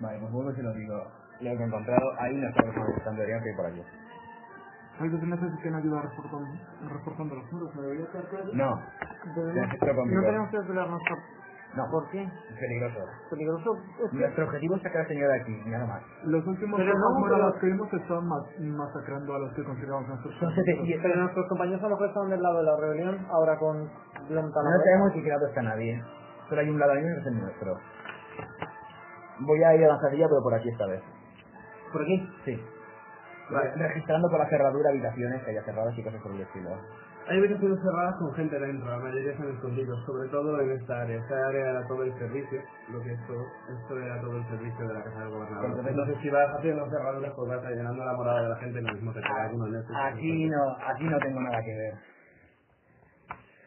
Vale, pues vuelvo y se lo digo. Lo que he encontrado, hay una sola persona buscando Arián que hay por aquí. Hay dos meses que no ayuda reportando, reportando los muros, me debería quedar claro. No, Debería- Ya se está conmigo. No tenemos que desvelar nuestro... No. ¿Por qué? es peligroso. Peligroso. Es que Nuestro objetivo es sacar a la señora de aquí, nada más. los últimos Pero no, hombres pero- a los que vimos estaban mas- masacrando a los que consideramos nuestros Son 700. Pero nuestros compañeros a lo mejor estaban del lado de la rebelión, ahora con Blom No sabemos de qué lado está nadie. Solo hay un lado mío que es el nuestro. Voy a ir avanzadilla, pero por aquí esta vez. ¿Por aquí? Sí. Re- Registrando por la cerradura habitaciones que haya cerradas y cosas por el estilo. Hay habitaciones cerradas con gente dentro, la mayoría están escondidos, sobre todo en esta área. Esta área era todo el servicio, lo que esto, esto era todo el servicio de la casa del gobernador. Entonces, Entonces, no sé si vas haciendo cerraduras, pues vas llenando la morada de la gente en el mismo te pega alguno en estos. Aquí no, aquí no tengo nada que ver.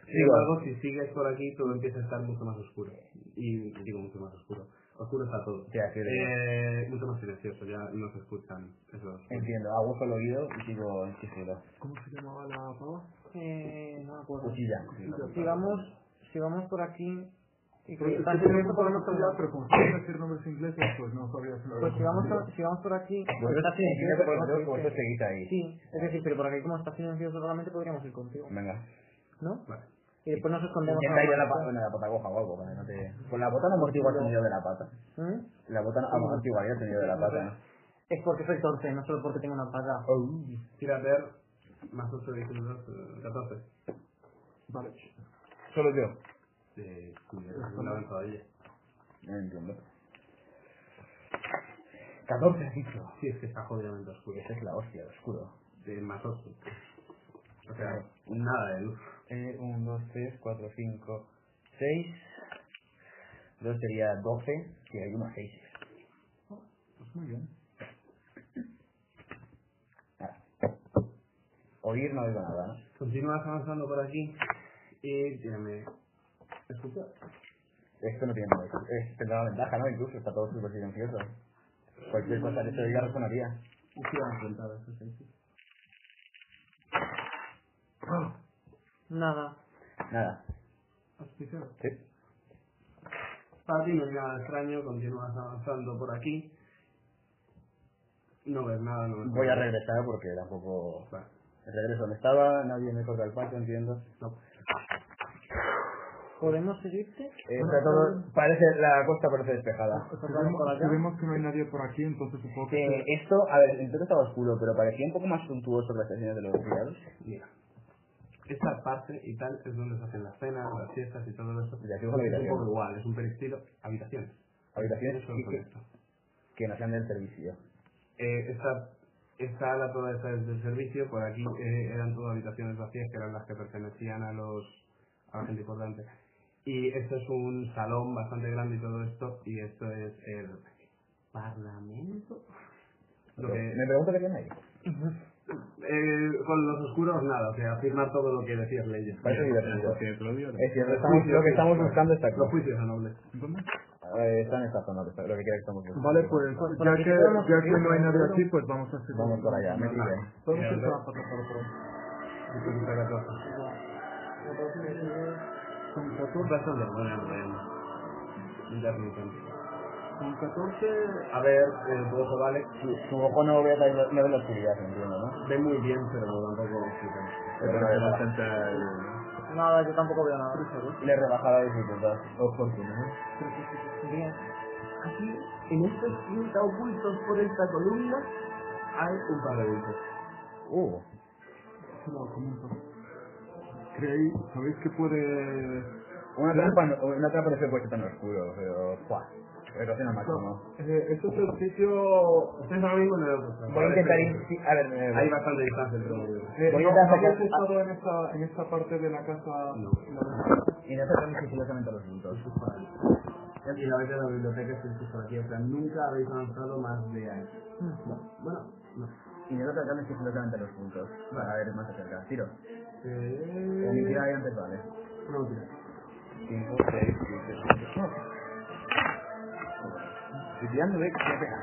Sin embargo, si sigues por aquí, todo empieza a estar mucho más oscuro. Y digo mucho más oscuro. Oscuro está todo. Ya, sí, eh, mucho más silencioso, ya no se escuchan esos. Entiendo, hago solo oído y sigo en sigilo. ¿Cómo se llamaba la pava? Eh, no me acuerdo. Pues Cuchilla. Si vamos, si vamos por aquí... Y Pues, es que tenemos para no saber, pero como sabía decir nombres ingleses, pues no sabía si lo Pues si vamos, había por, si vamos por aquí... Vosotros está sí, Pues yo creo que silencioso, vosotros- ¿no? vosotros seguís ahí. Sí, es decir, pero por aquí como está silencioso solamente podríamos ir contigo, Venga. ¿no? Vale. Y después nos escondemos... Intenta ir a la, pa- mano. bueno, a la pata coja o algo, para que no te... Con la bota no amortigua el sonido de la pata. ¿Mm? La bota no amortiguaría el sonido de la pata, ¿no? Es porque soy torpe, no solo porque tengo una paga. Tira a ver, más 8, 19, 14. Vale. Solo yo. Eh, sí, es una avanzadilla. No entiendo. 14 has dicho. Sí, es que está jodidamente oscuro. Esa es la hostia, oscuro. De más 8. O sea, nada de luz. 1, 2, 3, 4, 5, 6. 2 sería 12, que hay uno 6. Pues muy bien. Oír no oigo nada, ¿no? Continúas avanzando por aquí y tírame. ¿Escuchas? Esto no tiene nada. Es, tendrá una ventaja, ¿no? Incluso está todo súper silencioso. Cualquier cosa que se oiga resonaría. Hicieron contadas, eso sí. Nada. Nada. Auspiciado. Sí. Para ti no es nada extraño, continúas avanzando por aquí. No ves nada, no ves Voy a nada. regresar porque tampoco... Vale. Regreso donde estaba, nadie me corta el paso, entiendo. No. ¿Podemos seguirte? Eh, está todo... Parece... La costa parece despejada. Si vemos, si vemos que no hay nadie por aquí, entonces supongo que... Eh, esto, a ver, entonces estaba oscuro, pero parecía un poco más suntuoso que las estaciones de los criados. Mira. Esta parte y tal es donde se hacen las cenas, las fiestas y todo eso. Y aquí es una es un habitación. poco igual, es un peristilo. Habitaciones. Habitaciones Solo y con que, esto. que no sean del servicio. Eh, esta, esta ala toda esta es del servicio, por aquí eh, eran todas habitaciones vacías que eran las que pertenecían a los a la gente importante. Y esto es un salón bastante grande y todo esto, y esto es el parlamento. Lo que- Me pregunto qué tiene ahí. eh, con los oscuros nada, o sea, firmar todo lo que decías leyes. Parece divertido. Porque te lo digo. Es cierto, estamos- lo que estamos buscando está aquí. Los juicios a nobles. Entonces, Eh, está en esta zona, lo que lo que quiera que estamos buscando. Vale, pues Por- por ya aquí que, podemos ya que ir, no hay nadie pero- aquí, pues vamos a seguir. Vamos para allá, me Vamos sigue. a- Podemos ah, ir para para- para- para- Con 14, Bastante buena, eh, intermitente. con 14, A ver, eh, tu ojo vale, Su, su ojo no ve, la- no ve la oscuridad, entiendo, ¿no? ve muy bien, pero tampoco flipas. Pero no ve nada. Nada, yo tampoco veo nada. Le rebaja la dificultad. Ojo, ¿no? Bien. Aquí, en estos 30 ocultos por esta columna, hay un par de bultos. Uh, se lo comento. Creí, ¿sabéis que puede...? una trampa, no- una trampa no se puede ser tan oscuro, pero... ¡Fua! Erosión al máximo. Eh, este es el sitio... Ustedes ahora mismo no lo han Voy a intentar ir... A ver, eh, Hay bastante distancia entre uno y otro. Eh, Voy a no, intentar ¿no habías sacar- estado en esta, en esta parte de la casa? No. La- Y no sacamos sigilosamente los puntos. Y la vez de la biblioteca es justo aquí, o sea, nunca habéis avanzado más de ahí. Bueno, no. Y no sacamos sigilosamente los puntos. Para ver más acerca. Tiro. Eh, Ni siquiera ahí antes vale. no, tira. 5, 6, 7, 8. Estoy tirando de que pega.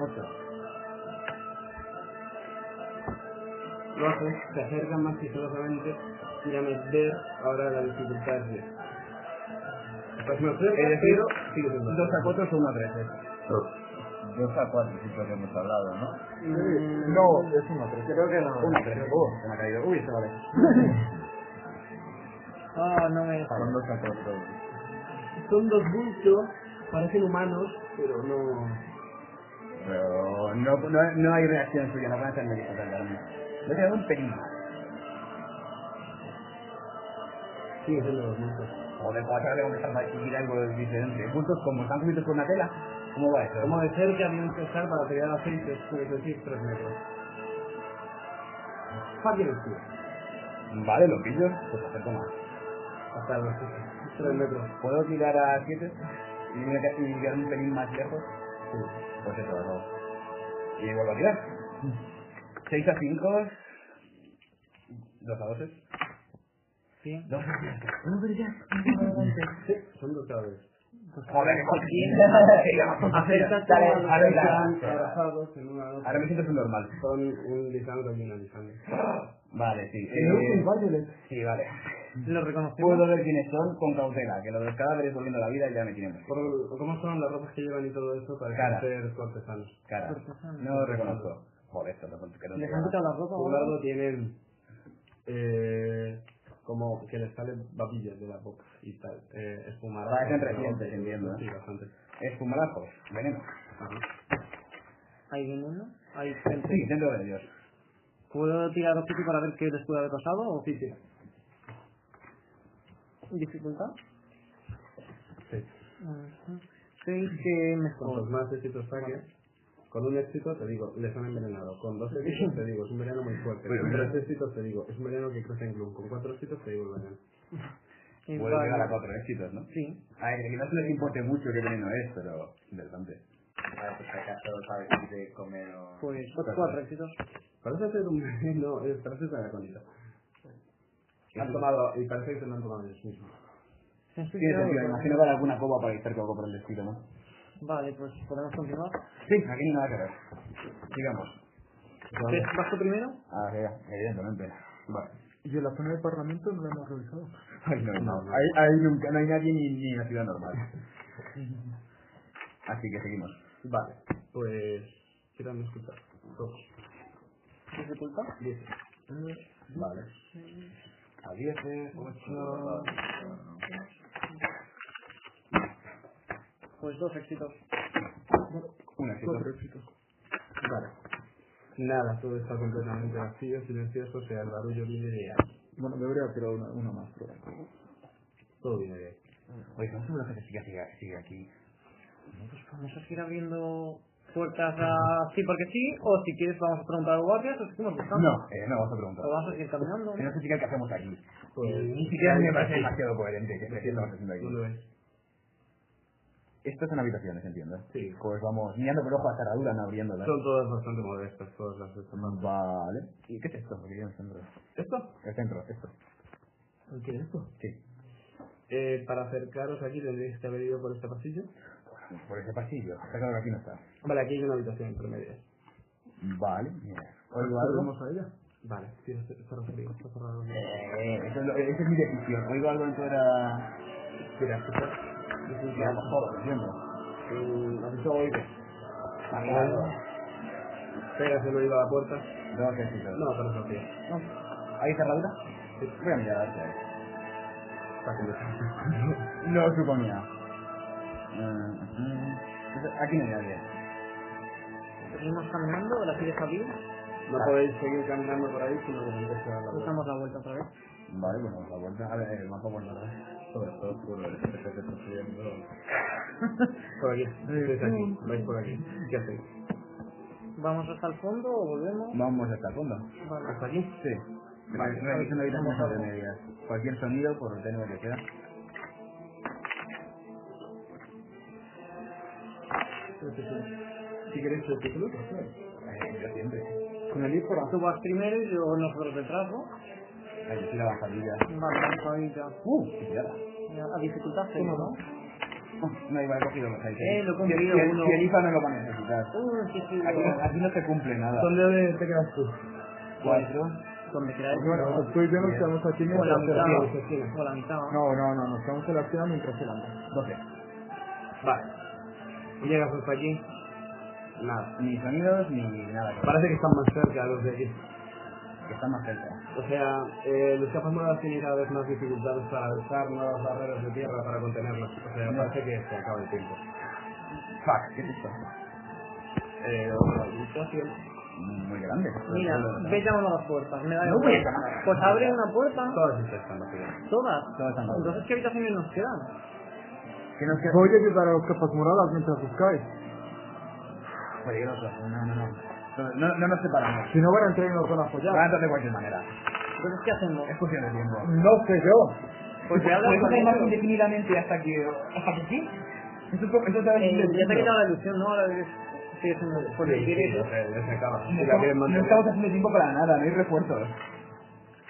8. Lo haces, te acercas más sigilosamente, tírame ver, ahora la dificultad es 10. Pues Eh, me he decidido 2 a 4 son 1 a 13. Dos a cuatro, sí, creo que hemos hablado, ¿no? Mm. No, es uno, pero creo que no. Una 13. Oh, se me ha caído. Uy, se vale. Ah, no me. Son dos a cuatro. Son dos bultos, parecen humanos, pero no. Pero no, no, no hay reacción suya, no van a hacer nada para darme. Le he dado un pelín. Sí, son dos bultos. Joder, ¿cómo se va a conversar aquí algo diferente? Juntos como están subidos por una tela, ¿cómo va eso? Como de cerca había un pesar para tirar aceite, es decir, tres metros. Fácil el tío. Vale, lo pillo, pues acerco más. Hasta los tres metros. ¿Puedo tirar a 7? Y me ca- y quedar un pelín más lejos. Sí. Pues eso, no. Y vuelvo a tirar. Mm. 6 a 5. 2 a 12. Sí. 2 a 7. Sí, son 2 a 2. Joder, Aceita Dale, todos los ahora que ya. están abrazados en una nota. Ahora me siento subnormal. Son un lisandro y una lisandra. Vale, sí. Eh, Eh, sí, vale. Lo reconocemos. Puedo ver quiénes son con cautela, que lo de los cadáveres volviendo a la vida ya me tiene muy Por cómo son las ropas que llevan y todo eso Cara. para ser cortesanos. cara. No lo reconozco. Joder, esto no que no ¿Les te han va. quitado la ropa o Por un algo? lado tienen eh, como que les salen babillas de la boca y tal, eh, espumadas. Parecen recientes, entiendo, ¿eh? Sí, bastante. Espumalajos, veneno. Ajá. ¿Hay veneno? ¿Hay gente? Sí, dentro de ellos. ¿Puedo tirar Opiti para ver qué les puede haber pasado? ¿O sí, sí. ¿Dificultad? Sí. Ujú. Seis que mejor. Cuantos más éxitos saques, con un éxito te digo, les han envenenado. Con dos éxitos te digo, es un veneno muy fuerte. Con tres éxitos te digo, es un veneno que crece en gloom. Con cuatro éxitos te digo el veneno. Y Puedes llegar a vale. cuatro éxitos, ¿no? Sí. A ver, que no les importe mucho qué veneno es, pero interesante. Vale, pues acaso sabes si te come o... Pues Otra cuatro vez. éxitos. Parece ser un veneno, eh, parece ser acondido. Han tomado, y parece que se lo han tomado ellos mismos. Tiene sentido, imagino para alguna copa para hacer algo por el estilo, ¿no? Vale, pues podemos continuar. Sí, aquí no hay nada que ver. Sigamos. ¿Te- ¿Vas tú primero? Ah, sí, evidentemente. Vale. Y en la zona del Parlamento no la hemos revisado. Ay, no, no. Ahí, ahí nunca, no hay nadie ni, ni en la ciudad normal. Así que seguimos. Vale, pues, quieran escuchar. Todos. ¿Dificultad? Diez. Eh, Vale. A 10, 8... Pues dos éxitos. Un éxito. Cuatro éxitos. Vale. Nada, todo está completamente vacío, silencioso, o sea, el barullo viene de ahí. Bueno, debería tirar una, una más, pero bueno. Todo viene de ahí. Oye, ¿no seguro que se siga, siga, siga aquí? Pues vamos a seguir abriendo puertas a sí porque sí, o si quieres vamos a preguntar a guardias o seguimos buscando. No, eh, no vamos a preguntar. O vamos a seguir caminando. Que no sé siquiera qué hacemos aquí. Pues, Y ni siquiera me parece sí. demasiado coherente que No que estamos haciendo no aquí. lo es. Estas son habitaciones, entiendo. Sí. Pues vamos mirando por ojo a cerradura, no abriéndolas. Son todas bastante modestas, todas las estas. Vale. ¿Y qué es esto? Porque yo no centro. ¿Esto? El centro, esto. ¿Qué es esto? Sí. Eh, para acercaros aquí tendréis que haber ido por este pasillo. Por ese pasillo. Está claro que aquí no está. Vale, aquí hay una habitación intermedia. Vale. Mira. Oigo algo. ¿Volvemos a ella? Vale, tienes que cerrar frío, está cerrado. Eh, eso es lo- esa es mi decisión. Oigo algo dentro de la... Mira, escucha. Es un de la mojola, entiendo. No sé si oído. Algo. Pega se lo iba a la puerta. No, que sí, pero- No, pero no fría. ¿Hay cerradura? Voy a mirar a ver si hay. Está completamente. Lo suponía. Mm, mm. Aquí no hay nadie. Seguimos caminando, la sigues abrir, No podéis seguir caminando por ahí si no os empieza a pues la damos la vuelta otra vez. Vale, pues vamos a la vuelta. A ver, el mapa por la Sobre todo por el jefe que está subiendo. Por aquí, estáis aquí, vais por aquí. ¿Qué hacéis? ¿Vamos hasta el fondo o volvemos? Vamos hasta el fondo. Vale. ¿Hasta aquí? Sí. Vale, revisión de habitación sobre medidas. Cualquier sonido, por tenue que sea. Si queréis el título, pues sí. Eh, Yo siempre. Con el IFORA. Tú vas primero y yo nosotros detrás, ¿no? Ahí sí la bajadilla. Vale, vamos ahí ya. ¡Uh! ¡Qué tirada! Ya, A dificultad seis, ¿no? Oh, No, iba a cogido los ahí. Eh, lo he conseguido, Si el- uno. Si el IFA no lo va a necesitar. Uh, sí, sí, Aquí no, lo- aquí no se cumple nada. ¿Dónde te quedas tú? cuatro. donde queráis. Bueno, estoy viendo que estamos aquí O la mientras se mitad. lanza. O la mitad. ¿no? No, no, no, nos quedamos en la acción mientras se lanza. 12. Vale. Llegas hasta aquí. Nada. Ni sonidos ni nada. que- Parece que están más cerca los de aquí. Que está más cerca. O sea, eh, los capas nuevas tienen cada vez más dificultades para alzar nuevas barreras de tierra para contenerlos. O sea, No. parece que se acaba el tiempo. Fuck, ¿qué es esto? Eh, otra ilustración. Muy grande. Mira, ve llamando a las puertas. Me da No igual. voy a llamar. Pues abre una puerta. Todas estas están vacías. Todas. Todas están vacías. Entonces, ¿qué habitaciones nos quedan? Que nos queda Voy a ayudar a los capas moradas mientras buscáis. peligroso. No, no, no. No, no, no nos separamos. Si no van a entrar en la zona follada. Tanto de cualquier manera. Entonces, ¿qué hacemos? Es cuestión de tiempo. No sé yo. Pues voy a hablar con más ellos. indefinidamente hasta que... ¿Hasta que sí? Eso, eso te va a Eh, decir ya te ha tiempo. quitado la ilusión, ¿no? Ahora eres... Sí, es un... Porque quieres... o sea, ya se acaba. No Si la estamos, quieren no mantener. estamos haciendo tiempo para nada, no hay refuerzos.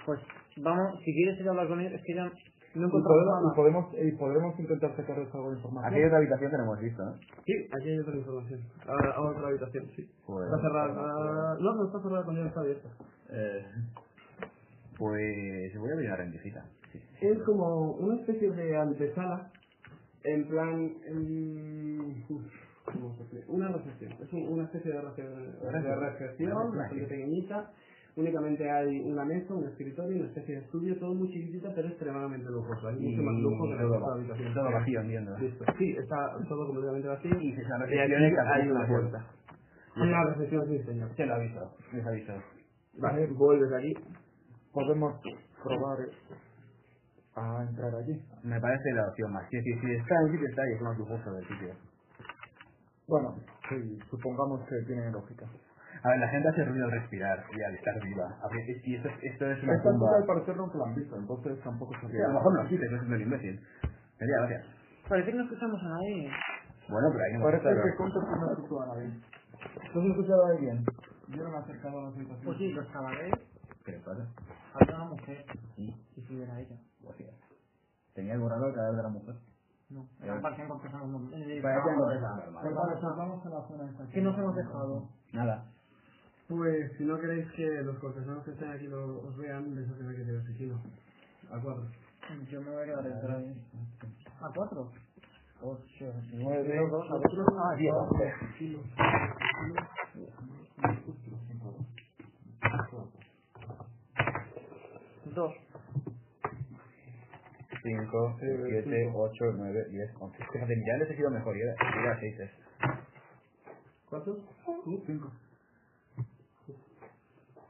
Pues vamos, si quieres ir a hablar con él, es que ya no Y encontramos podemos, nada. y podemos, y podremos intentar sacarles algo de información. Aquí hay otra habitación que no hemos visto, ¿eh? Sí, aquí hay otra información. Ah, ah, otra habitación, sí. Joder. Pues, Está cerrada. Ah, No, no está cerrada cuando ya está abierta. Pues, Eh, pues voy a abrir una rendijita. Sí. Es como una especie de antesala, en plan. mm, uf, ¿cómo se dice? una recepción. Es un- una especie de recepción, de recepción Una bastante recepción. pequeñita. Únicamente hay una mesa, un escritorio y una especie de estudio, todo muy chiquitito pero extremadamente lujoso. Hay mucho más lujo que en la todo, otra habitación. todo vacío, entiendo. Listo. Sí, está todo completamente vacío. Y si es una Y recepción, es aquí que hay hace una tiempo. puerta. Una recepción, sí, señor. Se lo aviso, les aviso. Vale, vuelves aquí. Podemos probar a entrar allí. Me parece la opción más. Si, si, si está en el sitio, está y es más lujoso del sitio. Bueno, sí, supongamos que tiene lógica. A ver, la gente hace ruido al respirar y al estar viva. A ver, Y esto, esto es una Esta tumba. chica al parecer no la han visto, entonces tampoco se Que a lo mejor no existe, no es un imbécil. Sería gracias. Parece que no escuchamos a nadie. Bueno, pero ahí no Parece está, que pero- Conte no escuchó a nadie. ¿Tú has escuchado a alguien? Yo no me he acercado a la situación. Pues sí, los chavales, ¿Qué le pasa? había una mujer Sí, y si era ella. hostia. Tenía el borrador cada vez de la mujer. No, Eh. parecían confesar un momento. Eh, Parecían vamos. cosas. vamos a la zona esta. ¿Qué nos hemos dejado? Nada. Pues si no queréis que los cortesanos que estén aquí lo- os vean, vais a tener que tener sigilo. A cuatro. Yo me voy a quedar detrás. ¿A cuatro? Ocho, Eh, Nueve, dos, a cuatro. Ah, Diez. Dos. 5, 7, 8, 9, 10, 11. Fíjate, mira, les he sido mejor. Yo era 6. ¿Cuántos? ¿Tú? Cinco.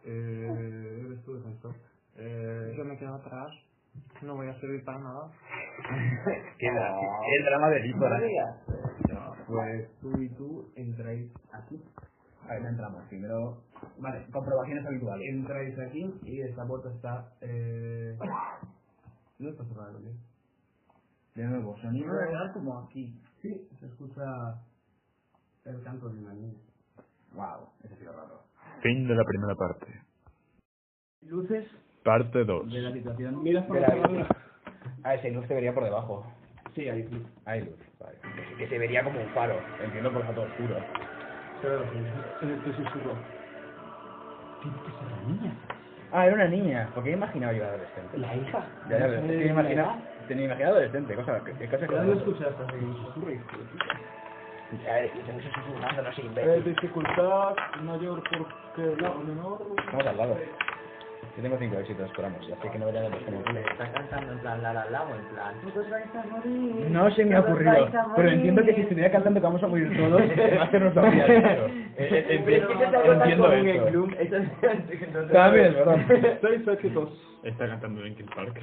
Eh, eres tú defensor. Yo Eh, me quedo atrás. No voy a servir para nada. Qué drama. El drama de Líbora. pues tú y tú entráis aquí. A ver, entramos. Primero, vale, comprobaciones habituales. Entráis aquí y esta puerta está... Eh... No está cerrada también. De nuevo, sonido. como aquí. Sí, se escucha el canto de una niña. Wow, eso ha sido raro. Fin de la primera parte. Luces Parte 2. la habitación. miras por De la la ventana. Ah, ese luz se vería por debajo. Sí, ahí sí. Hay luz, vale. Que, se vería como un faro. Entiendo por todo oscuro. Se ve la niña. Eh, Te susurro. Ah, era una niña. Porque he imaginado yo adolescente. La hija. Ya, ya, es que me Eh, imaginaba, tenía imaginado adolescente, cosa, que- cosa que Ya lo escuchaste, me susurro, hijo de puta. Ya, eh, estamos susurrando, no sé, Eh, imbécil. dificultad mayor porque la menor. Estamos al lado. Yo tengo cinco éxitos, esperamos, así que no verán otros como tú. Está cantando en plan la la la o en plan. "Tú te vas a morir". No se me ha ocurrido, pero entiendo que si estuviera cantando que vamos a morir todos, va a ser nuestro día, tío. Eh, eh, Pero es que esa enti- cosa Entiendo con el eso. Gloom, esa es- no sé. También, perdón. Seis éxitos. Está cantando Linkin Park.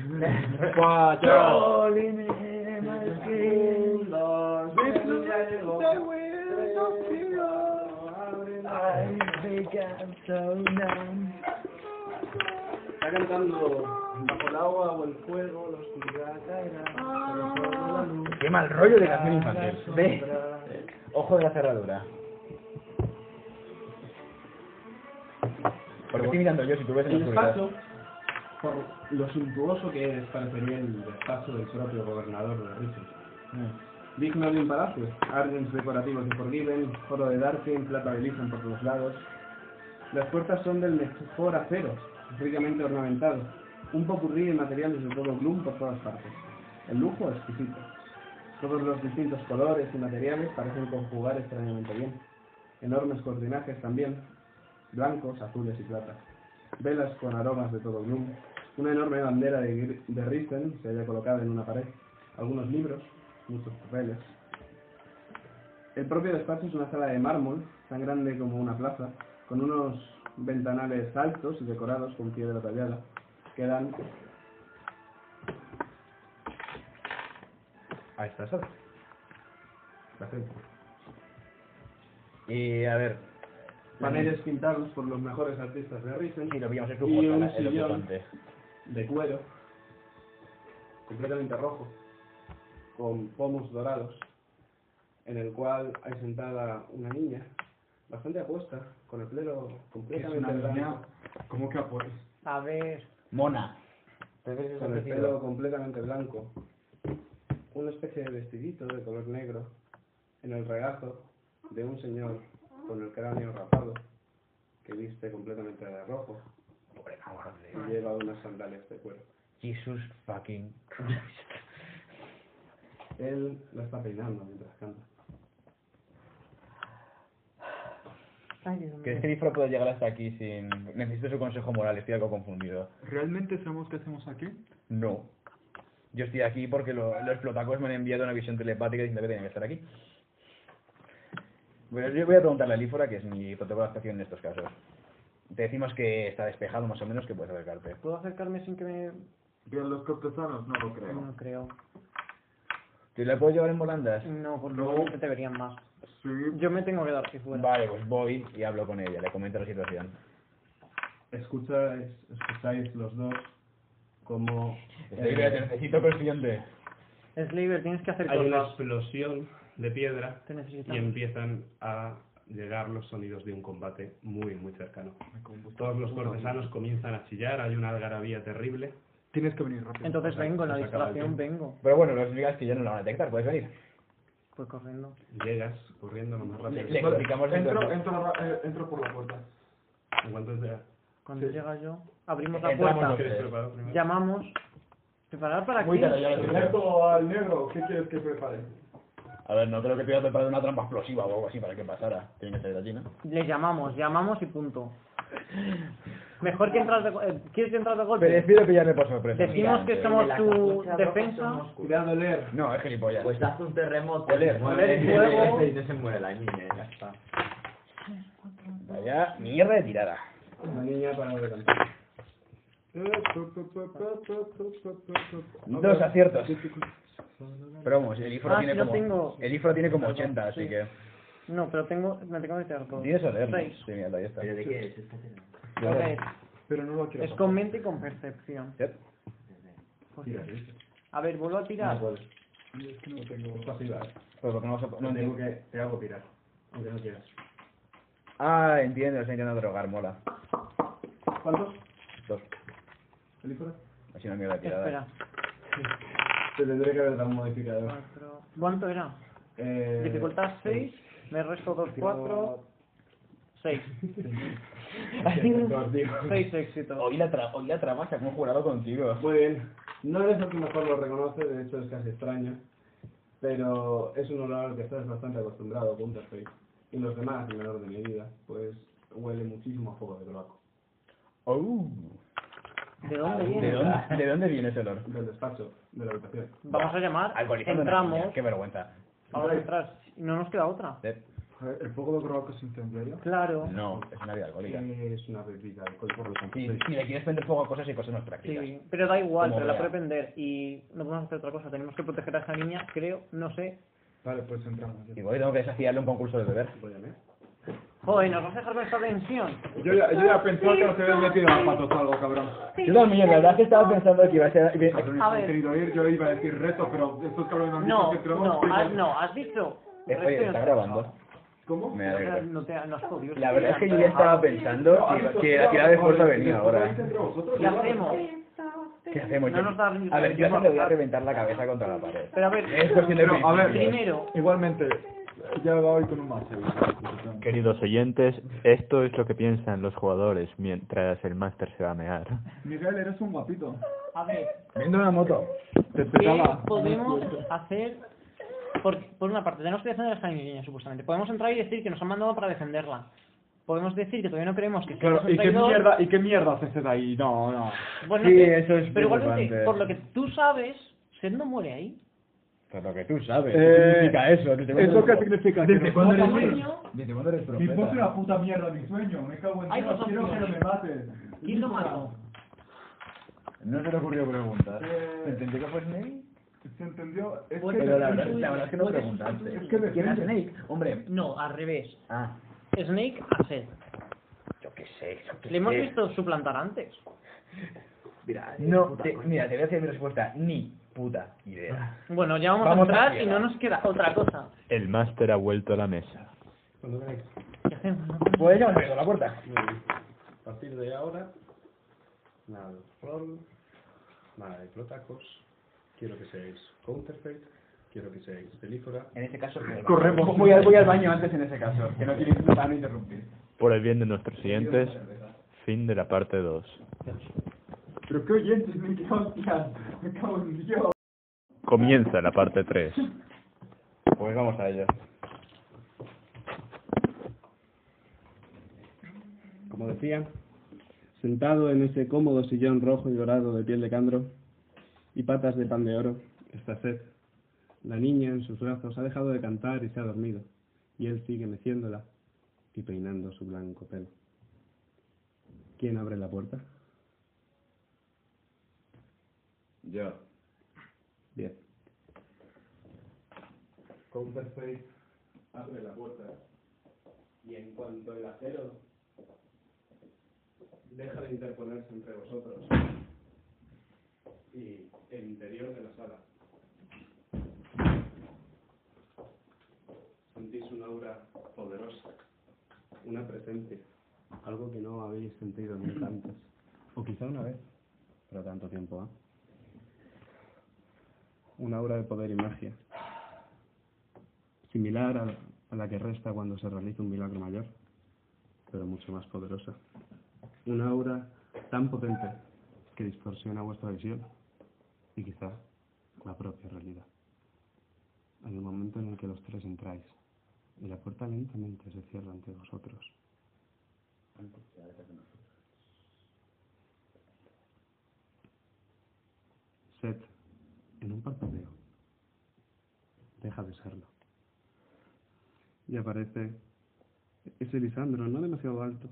Está cantando bajo el agua o el fuego, la oscuridad caerá, pero solo la luz. Qué mal rollo de canción infantil. Ve, ojo de la cerradura. Porque estoy mirando yo, si tú ves en El la oscuridad. despacho, por lo suntuoso que es, parecería el despacho del propio gobernador de Richard. Mm. Digno de un palacio, árboles decorativos de Forgiven, oro de Darkin, plata de Lizen por los lados. Las puertas son del mejor acero, ricamente ornamentados, un popurrí de materiales de todo Gloom por todas partes. El lujo exquisito. Todos los distintos colores y materiales parecen conjugar extrañamente bien. Enormes cortinajes también, blancos, azules y platas. Velas con aromas de todo Gloom. Una enorme bandera de, Gr- de Risten se halla colocada en una pared. Algunos libros, muchos papeles, el propio despacho es una sala de mármol, tan grande como una plaza, con unos ventanales altos y decorados con piedra tallada, que dan a esta sala. Perfecto. Y a ver, Paneles pintados por los mejores artistas de Risen si lo veíamos en Y un su sillón. ocupante. de cuero, completamente rojo, con pomos dorados, en el cual hay sentada una niña, bastante apuesta, con el pelo completamente blanco, ¿Cómo que apuestas? A ver. Mona. con el pelo completamente blanco, una especie de vestidito de color negro, en el regazo de un señor con el cráneo rapado, que viste completamente de rojo, Por el amor de y lleva unas sandalias de cuero. Jesus fucking Christ. Él la está peinando mientras canta. Ay, Dios mío. ¿Crees que Difro puede llegar hasta aquí sin...? Necesito su consejo moral, estoy algo confundido. ¿Realmente sabemos qué hacemos aquí? No. Yo estoy aquí porque lo- los plotacos me han enviado una visión telepática diciendo que tenía que estar aquí. Bueno, yo voy a preguntarle a Lífora, que es mi protocolo de actuación en estos casos. Te decimos que está despejado más o menos, que puedes acercarte. ¿Puedo acercarme sin que me.? Bien, los cortesanos no lo creo. No creo. ¿Te la puedo llevar en volandas? No, porque No. no. te verían más. Sí. Yo me tengo que dar si fuera. Vale, pues voy y hablo con ella, le comento la situación. escucháis, escucháis los dos eh, como Estoy bien, te necesito consciente. Slaver, tienes que hacer hay una cosas. explosión de piedra Te y necesitamos. empiezan a llegar los sonidos de un combate muy muy cercano. Todos los cortesanos comienzan a chillar, hay una algarabía terrible. Tienes que venir rápido. o Entonces sea, vengo, se la saca la distracción, piel. vengo. Pero bueno, lo que significa es que ya no la van a detectar, puedes venir. Pues corriendo. Llegas corriendo lo más rápido. Le, que le puedas. explicamos la entro, situación. entro, ra- eh, entro por la puerta. En cuanto llega, Cuando Sí. llega yo, abrimos la Entramos puerta, los- ¿quieres preparar primero? llamamos. ¿Preparar para Muy qué? tarde, ya lo tengo. Reto al negro, ¿qué quieres que prepare? A ver, no creo que te haya preparado una trampa explosiva o algo así para que pasara. Tiene que ser de allí, ¿no? Le llamamos, llamamos y punto. Mejor que entras de go- eh, ¿Quieres que entras de golpe? Prefiero pillarme por sorpresa. Decimos que Mira, somos en la tu capucha roja defensa. somos- Cuidado, leer. No, es gilipollas. Pues hace un terremoto. Oler, se mueve oler fuego. Y no se muere la niña, ya está. Vaya mierda de tirada. La niña para de cantar. Dos aciertos. Pero vamos, el ifro Ah, tiene sí lo como... tengo. El ifro tiene como 80, así Sí. que... No, pero tengo, me tengo que tirar todo. Tienes oler, ¿no? Seis. Sí, mira, ahí está. ¿Pero de qué es este esta tela? Ok, Pero no lo quiero. Es con mente y con percepción. Yep. Pues sí. A ver, vuelvo a tirar. Es que no tengo. Pero porque Pues, no vas a- no No digo entiendo. que te hago tirar, aunque no quieras. Ah, entiendo, está intentando drogar, mola. ¿Cuántos? Dos. ¿Película? Así una mierda de tirada. Espera. Te tendré que haber dado un modificador. cuatro. ¿Cuánto era? Eh, Dificultad 6, me resto 2, 4, 6. Dos, digo. 6 éxitos. Hoy la, tra hoy la trabaja, como he jurado contigo. Muy bien. No eres el que mejor lo reconoce, de hecho es casi extraño, pero es un olor al que estás bastante acostumbrado, punto estoy. Y los demás, en menor de medida, pues huele muchísimo a fuego de tabaco. Oh. ¿De dónde ¿De viene? dónde, ¿De dónde viene ese olor? Del despacho, de la habitación. Vamos a llamar, Alcoholizando una entramos, niña, Qué vergüenza. vamos a entrar. No nos queda otra. Eh, ¿El fuego de croco es incendiario? Claro. No, es una vida alcohólica. Es una bebida alcohol, por lo tanto. Si, si le quieres prender fuego a cosas y cosas no prácticas. Sí, pero da igual, Como pero la vea. puede vender y no podemos hacer otra cosa. Tenemos que proteger a esa niña, creo, no sé. Vale, pues entramos. Igual tengo que desafiarle un concurso de beber. Joder, nos vas a dejar con esta tensión. Yo ya, yo ya pensaba que nos habías metido las patas o algo, cabrón. Yo también, la verdad es que estaba pensando que iba a ser... que- Cabrón, A no he ver. querido ir, yo iba a decir reto, pero estos cabrones han dicho No, que tenemos no, que ir has, al- no, has dicho. Eh, Oye, está grabando. ¿Cómo? Me O sea, alegro. No, te, no has podido. La verdad es que yo ya estaba pensando que, que la tirada de fuerza venía ahora. ¿Entre vosotros? ¿Qué hacemos? ¿Qué hacemos? No nos da ni- a ver, yo hasta le voy a reventar la cabeza contra la pared. Pero a ver, Es cuestión de Pero, a ver. principios. primero, Igualmente, Ya voy con un más. eh. Queridos oyentes, esto es lo que piensan los jugadores mientras el máster se va a mear. Miguel, eres un guapito. A ver, Viendo una moto. Te ¿Qué esperaba. podemos hacer? Por, por una parte, tenemos que defender a Jaime Viña, supuestamente. Podemos entrar y decir que nos han mandado para defenderla. Podemos decir que todavía no creemos que sea Claro, ¿y qué traidor. mierda, y qué mierda haces de ahí? No, no. Bueno, Sí, no sé, eso es Pero igualmente, preocupante. por lo que tú sabes, Sed no muere ahí. Por lo que tú sabes. Eh, ¿Qué significa eso? ¿Te te- ¿Eso qué significa? ¿Que nos mata un niño? ¿Desde cuándo eres Mi profeta? pozo es una puta mierda, mi sueño. Me cago en Hay Dios, dos quiero que no me opciones. mates. ¿Quién lo mató? No se te ocurrió preguntar. Eh, ¿Entendí que fue Snake? ¿Se entendió? Es que Pero la verdad, la verdad es que no preguntaste. Es que depende. ¿Quién era Snake? Hombre. No, al revés. Ah, Snake a Sed. yo qué sé. yo qué Le hemos sé. visto suplantar antes. Mira, No, eh, te- mira, te voy a decir mi respuesta. Ni puta idea. Bueno, ya vamos, Vamos a entrar a y no nos queda otra cosa. El máster ha vuelto a la mesa. Cuando queráis. ¿Qué hacemos? Pues ya me pego la puerta. A partir de ahora, nada de rol, nada de protacos. Quiero que seáis counterfeit, quiero que seáis película. En este caso, Corremos. Voy, al- voy al baño antes en ese caso, que no quiero intentar interrumpir. Por el bien de nuestros siguientes, fin de la parte 2. Pero qué oyentes, me qué hostias. Me cago en Dios. Comienza la parte 3. Pues vamos a ello. Como decía, sentado en ese cómodo sillón rojo y dorado de piel de candro y patas de pan de oro, está sed. La niña en sus brazos ha dejado de cantar y se ha dormido, y él sigue meciéndola y peinando su blanco pelo. ¿Quién abre la puerta? Yo. Bien. Sentís una aura poderosa, una presencia, algo que no habéis sentido nunca antes, o quizá una vez, pero tanto tiempo, ¿ah? Una aura de poder y magia, similar a, a la que resta cuando se realiza un milagro mayor, pero mucho más poderosa. Una aura tan potente que distorsiona vuestra visión y quizá la propia realidad. En el momento en el que los tres entráis y la puerta lentamente se cierra ante vosotros. Seth, en un parpadeo, deja de serlo. Y aparece ese Lisandro, no demasiado alto,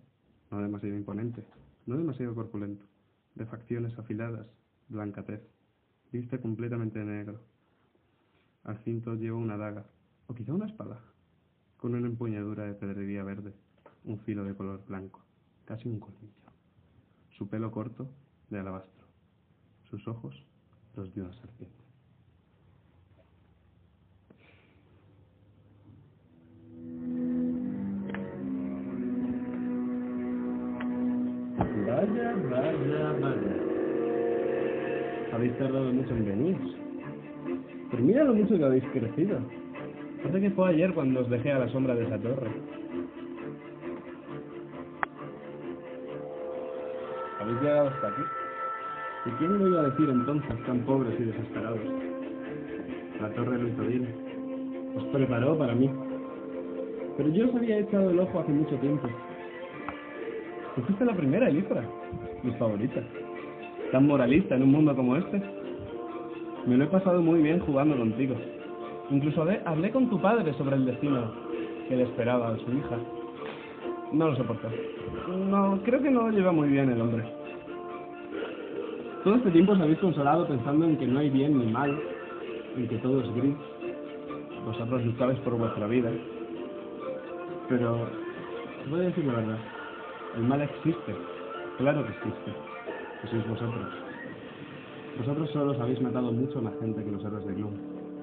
no demasiado imponente, no demasiado corpulento, de facciones afiladas, blanca tez, viste completamente de negro, al cinto lleva una daga, o quizá una espada, con una empuñadura de pedrería verde, un filo de color blanco, casi un colmillo. Su pelo corto, de alabastro. Sus ojos, los de una serpiente. Vaya, vaya, vaya. Habéis tardado mucho en venir. Pero mira lo mucho que habéis crecido. Parece que fue ayer cuando os dejé a la sombra de esa torre. ¿Habéis llegado hasta aquí? ¿Y quién lo iba a decir entonces, tan pobres y desesperados? La torre lo hizo bien. Os preparó para mí. Pero yo os había echado el ojo hace mucho tiempo. Tú fuiste la primera, Elifra. Mi favorita. Tan moralista en un mundo como este. Me lo he pasado muy bien jugando contigo. Incluso hablé, hablé con tu padre sobre el destino que le esperaba a su hija. No lo soportó. No, creo que no lo lleva muy bien el hombre. Todo este tiempo os habéis consolado pensando en que no hay bien ni mal, en que todo es gris. Vosotros luchabais por vuestra vida. Pero os voy a decir la verdad. El mal existe. Claro que existe. Que sois vosotros. Vosotros solos habéis matado mucho más gente que los héroes de Gloom,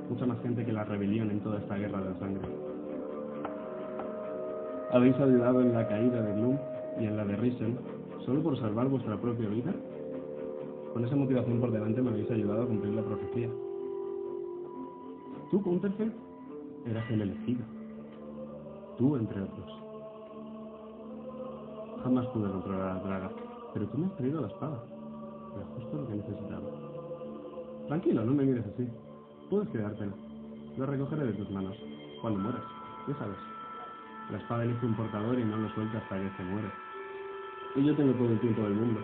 mucha más gente que la rebelión en toda esta guerra de la sangre. Habéis ayudado en la caída de Gloom y en la de Risen solo por salvar vuestra propia vida. Con esa motivación por delante me habéis ayudado a cumplir la profecía. Tú, Counterfeit, eras el elegido. tú entre otros. Jamás pude controlar a la draga, pero tú me has traído la espada. Era justo lo que necesitaba. Tranquilo, no me mires así. Puedes quedártela. La recogeré de tus manos, cuando mueras, ya sabes. La espada elige un portador y no lo suelta hasta que se muere. Y yo tengo todo el tiempo del mundo.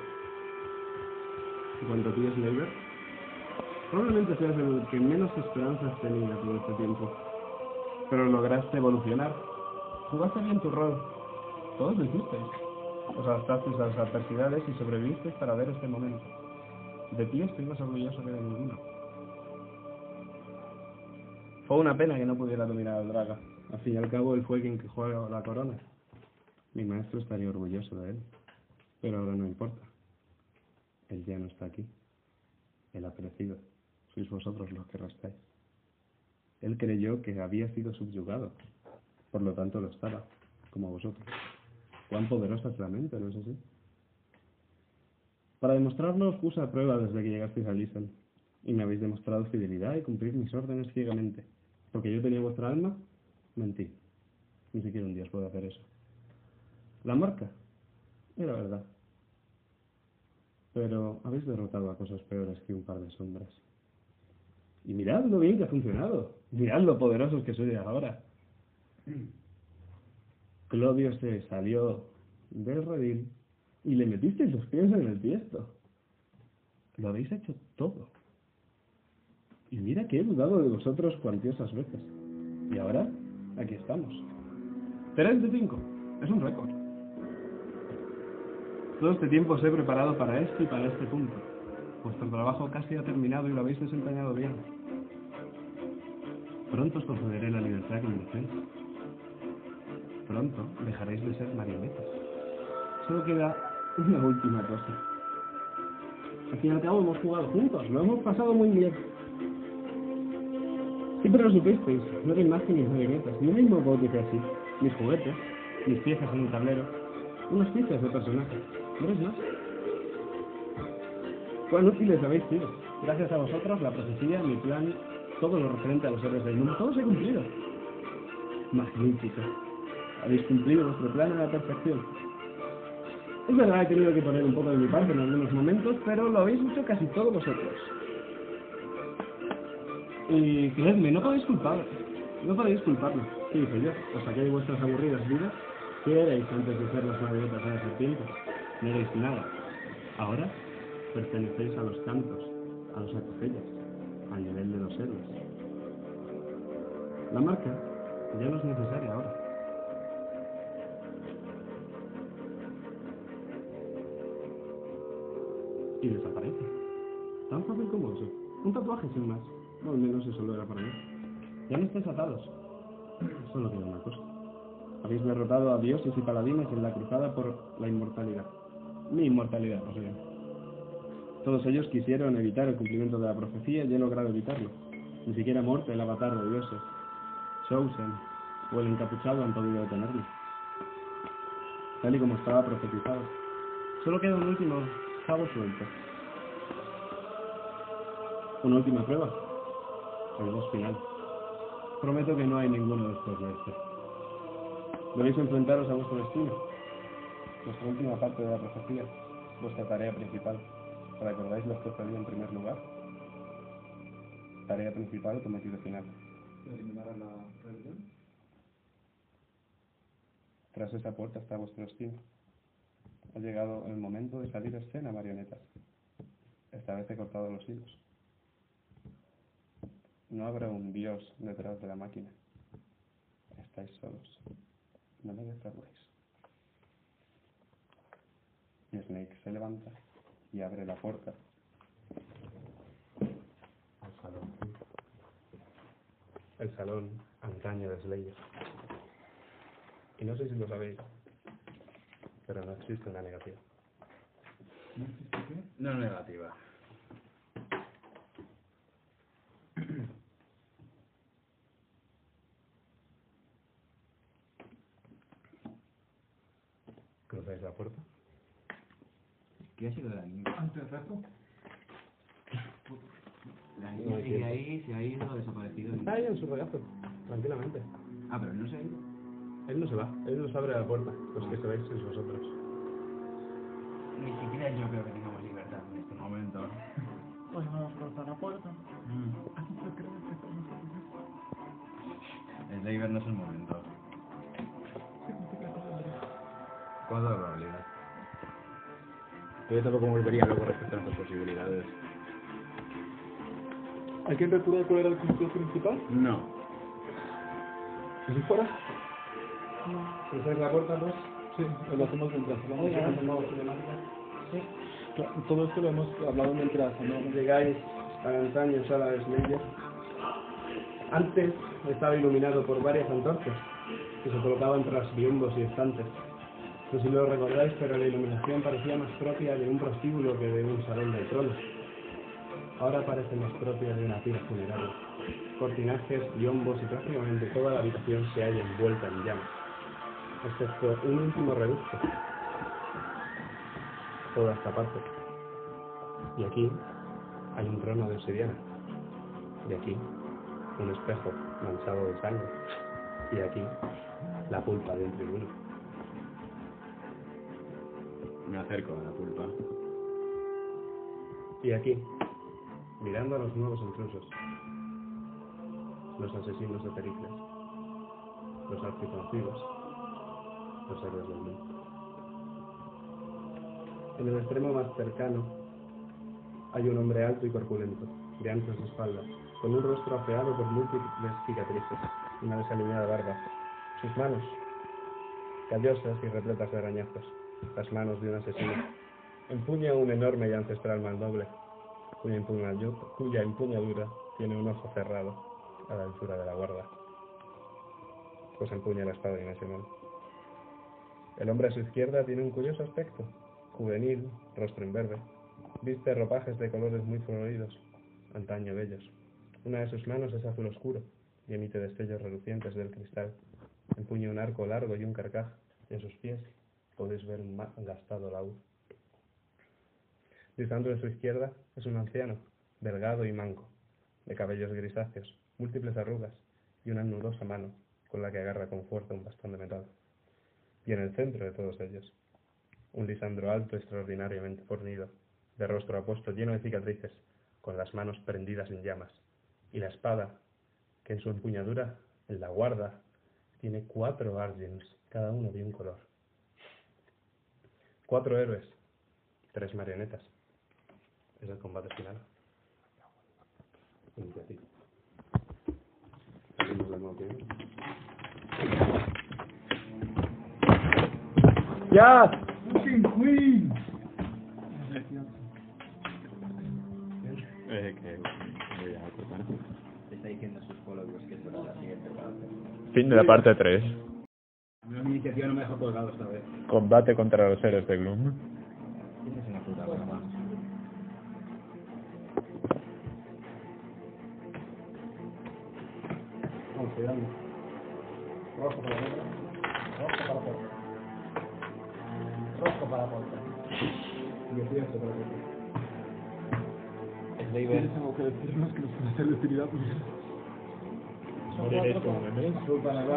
En cuanto a ti, Slaver, probablemente seas el que menos esperanzas tenía todo este tiempo. Pero lograste evolucionar. Jugaste bien tu rol. Todos lo hicisteis. Os adaptasteis a las adversidades y sobrevivisteis para ver este momento. De ti estoy más orgulloso que de ninguno. Fue una pena que no pudiera dominar al draga. Al fin y al cabo, él fue quien que juega la corona. Mi maestro estaría orgulloso de él. Pero ahora no importa. Él ya no está aquí. Él ha perecido. Sois vosotros los que restáis. Él creyó que había sido subyugado. Por lo tanto, lo estaba, como vosotros. Cuán poderosa es la mente, ¿no es así? Para demostrarlo, os puse a prueba desde que llegasteis a Lissel. Y me habéis demostrado fidelidad y cumplir mis órdenes ciegamente. Porque yo tenía vuestra alma, mentí. Ni siquiera un dios puede hacer eso. La marca era verdad. Pero habéis derrotado a cosas peores que un par de sombras. Y mirad lo bien que ha funcionado. Mirad lo poderosos que sois ahora. Clodio se salió del redil y le metisteis los pies en el tiesto. Lo habéis hecho todo. Y mira que he dudado de vosotros cuantiosas veces. Y ahora, aquí estamos. 3 de 5. Es un récord. Todo este tiempo os he preparado para esto y para este punto. Vuestro trabajo casi ha terminado y lo habéis desempeñado bien. Pronto os concederé la libertad que merecéis. Pronto dejaréis de ser marionetas. Solo queda una última cosa. Al fin y al cabo hemos jugado juntos, lo hemos pasado muy bien. Siempre lo supisteis, no erais más que mis marionetas, mi mismo bote que así, mis juguetes, mis piezas en un tablero, unos fichas de personajes, no eres más. Cuán útiles habéis sido. Gracias a vosotros, la profecía, mi plan, todo lo referente a los héroes del mundo, todo se ha cumplido. Magnífico. Habéis cumplido vuestro plan a la perfección. Es verdad, he tenido que poner un poco de mi parte en algunos momentos, pero lo habéis hecho casi todos vosotros. Y Eh, creedme, no podéis culpar. No podéis culparme. Sí, hice yo? Os saqué de vuestras aburridas vidas. ¿Qué erais antes de ser las marionetas de la serpiente? No erais nada. Ahora pertenecéis a los cantos, a los acapellas, al nivel de los héroes. La marca ya no es necesaria ahora. Y desaparece. Tan fácil como eso. Un tatuaje sin más. O al menos eso lo era para mí. Ya no estáis atados. Solo queda una cosa. Habéis derrotado a dioses y paladines en la cruzada por la inmortalidad. Mi inmortalidad, o sea. Todos ellos quisieron evitar el cumplimiento de la profecía y he logrado evitarlo. Ni siquiera Morte, el avatar de dioses, Chosen o el encapuchado han podido detenerlo. Tal y como estaba profetizado. Solo queda un último cabo suelto. Una última prueba. El boss final. Prometo que no hay ninguno después de este. Debéis enfrentaros a vuestro destino. Vuestra última parte de la profecía. Vuestra tarea principal. ¿Recordáis los que os pedí en primer lugar? Tarea principal o cometido final. Eliminar a la rebelión. Tras esa puerta está vuestro destino. Ha llegado el momento de salir a escena, marionetas. Esta vez he cortado los hilos. No habrá un dios detrás de la máquina. Estáis solos. No me defraudáis. Y Snake se levanta y abre la puerta. El salón. El salón antaño de Slayer. Y no sé si lo sabéis, pero no existe una negativa. ¿No existe qué? No negativa. Cruzáis la puerta. ¿Qué ha sido de la niña? Antes de esto, La niña sigue ahí, se ha ido, ha desaparecido. Está ahí en su regazo, tranquilamente. Ah, pero no se ha ido. Él no se va, él nos abre la puerta. Los que se vais sois vosotros. Ni siquiera yo creo que tengamos libertad en este momento. Pues vamos a cortar la puerta. El Leiber no es el momento. ¿Cuánto la probabilidad? Pero yo tampoco me volvería loco respecto a nuestras posibilidades. ¿Hay que recuerda cuál era el concepto principal? No. ¿Y si fuera? Si cerráis la puerta, pues. Sí, lo hacemos mientras hablamos. Sí. Claro, Todo esto lo hemos hablado mientras hablamos. Llegáis a la antaña sala de Slayer. Antes estaba iluminado por varias antorchas que se colocaban tras biombos y estantes. No sé si lo recordáis, pero la iluminación parecía más propia de un prostíbulo que de un salón de tronos. Ahora parece más propia de una pira funeraria. Cortinajes, biombos y prácticamente toda la habitación se halla envuelta en llamas, excepto Este un último reducto. Toda esta parte. Y aquí hay un trono de obsidiana. Y aquí un espejo manchado de sangre. Y aquí la pulpa de un tribuno. Me acerco a la pulpa. Y aquí, mirando a los nuevos intrusos, los asesinos de Pericles, los arquiconcebidos, los héroes del mundo. En el extremo más cercano hay un hombre alto y corpulento, de anchas espaldas, con un rostro afeado por múltiples cicatrices, una desalineada barba, sus manos, callosas y repletas de arañazos, las manos de un asesino. Empuña un enorme y ancestral mandoble, cuya, empuñayu- cuya empuñadura tiene un ojo cerrado a la altura de la guarda, pues empuña la espada dimensional. El hombre a su izquierda tiene un curioso aspecto, juvenil, rostro imberbe, viste ropajes de colores muy floridos, antaño bellos. Una de sus manos es azul oscuro y emite destellos relucientes del cristal. Empuña un arco largo y un carcaj, y en sus pies podéis ver un ma- gastado laúd. Distando de su izquierda es un anciano, delgado y manco, de cabellos grisáceos, múltiples arrugas y una nudosa mano con la que agarra con fuerza un bastón de metal. Y en el centro de todos ellos, un lisandro alto extraordinariamente fornido, de rostro apuesto lleno de cicatrices, con las manos prendidas en llamas, y la espada, que en su empuñadura, en la guarda, tiene cuatro argents, cada uno de un color. Cuatro héroes, tres marionetas. Es el combate final. Iniciativa. Abrimos la nueva opinión. ¡Ya! Eh, que voy a cortar. Está diciendo sus coloquios que será la siguiente parte. Fin de la parte 3. Mi iniciativa no me dejó colgado esta vez. Combate contra los héroes de Gloom. Tienes una puta buena mano. Considerando. Rojo para la puerta. Rojo para la puerta. Rojo para la puerta. Leiber, tengo que decirnos que nos puede ser de utilidad. Moriréis como bebés.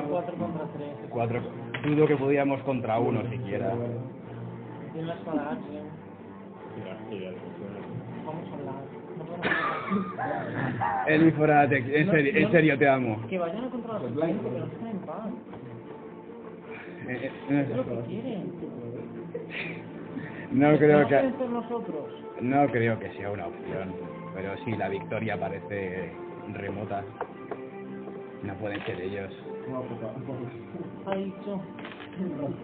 Cuatro contra tres. Cuatro. Dudo que pudiéramos contra uno siquiera. Tiene una espada gancho. Vamos a hablar. No podemos hablar. Elvis fuera de- en, No, serio, en no. serio, te amo. Que vayan a controlar su tiempo, que nos dejen en paz. Eh, Es eh, lo que quieren. No creo Vamos a que vencer nosotros. no creo que sea una opción, pero sí la victoria parece remota. No pueden ser ellos. Ha dicho,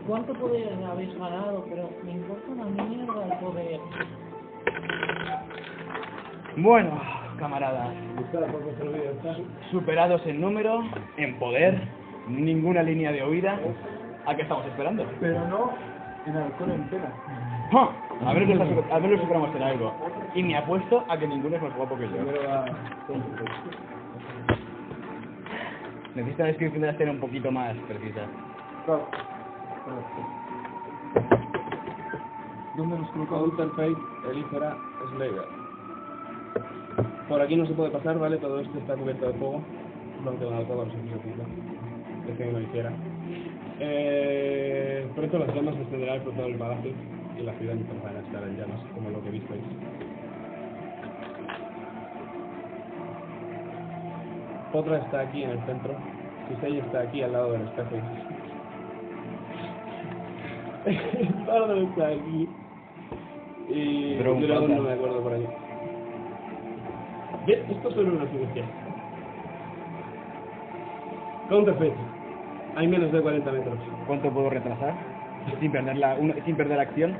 ¿cuánto poder habéis ganado? Pero me importa una mierda el poder. Bueno, camaradas. Superados en número, en poder, ninguna línea de huida. ¿A qué estamos esperando? Pero no en alcohol entera. ¡Ja! A ver, los- Mm. a ver lo superamos en algo. Y me apuesto a que ninguno es más guapo que yo. Necesito descripciones ser un poquito más precisas. ¿Dónde nos colocamos? Alterfate, Elífera, Slayer. Por aquí no se puede pasar, ¿vale? Todo esto está cubierto de fuego. No queda nada para los enemigos, ¿no? Decía que no lo hiciera. Eh, pronto las llamas se extenderán por todo el palacio y la ciudad empezará a estar en llamas, como lo que visteis. Otra está aquí en el centro. Susei está aquí al lado del espejo. Pardo está aquí. Y Drone Drone Panda. no me acuerdo por aquí. Bien, esto es solo una sugestión. Counterfeit. Hay menos de 40 metros. ¿Cuánto puedo retrasar? Sin perder la, una- sin perder acción.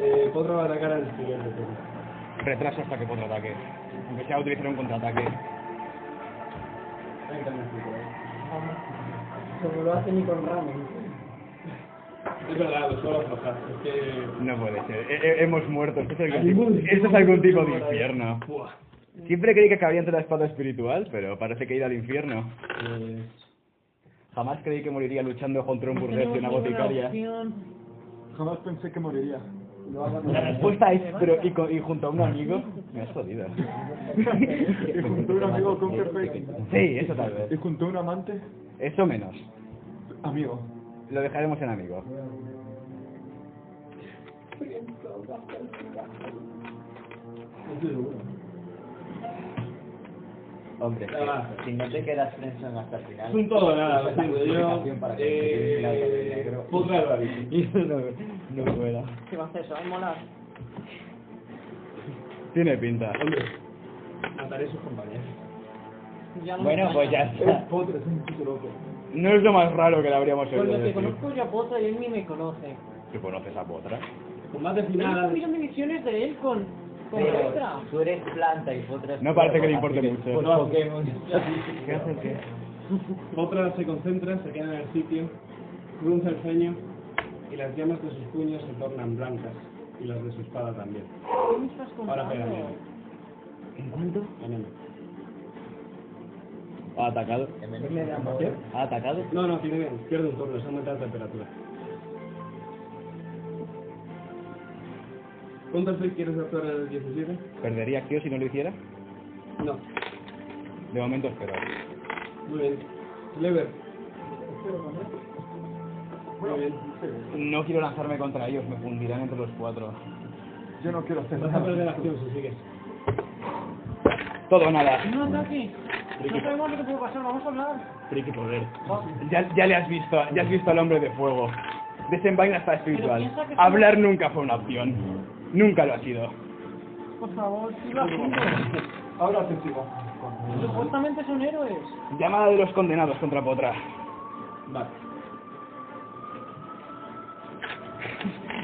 Eh, Potra va a atacar al siguiente turno. Retraso hasta que contraataque. Aunque sea utilizar un contraataque. Como lo hace Nico Ramos. Es verdad, lo suelo aflojar. Es que. No puede ser. he- he- hemos muerto. Esto es algún tipo, esto es algún tipo de infierno. Siempre creí que acabaría entre la espada espiritual, pero parece que he ido al infierno. Pues eh, Jamás creí que moriría luchando contra un Este No burgués tenemos y una ninguna boticaria. opción. Jamás pensé que moriría. La respuesta es, pero y, co- y junto a un amigo, me has jodido. Y junto a un amigo Counterfeit. Sí, eso tal Y vez. junto a un amante, Eso menos. amigo. Lo dejaremos en amigo. Hombre, Ah. si no te quedas preso en hasta el es final. un todo o nada, lo Esa es la siento. Yo. justificación para que te quedes en la vida del Eh. negro. Putra lo ha dicho. Y eso no, no fuera. ¿Qué va a hacer? ¿Se va a inmolar? Tiene pinta. Hombre, mataré a sus compañeros. Ya no me Bueno, extraña. pues ya está. Potra es un puto loco. No es lo más raro que le habríamos Con oído lo que decir. conozco yo a Potra y él ni me conoce. ¿Tú conoces a Potra? Combate Nada. final. Hubieron divisiones de él con, con Pero Potra. tú eres planta y otras No parece que le importe mucho. ¿Qué haces? Potra se concentra, se queda en el sitio, frunce el ceño y las llamas de sus puños se tornan blancas y las de su espada también. ¿Qué me estás Ahora pega, contando? nene. Veneno. ¿Ha atacado? ¿Ha atacado? No, no, tiene bien. Pierde un turno, se aumenta la temperatura. Counterfeit, ¿quieres actuar en el 17? ¿Perdería acción si no lo hiciera? No. De momento espero. Muy bien. Lever. Muy bien. No quiero lanzarme contra ellos, me fundirán entre los cuatro. Yo no quiero hacer Vas a perder nada. acción si sigues. Todo o nada. No ataque. No sabemos lo que puede pasar, vamos a hablar. Friki poder. Ya, ya le has visto, ya has visto al hombre de fuego. Desenvaina está espiritual. Pero piensa que- Hablar nunca fue una opción. Nunca lo ha sido. Por favor, siga juntos. Ahora ofensiva. Supuestamente son héroes. Llamada de los condenados contra Potra. Vale.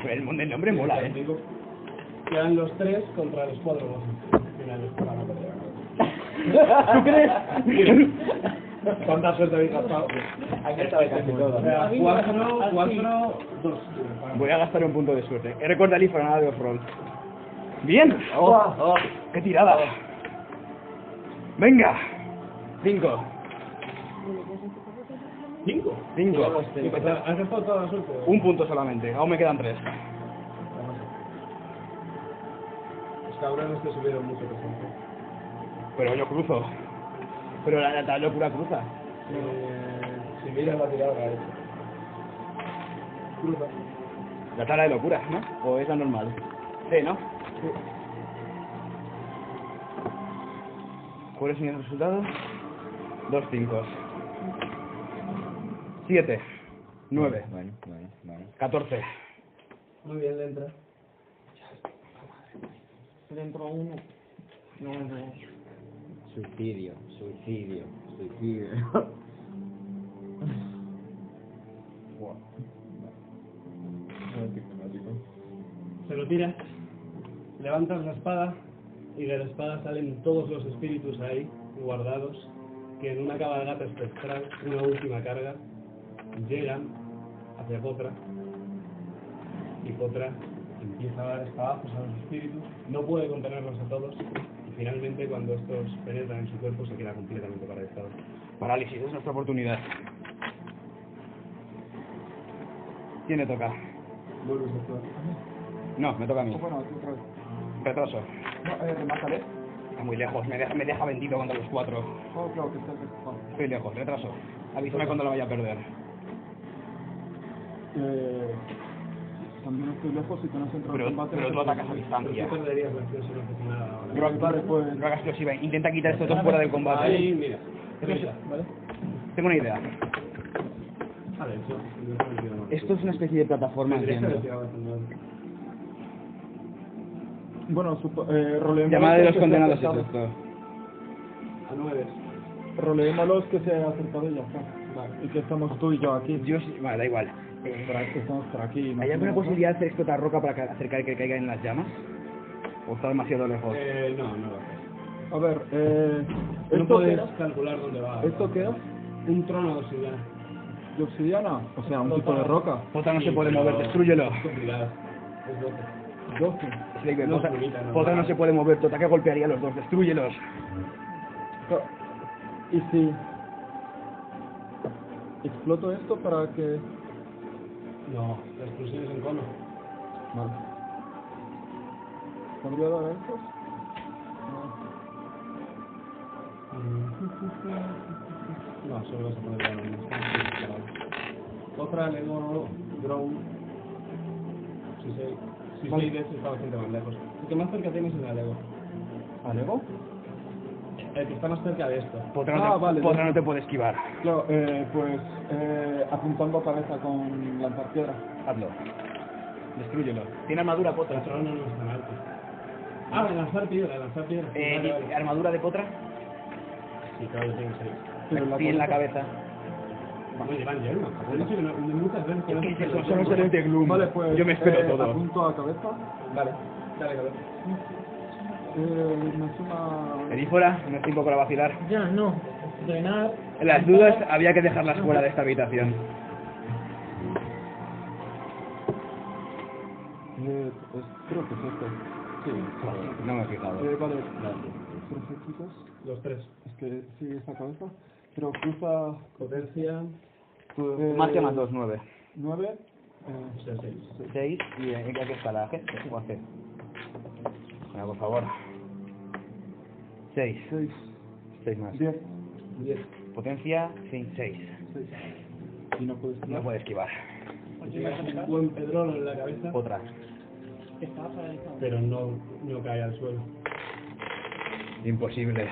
El, mon- el nombre mola, ¿eh? Digo, Quedan los tres contra los cuatro bosses finales para no perder. ¿Tú crees? ¿Cuánta suerte habéis gastado? Aquí estaba casi todo. O sea, Habéis cuatro, gastado cuatro, dos. Voy a gastar un punto de suerte. Eh, Recuerda el nada de off-roll. ¡Bien! ¡Oh! oh, ¡Qué tirada! ¡Venga! Cinco. Cinco. Cinco. O sea, ¿Has gastado toda la suerte? Un punto solamente. Aún me quedan tres. Los cabrones te subieron mucho, por ejemplo. Pero yo cruzo. Pero la, la, la locura cruza. Eh, si miras la tirada que ha hecho. Cruza. La tabla de locuras, ¿no? O es la normal. Sí, ¿no? ¿Cuál es mi resultado? Dos cinco. Siete. Nueve. Bueno, bueno, bueno. Catorce. Muy bien, le entra. Dentro uno. No, no. Suicidio, suicidio, suicidio. Se lo tiras, levantas la espada y de la espada salen todos los espíritus ahí, guardados, que en una cabalgata espectral, una última carga, llegan hacia Potra y Potra empieza a dar espadazos a los espíritus, no puede contenerlos a todos y finalmente cuando estos penetran en su cuerpo se queda completamente paralizado. Parálisis es nuestra oportunidad. ¿Quién le toca? Vuelves a actuar. No, me toca a mí. Oh, Bueno, aquí otra vez. Retraso. No, eh, remátale. Está muy lejos, me deja, me deja vendido contra los cuatro. Oh, claro, que estás. Oh. Estoy lejos, retraso. Avísame cuando la vaya a perder. Eh, también estoy lejos y que no se entra en Pero, combate. pero no tú se- atacas a distancia. perderías la acción si no haces nada ahora. Pero vale, pues. Droga explosiva. Intenta quitar estos dos fuera del combate. Ahí, mira. Mira. Vale. Tengo una idea. Vale, eso. Ah, no está metido mal. Esto es una especie de plataforma, Tendrías que haber entiendo. tirado bastante mal. Bueno, supo- eh, roleemos. Llamada de que los sea condenados es acertado. esto. A nueve. Roleémoslos que se haya acertado y ya está. Y que estamos tú y yo aquí. Yo sí- vale, da igual. Por aquí, estamos por aquí. ¿Hay imagino, alguna ¿no? posibilidad de hacer explotar roca para ca- acercar que caiga en las llamas? ¿O está demasiado lejos? Eh, no, no lo haces. A ver, eh. No ¿Esto qué puedes era? calcular dónde va. ¿Esto qué era? Un trono de obsidiana. ¿De obsidiana? O sea, un tipo de roca. Pota no se Sí, puede pero- mover, destrúyelo. Es complicado. Es doce. 12. Slaver, No, Pota- Julita, no. Pota no se puede mover, tu ataque golpearía a los dos, destruyelos. ¿Y si. exploto esto para que. No, la explosión es en cono. Vale. ¿Podría dar a estos? No, solo vas a poder dar un Otra le doy drone. Si se si Vale. seis veces está bastante más lejos. El que más cerca tienes es el Alego. ¿Alego? El que está más cerca de esto. Potra no, Ah, te, vale, Potra ya. no te puede esquivar. Claro, eh, pues eh, apuntando a cabeza con lanzar piedra. Hazlo. Destrúyelo. Tiene armadura Potra. El trono no es tan alto. Ah, de lanzar piedra, de lanzar piedra. Eh, Vale, vale. ¿Armadura de Potra? Sí, claro, yo tengo seis. Pero la Sí, en la cabeza- cabeza. Bueno, llevan yerma. Te he dicho que no- muchas veces que no Es que haces son son los yerma. héroes de Gloom. Vale, pues Yo me espero eh, todo. apunto a cabeza. Vale, dale, dale. Eh, me suma... Elífora, no es tiempo para vacilar. Ya, no. Drenar. Las dudas había que dejarlas fuera de esta habitación. Eh, pues, creo que es este. Sí. No me he fijado. Eh, vale. Tres equipos. Los tres. Es que sí, es la cabeza. Pero cruza... Potencia, eh, Magia más 2, 9. Nueve. Eh, ser seis. 6 y en qué está la gente. ¿O hace? Venga, por favor. 6. seis. 6 más. Diez. Diez. Potencia, 6. Seis. Y no puedes No tirar. puede esquivar. Llevas un buen pedrón en la cabeza, Otra. pero no, no cae al suelo. Imposible.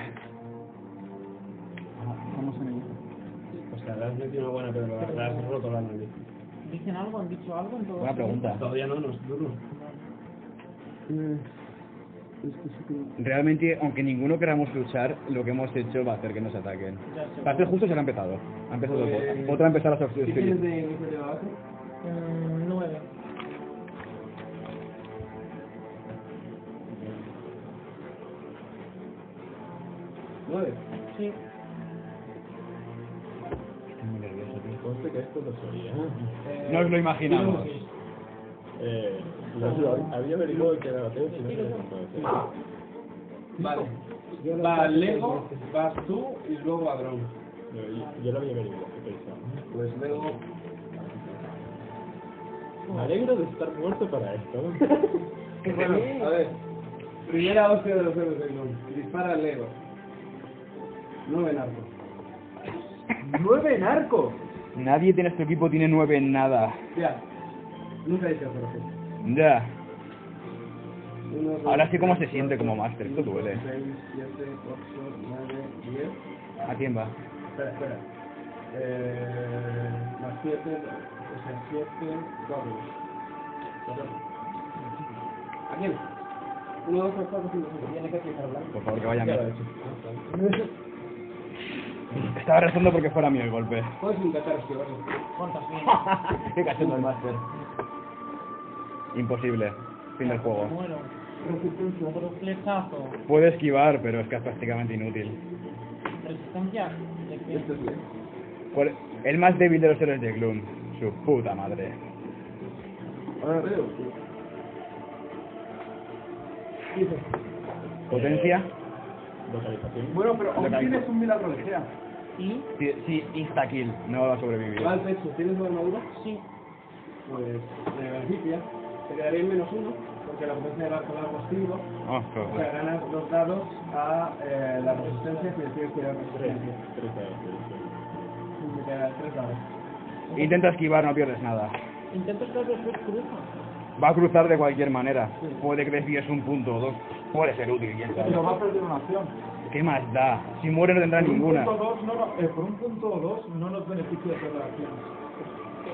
Ah, Estamos en ello. O sea, le has metido una buena pedrona, le has roto la nariz. ¿Dicen algo? ¿Han dicho algo? En todo Buena pregunta. Todavía no, no es duro. Eh, es que sí que... Realmente, aunque ninguno queramos luchar, lo que hemos hecho va a hacer que nos ataquen. Para ser justo, se lo ha empezado. Ha empezado Eh, Pues- Otra ha empezado a ¿Qué sorprender. tienes de iniciativa base? Mm, nueve. Nueve. Sí. Conste que esto no se oía. Eh, No os lo imaginamos. tira un seis. Eh, no, yo había averiguado que era la tele, si no se Vale. Va Lego, vas tú y luego a Drone. Yo, yo lo había averiguado, qué pensaba. Pues Lego. Me alegro de estar muerto para esto. Bueno, a ver. Primera hostia de los héroes de Gnome. Dispara al Lego. Nueve en arco. ¡Nueve en arco! Nadie de nuestro equipo tiene 9 en nada. Ya. Nunca he dicho Jorge. Ya. Uno, dos, Ahora sí cómo se tres, siente cuatro, como máster, esto cinco, duele. seis, siete, ocho, nueve, diez. ¿A quién va? Espera, espera. Eh, más 7, o sea, 7, 4. ¿A quién? 1, 2, 3, 4, 5, 6. Tiene que empezar a hablar. Por favor, que vaya bien. Estaba rezando porque fuera mío el golpe. Puedes intentar esquivarlo. ¿Cuántas bien? Qué cachondo el máster. Imposible. Fin del juego. Muero. Otro flechazo. Puede esquivar, pero es que es prácticamente inútil. Este. Resistencia. ¿De qué? Esto es bien. ¿Cuál- El más débil de los héroes de Gloom. Su puta madre. Ahora veo. Dice, Potencia. Bueno, pero aún Le caigo. tienes un milagro de sea. ¿Y? Sí, sí insta kill. No va a sobrevivir. va al pecho, ¿tienes la armadura? Sí. Pues te beneficia. Te quedaría en menos 1, porque la potencia de arco largo es 5. Oh, O sea, joder. ganas dos dados a eh, la resistencia que tienes que dar resistencia. me quedan tres dados. Intenta esquivar, no pierdes nada. Intento estar los dos cruzos. Va a cruzar de cualquier manera. Puede que desvíes un punto o dos. Puede ser útil, quién sabe. Pero va a perder una acción. ¿Qué más da? Si muere no tendrá Por un ninguna. punto o dos no nos- eh, por un punto o dos no nos beneficia hacer las acciones.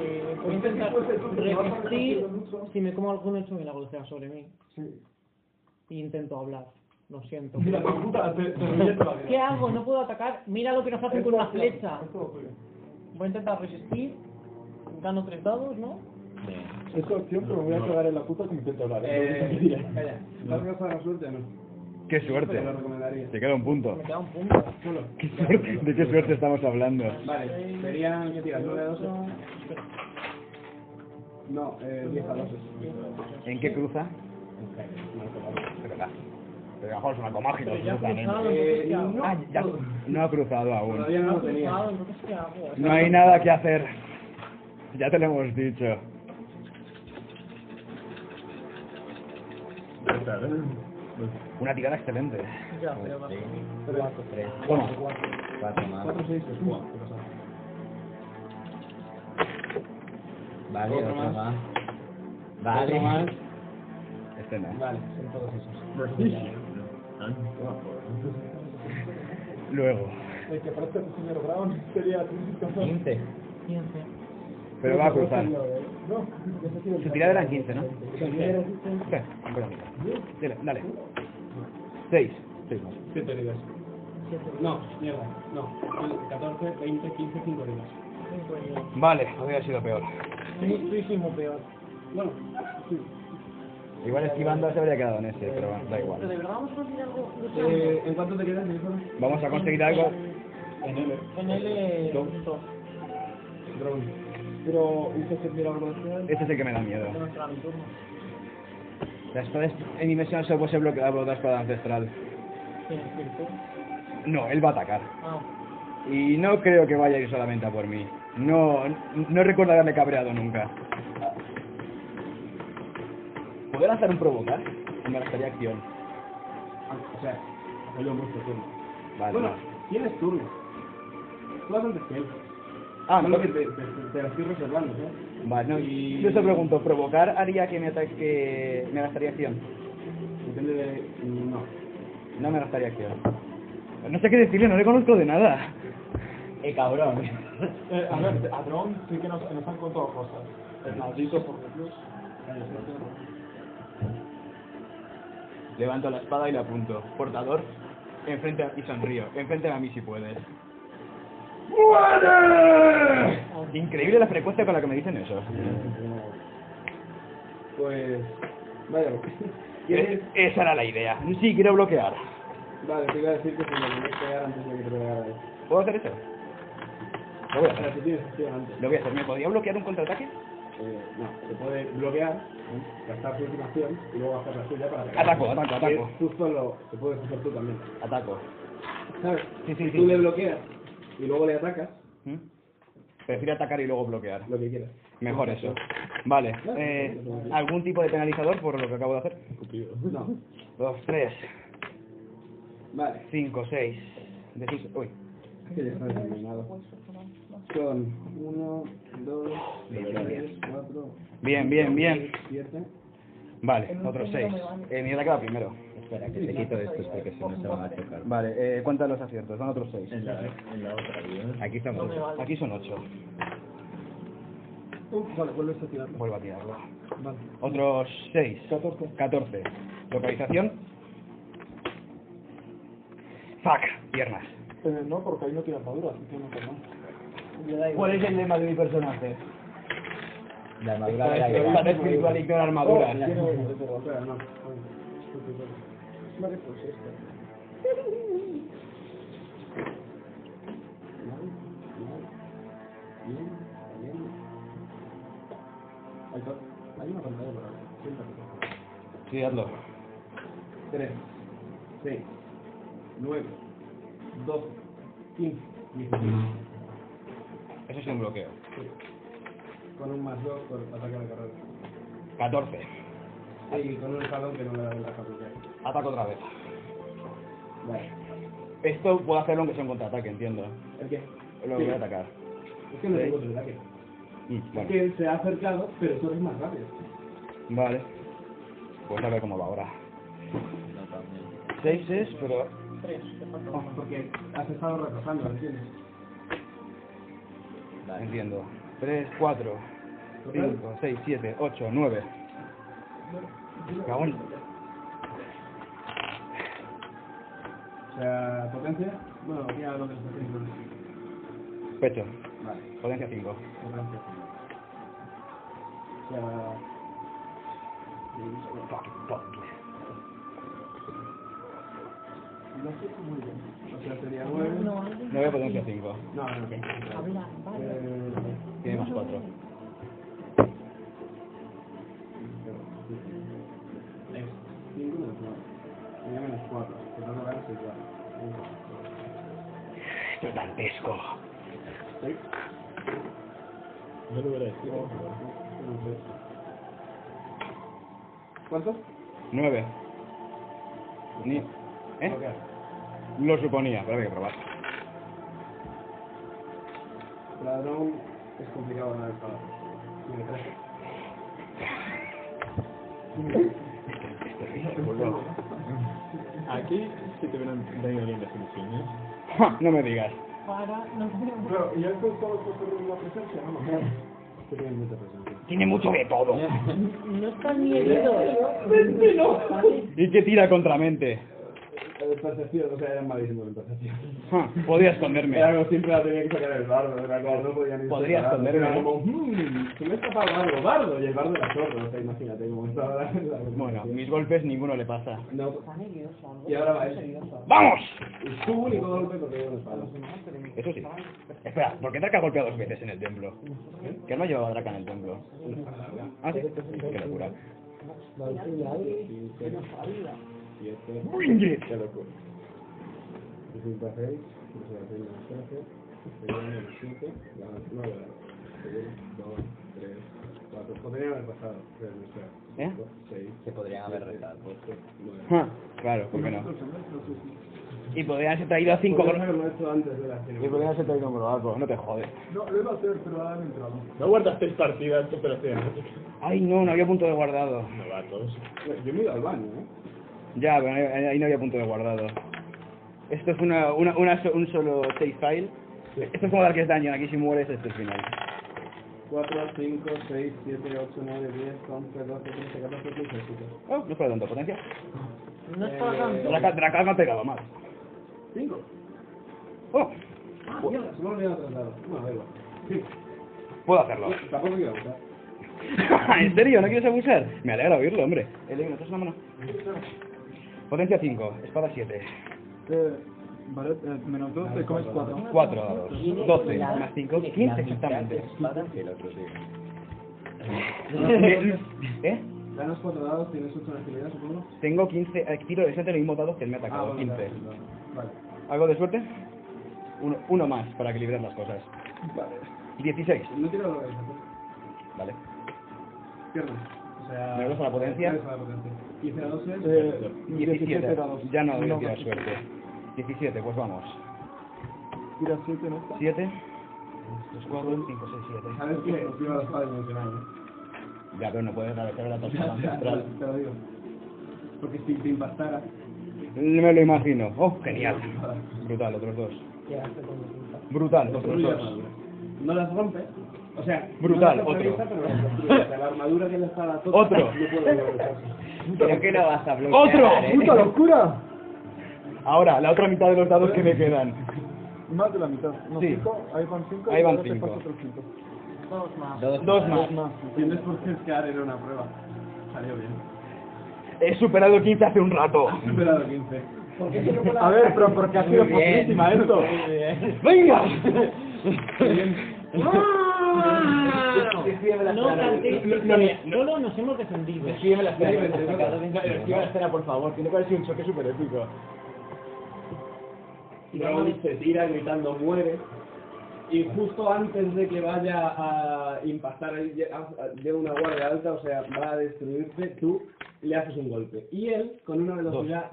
Eh, Este voy a intentar resistir. Si me como algún hecho, me la golpea sobre mí. Sí. Y intento hablar. Lo siento. Mira, tu puta, te, te reviento la vida. ¿Qué hago? No puedo atacar. Mira lo que nos hacen con una flecha. Esto ocurre. Voy a intentar resistir. Gano tres dados, ¿no? Esta opción, pero me voy a cagar en la puta que me intento hablar. Eh, calla. ¿Vas a usar la suerte o no? Qué suerte. Lo recomendaría. Te queda un punto. Me queda un punto. ¿Qué suerte? ¿De qué suerte estamos hablando? Vale, serían, ¿qué tiras? ¿9 dados? No, eh, 10 dados. ¿En qué cruza? Pero la- pero a lo mejor es una comágica. Pero ya he cruza, ¿eh? cruzado, Eh, entonces ¿qué hago? Ah, ya- No ha cruzado aún. Todavía no lo He tenía. cruzado, entonces ¿qué hago? No hay nada que hacer. Ya te lo hemos dicho. Una tirada excelente. Ya, pero va a ser. Bueno, 4, 6, 1. Vale, Otro otro, más. más. Vale. Otro más. este no. Vale, son todos esos. Luego. El que parece el señor Brown sería físico. 15. 15. Pero va a cruzar. No, ese sí Su tirada eran 15, ¿no? Sí, Dale, dale. 6. 6 más. 7 heridas. No, mierda, no. 14, 20, 15, 5 heridas. Cinco heridas. Vale, hubiera sido peor. Muchísimo peor. Bueno, sí. Igual esquivando se habría quedado en ese, pero bueno, da Pero igual. de verdad vamos a conseguir algo. No sé, Eh, ¿En cuánto te quedas, Nicolás? Vamos a conseguir algo. En L. En L. dos. Drone. Pero, ¿usted se mira algo de Este es el que me da miedo. Ya no será mi turno. La espada es- en dimensión se puede ser bloqueada por otra espada ancestral. Tienes que ir tú. No, él va a atacar. Ah, Y no creo que vaya a ir solamente a por mí. No, no recuerdo haberle cabreado nunca. ¿Puedo lanzar un provocar? Me gastaría acción. Ah, O sea, apoyo mucho turno. Vale. Bueno, tienes turno. Tú vas antes que él. ah, no, no, que te, te, te la estoy reservando, ¿eh? Vale, no, Y- yo te pregunto, ¿provocar haría que me ataque, me gastaría acción? Depende de... No. No me gastaría acción. No sé qué decirle, no le conozco de nada. Eh, cabrón. Eh, a ver, a Drone sí que nos, nos han contado cosas. El maldito por plus. Levanto la espada y la apunto. Portador, enfrente a- y sonrío. Enfrente a mí si puedes. ¡Muere! Increíble la frecuencia con la que me dicen eso. Pues... Vaya, Es- ¿quieres? esa era la idea. Sí, quiero bloquear. Vale, te iba a decir que si me lo querías pegar antes de que te pegara él. ¿Puedo hacer eso? Lo voy a O sea, hacer. tú tienes acción antes. Lo voy a hacer. ¿Me podría bloquear un contraataque? Eh, no, se puede bloquear, gastar tu última acción y luego hacer la suya para pegar. Ataco, ataco, ataco. Que Justo lo que puedes hacer tú también. Ataco. ¿Sabes? Sí, sí, Tú le sí. bloqueas y luego le atacas ¿Mm? Prefiero atacar y luego bloquear. lo que quieras. Mejor eso. Vale. Eh, ¿Algún tipo de penalizador por lo que acabo de hacer? No. Dos, tres, Vale. cinco, seis. Decís, uy, Que ya está terminado. Son 1, 2, Bien, 3, 4, Bien, bien, bien. 7. Vale, otros seis. Eh, mi ataque va primero. Espera, que te quito estos porque si no se van a chocar. Vale, eh, cuenta los aciertos, son otros seis. En la, en la otra, ¿verdad? Aquí son me ocho. vale. Aquí son ocho. Vale, vuelves a tirarlo. Vuelvo a tirarlo. Vale. Otros seis. 14. 14. Localización. Zac, piernas. Eh, no, porque ahí no tiene armadura, así que no perdón. le da igual. ¿Cuál es el lema de mi personaje? La armadura de la guerra. Libertad espiritual, ignora armadura. Espera, no. Vale, pues esto. Vale, vale. Bien, bien. Hay to- Hay una pantalla para ver. Siéntate. Sí, hazlo. 3, 6, 9, 12, 15, 16. Eso es un bloqueo. Con un más 2 por ataque de carrera. 14. Y con un escalón que no me da la capacidad. Ataco otra vez. Vale. Esto puedo hacerlo aunque sea un contraataque, entiendo. ¿El qué? Lo voy a atacar. Es que no tengo otro ataque. Mm, Es Bueno, que se ha acercado, pero tú eres más rápido. vale. Pues a ver cómo va ahora. Seis es, pero... Tres, te falta Oh, uno. porque has estado retrasando, ¿me entiendes? Entiendo. Tres, cuatro, Total. cinco, seis, siete, ocho, nueve. Cagón. O sea, potencia. Bueno, ya lo que está haciendo. Pecho. Vale, Potencia cinco. potencia. O sea. No sé muy bien. O sea, sería nueve. No, Nueve potencia cinco. no, no. Eh, Tiene más cuatro. Es 5 menos 9. Tenía menos 4. Por tanto, ahora es igual. Gigantesco. Yo lo hubiera decidido. ¿Cuánto? Nueve. Ni... ¿Eh? Lo suponía, pero había que probar. Ladrón es complicado ganar el paladar. Tiene 3. Aquí sí te hubieran venido bien las condiciones. Ja, no me digas. Claro, ¿y has pensado que ocurre la presencia? No, no. Que tiene mucha presencia. Tiene mucho de todo. No está ni herido. ¿Y qué tira contra mente? El percepción, o sea, era malísimo el percepción. Ja, Ah, podía esconderme. Era como siempre la tenía que sacar el bardo, era como no podía ni Podría separarlo. esconderme, Era ¿no? como, mmm, se me ha escapado algo, bardo, y el bardo era sordo, o sea, imagínate cómo estaba la... la- Bueno, mis golpes ninguno le pasa. No, Está nervioso. algo. Y ahora va Está él. nervioso. ¡Vamos! es tu único golpe porque llevo una espada. Eso sí. Espera, ¿por qué Draca golpea dos veces en el templo? ¿Qué arma llevaba Draca en el templo? Ah, sí. Qué locura. ¡Bring it! Qué locura. 60 6, no sé, hacer menos 13, sería menos 7, ganas 9, sería 2, 3, 4. Podría haber pasado, pero no sé. ¿Eh? 6, Se podrían haber retado. 8, 9. Ja, claro, ¿por qué no? Y podrían haber traído a cinco... Podrías haberlo hecho antes de la Y podrían haber traído un grobaco, no te jodes. No, lo iba a hacer, pero ahora no entramos. No guardasteis partida en tu operación. Ay, no, no había punto de guardado. Novatos. Yo me he ido al baño, ¿eh? Ya, pero ahí- ahí no había punto de guardado. Esto es una, una, una so- un solo save file. Esto es como dar que es daño, aquí si mueres este es el final. 4, 5, 6, 7, 8, 9, 10, 11, 12, 13, 14, 15, 16. Oh, no es para tanto potencia. No está tanto. Draca, Draca no ha pegado mal. 5. Oh, Ah, mierda, se me ha olvidado otro lado. Bueno, da igual. puedo hacerlo. Tampoco iba a usar. ¿En serio? ¿No quieres abusar? Me alegra oírlo, hombre. El uno, ¿estás en la mano? Potencia 5, espada 7, Eh, vale, eh, menos 2, te comes 4. 4 dados, 12 más 5, 15 exactamente. ¿Eh? Danos 4 dados, tienes 8 de agilidad, supongo. Tengo 15, eh, tiro exactamente los mismos dados que él me ha atacado, 15. Ah, vale, Vale. ¿Algo de suerte? Uno, uno más para equilibrar las cosas. Vale. 16, No tiro lo que haces. vale. Pierdes. O sea. ¿Me gusta la potencia? pierdes la potencia. 15 a 12. Eh, 17, dados. ya no voy a tirar más. suerte. 17, pues vamos. Tira 7, ¿no? está? 7, 4, 5, 6, 7. Sabes que os iba a la espada dimensional, ¿no? ¿eh? Ya, pero no puedes atravesar la tostada ancestral. Te lo digo. Porque si te impactara. Me lo imagino. Oh, genial. Brutal, otros dos. Brutal, otros Construye dos. armaduras. No las rompe. O sea, Brutal, no las atraviesa, otro. pero las construye. O sea, la armadura que le está a la tota, Otro. No puede volver Creo que no vas a bloquear. ¡Otro! ¿eh? ¡Puta locura! Ahora, la otra mitad de los dados que me quedan. Más de la mitad. No, Sí. cinco, ahí van 5. Ahí van cinco. cinco. otros cinco. Dos más. Dos, Dos más. ¿Entiendes por qué es que ahora era una prueba? Salió bien. He superado 15 hace un rato. He superado 15. A ver, pero porque ha sido Muy bien. poquísima esto. ¡Venga! ¡Ah! No cantéis victoria. Solo nos hemos defendido. Brown se tira gritando muere y justo antes de que vaya a impactar ahí, lle- a- a- lleva una guardia alta, o sea, va a destruirte, tú le haces un golpe. Y él, con una velocidad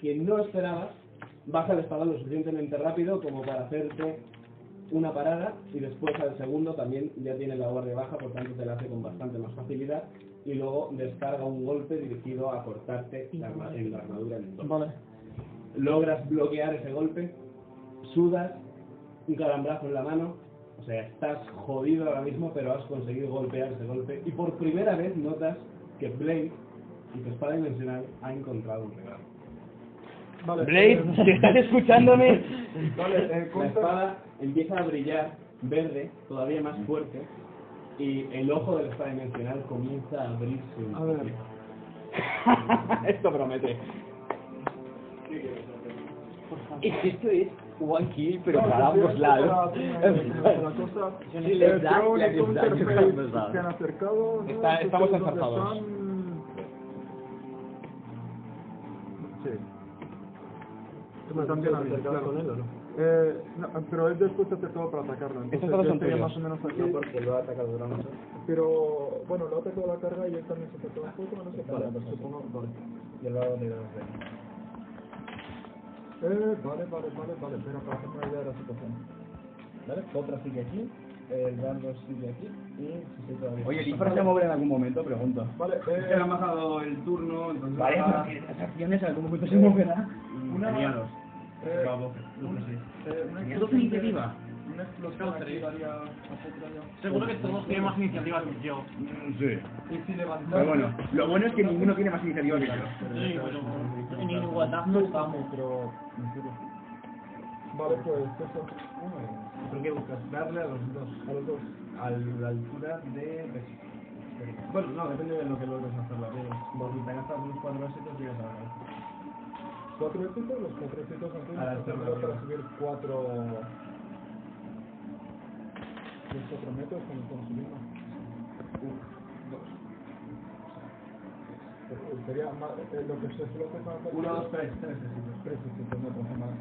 que no esperabas, baja la espada lo suficientemente rápido como para hacerte una parada y después al segundo también ya tiene la guardia baja, por tanto te la hace con bastante más facilidad y luego descarga un golpe dirigido a cortarte la arma- en la armadura en dos. Vale. Logras bloquear ese golpe, sudas, un calambrazo en la mano, o sea, estás jodido ahora mismo, pero has conseguido golpear ese golpe y por primera vez notas que Blade y tu espada dimensional ha encontrado un regalo. Vale. Blade, si estás escuchándome. Vale, eh, La corta. espada empieza a brillar verde, todavía más fuerte, y el ojo de la espada dimensional comienza a abrirse un A ver. poquito. Esto promete. Es que esto es one kill, No, sí, sí, sí, para- para la cosa. Si Eh, les da, Throne ya y les da. Counterfeit se han acercado. ¿no? Este Está- estamos Ustedes dónde enzarzados. están. Sí. ¿Te Bastante has la misma, acercado claro. con él o no? Eh, no, pero él después se ha acercado para atacarlo. Entonces, todos yo son estaría tuyos. más o menos aquí. porque lo ha atacado durante Pero bueno, lo ha atacado la carga y él también se ha acercado un poco. No sé vale, supongo. Vale. Yo lo hago mirar de Eh, vale, vale, vale, vale. Espera, para hacerme una idea de la situación. ¿Vale? Otra sigue aquí, el rango sigue aquí y si se todavía. Oye, ¿el Ifra se mover en algún momento? Pregunto. Vale, eh. han bajado el turno, entonces... Vale, pero que las acciones en algún momento se moverá. Una Aliados. Eh, Bravo. un- eh, una Tenía explosión dos de- iniciativas. Una explosión aquí daría a poco Seguro que todos tienen más iniciativa que yo. Sí. Y si levantamos. Pero bueno, lo bueno es que ninguno tiene más iniciativa que yo. En igualdad no estamos. Vale, pues eso. ¿Por qué buscas? Darle a los dos. A los dos. A la altura de... Bueno, no, depende de lo que logres hacer la prueba. Porque te gastas unos cuatro éxitos y ya sabes. Cuatro éxitos, los cuatro éxitos son tuyos, A la porque alternativa. tengo para subir cuatro. Los cuatro metros con el consumidor. Uno, dos. Eh, Sería más, eh, lo que se suele hacer más. Uno, dos, tres, tres éxitos. Tres éxitos, no pasa nada.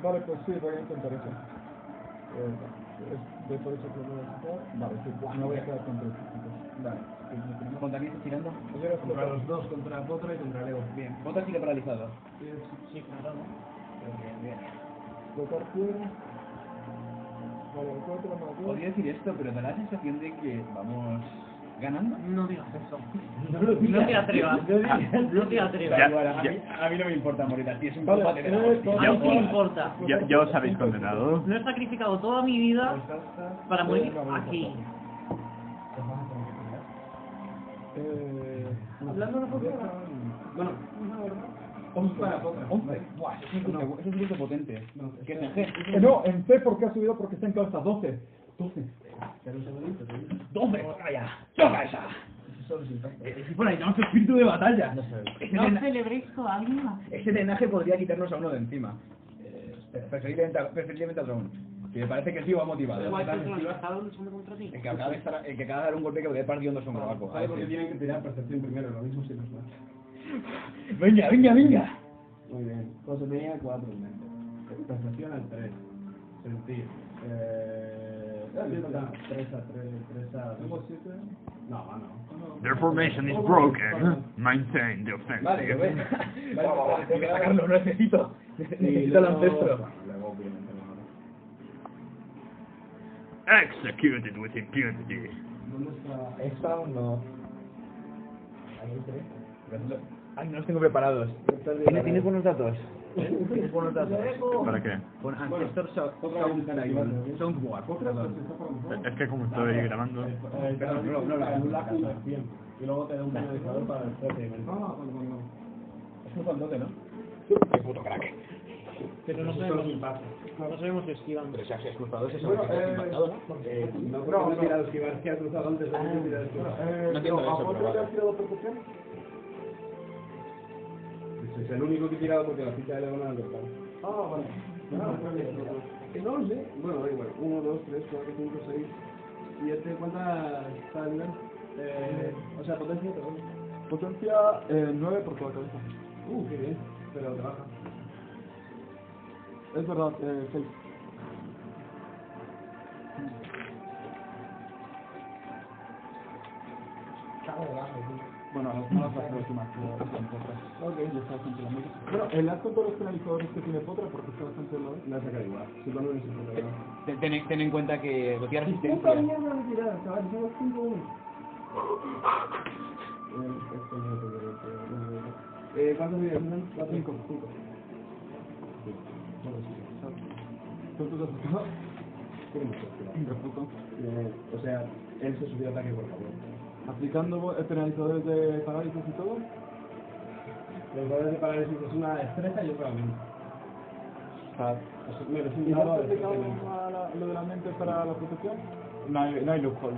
Vale, pues sí, voy a intentar eso. Eh, es de por eso que lo voy a quitar. Vale, sí, pues no voy a quedar con tres éxitos. Vale. Pues ¿Contra quién estás tirando? Yo era Contra los dos, contra Potra y contra Leo. Bien. Otra sigue paralizado. Sí, claro. Tocar piedra. Vale, el cuatro más dos. Podría decir esto, pero da la sensación de que vamos ganando. No digas eso. No te atrevas. No te atrevas. Igual, a, mí, a mí no me importa morir así, es un Vale, combate de eh, dragones, tío. todo- A mí sí me importa. Ya, ya os habéis condenado. No he sacrificado toda mi vida para morir aquí. Eh, Hablando de Bueno, once. para Potra. Hombre, buah, eso es un grito- eso es un grito potente. ¿Qué es NG? Eh, no, en C porque ha subido porque está en cabeza 12. 12. ¿Dónde? ¡Vaya! ¡Toca esa! Eh, Si fuera necesitamos espíritu de batalla. Ese No drena- celebréis todavía. Ese drenaje podría quitarnos a uno de encima. Eh, Preferiblemente a, preferiblemente a Drone. Que me parece que el tío va motivado. El que acaba de, estar, el que acaba de dar un golpe que voy a partir dos hombros algo. Vale, porque tienen que tirar percepción primero, lo mismo si los más. Venga, venga, venga. Muy bien. José tenía cuatro en mente. Percepción al tres. Sentir. Eh... Tres a tres, tres a... Tengo 7. No, no. Their formation is broken. Maintain the offensive. Vale, lo ves. Vale, vale, Tengo que sacarlo, lo necesito. Necesito el ancestro. Luego, obviamente, no. Executed with impunity. ¿Dónde está...? Esta aún no. Ahí hay tres. Ay, no los tengo preparados. ¿Tiene- tienes buenos datos? ¿Tienes buenos datos? ¿Para qué? Con Ancestor Sound- Otra vez, cara, igual. Soundboard, perdón. Es que como estoy grabando. Eh, Pero no, no, no, para anular no, no, no, no. una acción. Y luego te da un penalizador para el jefe. Ah, No, Es un fandote, ¿no? Qué puto crack. Pero no sabemos, no sabemos que esquivan. Pero si has cruzado ese Bueno, sobre que has eh, impactado, ¿no? no, porque no, he tirado esquivar, que ha cruzado antes de que tirar esquivar. Eh, No entiendo ¿a eso, vos pero te vale. has tirado percepción? Es el único que he tirado porque la ficha de León no la han cortado. Ah, vale. No, no, no, no sé. Bueno, da igual. 1, 2, 3, 4, 5, 6, 7. ¿Cuántas están? Eh, o sea, potencia, perdón. Potencia 9 por toda cabeza. Uh, qué bien. Pero te baja. Es verdad, eh, 6. Cago de baja, tío. Bueno, las manos las puedes tomar, pero las con potras. Y está bastante la mesa. Bueno, en las con todos los penalizadores que tiene potra porque está bastante mal. La saca igual. Si lo no es Ten, ten- ten en cuenta que lo que Puta resistencia. mierda de tirada, chaval, somos 5-1. Eh, ¿Cuántos días? ¿Cuatro? Cinco. Cinco. Eh, o sea, él se subió ataque por favor. Aplicando eh, penalizadores de parálisis y todo. Los valores de parálisis es una destreza y otra mente. Ah, O sea, me lo ¿Y siento no has ahora, aplicado pero no. a la- lo de la mente para la protección? No hay, no hay loophole.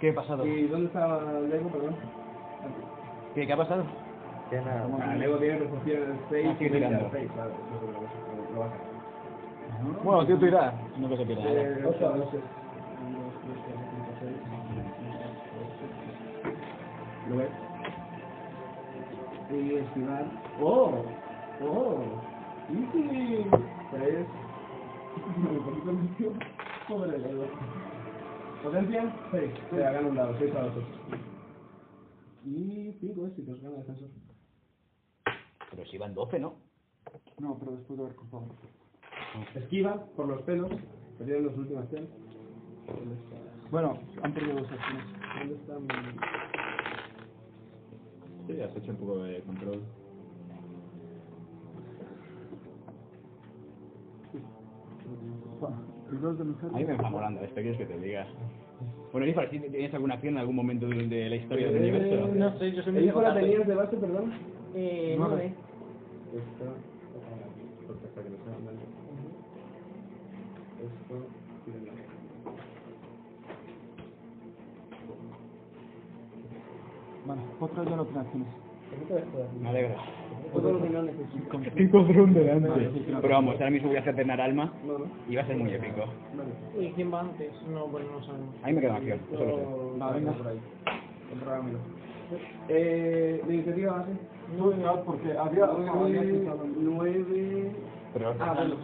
¿Qué ha pasado? ¿Y dónde está Lego, perdón? ¿Qué, qué ha pasado? Ya nada. Ah, Lego tiene resolución 6 Ah, estoy y mirando. 6, vale, eso es otra cosa, pero lo baja. Bueno, tío, tú irás. No que se pierda. Eh, ocho a doce. ¿Lo ves? Y esquivar. ¡Oh! ¡Oh! ¡Easy! Tres. Pobre Lego. Potencia, seis. Se gana un dado, seis a los ocho. Y cinco éxitos, gana defensor. Pero si van 12, ¿no? No, pero después de haber cruzado. Esquiva por los pelos. Perdieron las últimas tres. ¿Dónde está? Bueno, han perdido dos acciones. ¿Dónde está mi- Sí, has hecho un poco de control. Y dos de mujer. A mí me está molando esto, quieres que te diga. Bueno, Ifar, si tienes alguna acción en algún momento de, de la historia del universo. No sé, yo soy muy ¿El hijo la tarde. tenías de base, perdón? Eh, Nueve. nueve. Esto. Porque hasta que no sea mal. Esto. Bueno, otra ya no tiene acciones. Me alegra. Todo lo que no necesito. Estoy con Brun delante. Pero vamos, ahora mismo voy a hacer penar alma No, no. y va a ser muy épico. Vale. ¿Y Eh, quién va antes? No, bueno, no sabemos. A mí me queda una acción, eso lo sé. Esto- Va, venga. por ahí. Comprágamelo. Eh, de iniciativa base. No, no, porque había... había cruzado. 9. Pero Ah, bueno.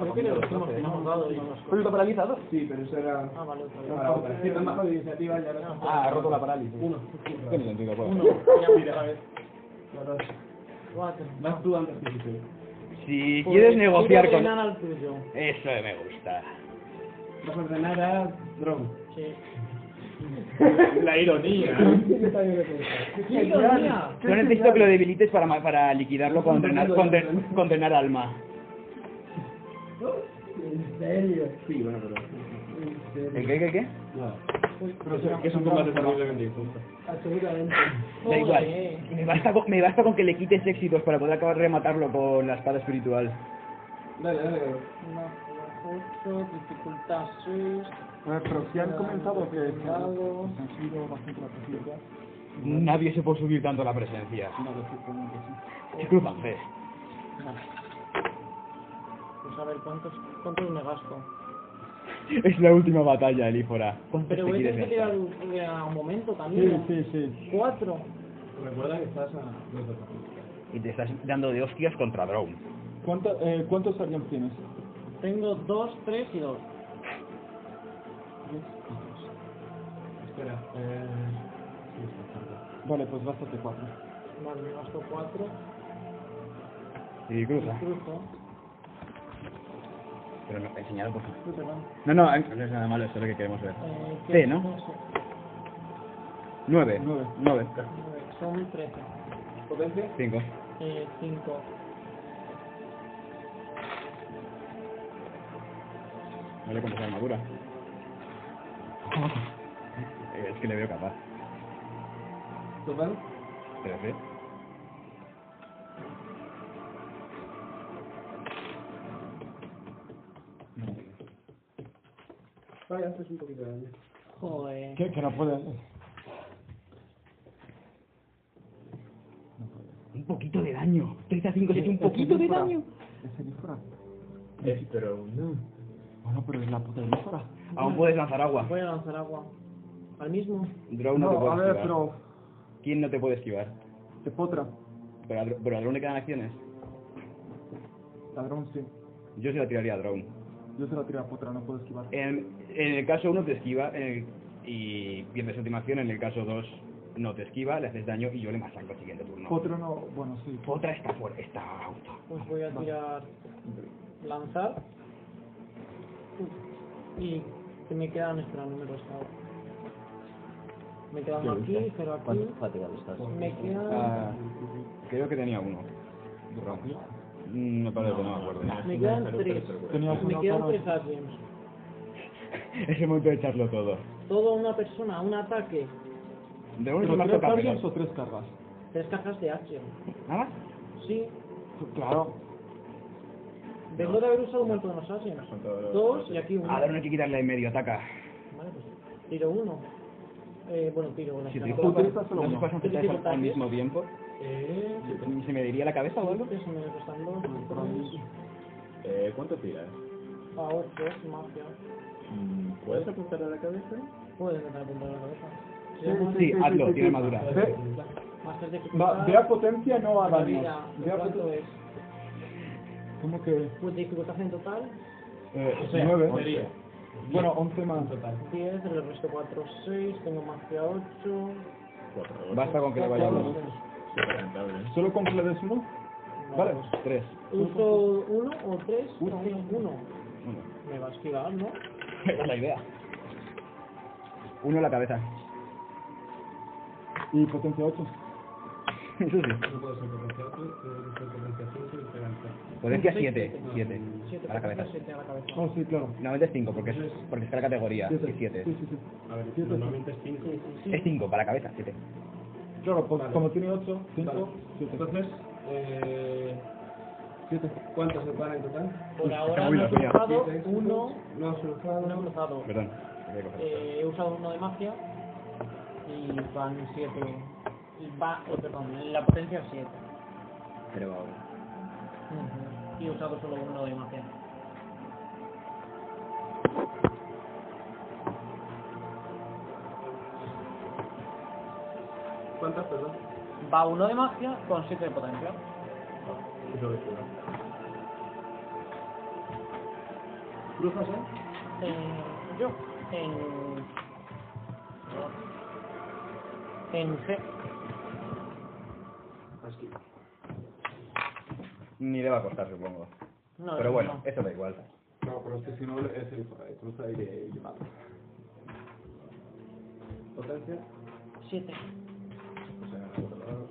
Creo que lo hicimos, que no hemos dado y nos- está paralizado? Sí, pero eso era. Ah, vale, otra vez. Para otra. Sí, me han bajado de iniciativa ya ahora. Ah, ha roto la parálisis. Uno. Tiene sentido, pues. Uno, ya otra vez. La dos. Cuatro. Vas tú antes que yo. Si Pues, quieres negociar tira con... el enano al tuyo. Eso me gusta. Vas a ordenar a Drone. Sí. La ironía. ¡Qué ironía! Yo necesito que lo debilites para, ma- para liquidarlo con drenar, con, dren- con drenar alma. ¿En serio? Sí, bueno, pero. ¿En serio? ¿El qué, qué, qué? Pero Es un combate terriblemente injusto. Absolutamente. Da igual. Joder. Me basta, con, me basta con que le quites éxitos para poder acabar de rematarlo con la espada espiritual. Dale, dale, dale. Más ocho, dificultad seis. Eh, pero si han comentado que que Claro. han sido bastante la posibilidad. Nadie se puede subir tanto la presencia. No, de que sí. Es club francés. Vale. Pues a ver, ¿cuántos, cuántos me gasto? Es la última batalla, Elífora. ¿Cuántos Pero te voy a quieres tener que tirar gastar? un, eh, a un momento Sí, también. Este sí, sí. Cuatro. Recuerda que estás a dos de la Y te estás dando de hostias contra Drone. ¿Cuánta- eh, ¿Cuántos aliens tienes? Tengo dos, tres y dos. Espera, eh. Sí, está tarde. Vale, pues bástate cuatro. Vale, me gasto cuatro. Y cruza. Cruzo. Pero no, enseñalo por favor. Uy, perdón. No, no, eh, no es nada malo, eso es lo que queremos ver. Eh, Sí, ¿qué- ¿no? Nueve. Nueve. Nueve. Son trece. ¿Potencia? Cinco. Eh, cinco. No le compras armadura. Eh, es que le veo capaz. ¿Total? Trece. Vale, haces un poquito de daño. Joder. Que, que no puede. Un poquito de daño. 35 Sí, se hace un es que poquito de Elífora. daño. Es elífora. Es, pero no. Bueno, pero es la puta elífora. Aún puedes lanzar agua. Voy a lanzar agua. Al mismo. Drone no, te a puede ver, esquivar. pero... ¿Quién no te puede esquivar? Te potra. Pero a, Dro- pero a Drone le quedan acciones. Ladrón, sí. Yo se la tiraría a Drone. Yo se la tiré a potra, no puedo esquivar. En, en el caso 1 te esquiva en el- y pierdes última acción, en el caso 2 no te esquiva, le haces daño y yo le masacro el siguiente turno. Potro no, bueno, sí. Otra está fuerte, está auto. Pues voy a tirar lanzar. Y que me quedan espera números ahora. Me quedan aquí, pero aquí. ¿Cuánto fatigado estás? Me quedan. Ah, creo que tenía uno. Mm, Me parece que no me acuerdo. Me quedan tres. Tenías Me una quedan cara- tres actions. Es el momento de echarlo todo. Todo una persona, un ataque, De uno ¿Pero se me tres toca targets menos. o tres cargas? tres cajas de action. ¿Nada? Sí, Claro. vengo de haber usado un montón de los actions. Dos y aquí uno. A ver, no hay que quitarle en medio, ataca. Vale, pues tiro uno. Eh, bueno, tiro una. Si escala. utilizo- Utiliza solo ¿no se uno. pasan tres ¿Utilizo al- al target? mismo tiempo? Eh, ¿Se me diría la cabeza o algo? eso me costan dos, tres, Eh, ¿Cuánto tiras? a ocho, magia. Mm, ¿Puedes apuntar a la cabeza? Puedo intentar apuntar a la cabeza. Sí, hazlo, tiene madura. Ve, Más tres va, dificultad. ve a potencia, no a daños. vida, Ve a ¿cuánto potencia. es? ¿Cómo que? Pues dificultad en total, Nueve. Bueno, once más. 10, el resto 4, 6, tengo magia 8. Cuatro. Basta con que le vaya uno. Súper rentable. ¿Solo con que le des uno? Vale. pues, Tres. ¿Uso 1 o 3? Uno. 1. Uno. Me va a esquivar, ¿no? Era la idea. Uno en la cabeza. Y potencia ocho. Eso sí. No puedo ser potencia 8, puedo ser potencia 5 y esperanza. Potencia Sí, 7. sí, sí. 7. 7 A la cabeza. 7 a la cabeza. Oh, sí, claro. Normalmente es 5 porque es, porque es la categoría. Y 7. Sí, sí, sí. A ver, Siete. normalmente es 5. Sí, sí, sí. Es 5 para la cabeza. 7. Claro, pues, como tiene ocho, cinco, siete. Entonces, eh, ¿cuántos se van en total? Por ahora Uy, no la he coña. cruzado Siete, uno, No, solo no he cruzado. Perdón. Voy a coger esto. Eh, he usado uno de magia y van 7. Va, eh, perdón, la potencia es 7. Pero ahora. Y he usado solo uno de magia. ¿Cuántas, perdón? Va uno de magia con 7 de potencia. ¿Cruzas, eh? En, yo, en. En C. Ni le va a costar, supongo. No, Pero no, bueno, no. eso da igual. No, pero es que si no, es el cruza y le y le mata. Potencia. 7. O sea, otro-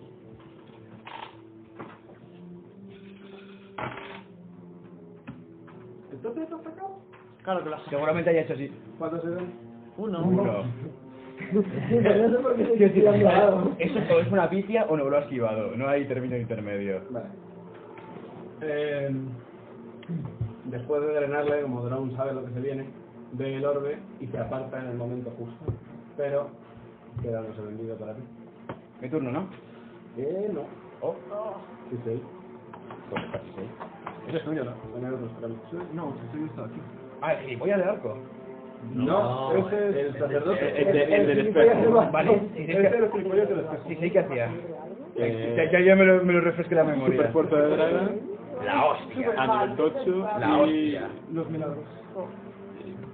¿Entonces has sacado? Claro que lo has Seguramente haya hecho así. ¿Cuántos se dan? Uno. no sé por qué te estoy tirando al lado. Eso o es una picia o no lo ha esquivado. No hay término intermedio. Vale. Eh, después de drenarle, como Drone sabe lo que se viene, ve el orbe y se aparta en el momento justo. Pero queda un vendido para ti. Mi turno, ¿no? Eh, no. Oh. Sí, sí. Eso es tuyo, ¿no? Son otros trámites. No, si soy está aquí. Ah, el gilipollas del arco. No, ese es el sacerdote. El, de- el del espejo. Vale. Sí, sí, Ese es el gilipollas del espejo. sí, sí, ¿qué hacía? Eh, Ya, ya, ya me lo, me lo refresqué la memoria. Super fuerza de Ah, dragón. La hostia. A nivel 8. La y... hostia. Los milagros.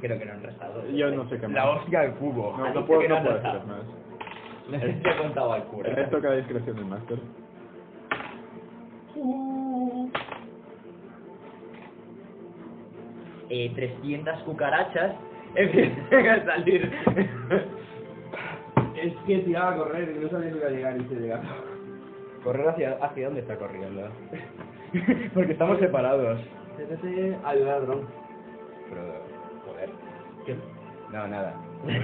Creo que no han restado. Yo no sé qué más. La hostia del cubo. No, no puedo, Creo no que puedo no hacer está. más. Te he contado al cura. Esto cada discreción del máster. eh, 300 cucarachas empiezan a salir. Es que tiraba a correr y no sabía que iba a llegar y se llegaba. Correr hacia, hacia dónde está corriendo. Porque estamos separados. Déjate ayudar a Drone. Pero, joder. ¿Qué? No, nada.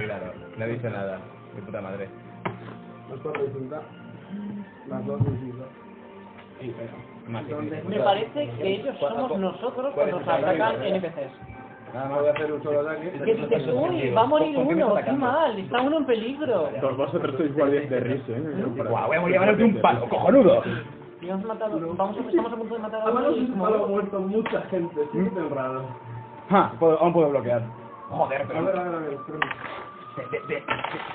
Claro, no he visto nada. Mi puta madre. Más 4 de 5. Más 2 de 5. Y pega. Más difícil. Me parece que ellos ¿Cuál- somos cuál- nosotros cuál es cuando nos el ataque? atacan NPCs. Nada más Voy a hacer un solo ataque. Que dices, uy, va a morir ¿Por qué me uno, está qué atacando? mal, está uno en peligro. Vos- Vosotros sois guardias de Riz, ¿eh? En comparación. Guau, voy a morir ahora de un palo, cojonudo. Y hemos matado, vamos a, estamos a punto de matar a Además, uno y es un como- palo muerto mucha gente. Sí, temprano. Ja, Ah, puedo- aún puedo bloquear. Joder, A pero... ver, a ver, a ver. espera. te- te- te- te-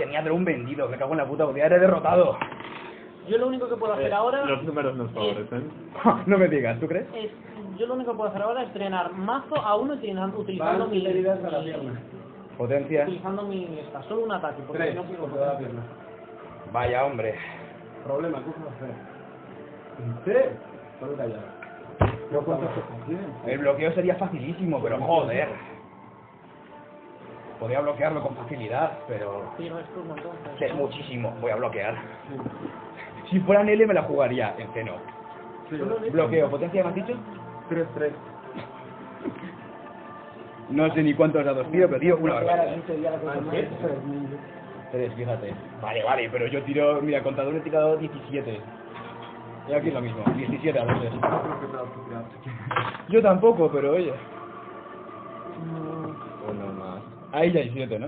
Tenía drone vendido, me cago en la puta, podía haber derrotado. Yo lo único que puedo hacer Eh, ahora Los números nos favorecen. Ja, No me digas, ¿tú crees? es, yo lo único que puedo hacer ahora es drenar mazo a uno y drenar- utilizando Van mi, sus heridas a la mi- pierna. Potencia. utilizando mi esta, solo un ataque, porque Tres, no quiero por toda la matar. pierna. Vaya, hombre. Problema, coge los tres. ¿Tres? Solo callado. No cuentas El bloqueo sería facilísimo, pero joder. Podría bloquearlo con facilidad, pero... Sí, no es turno entonces. Es muchísimo, voy a bloquear. Si fueran L me la jugaría, en C no. Bloqueo, potencia, ¿me has dicho? 3, 3. No sé ni cuántos dados tiro, pero tiro una barbaridad. Ah, Vale, Tres, fíjate. Vale, vale, pero yo tiro, mira, contador he tirado 17. Y aquí es lo mismo, 17 a veces. Yo tampoco, pero oye. Mm. Uno más. Ahí ya hay 7, ¿no?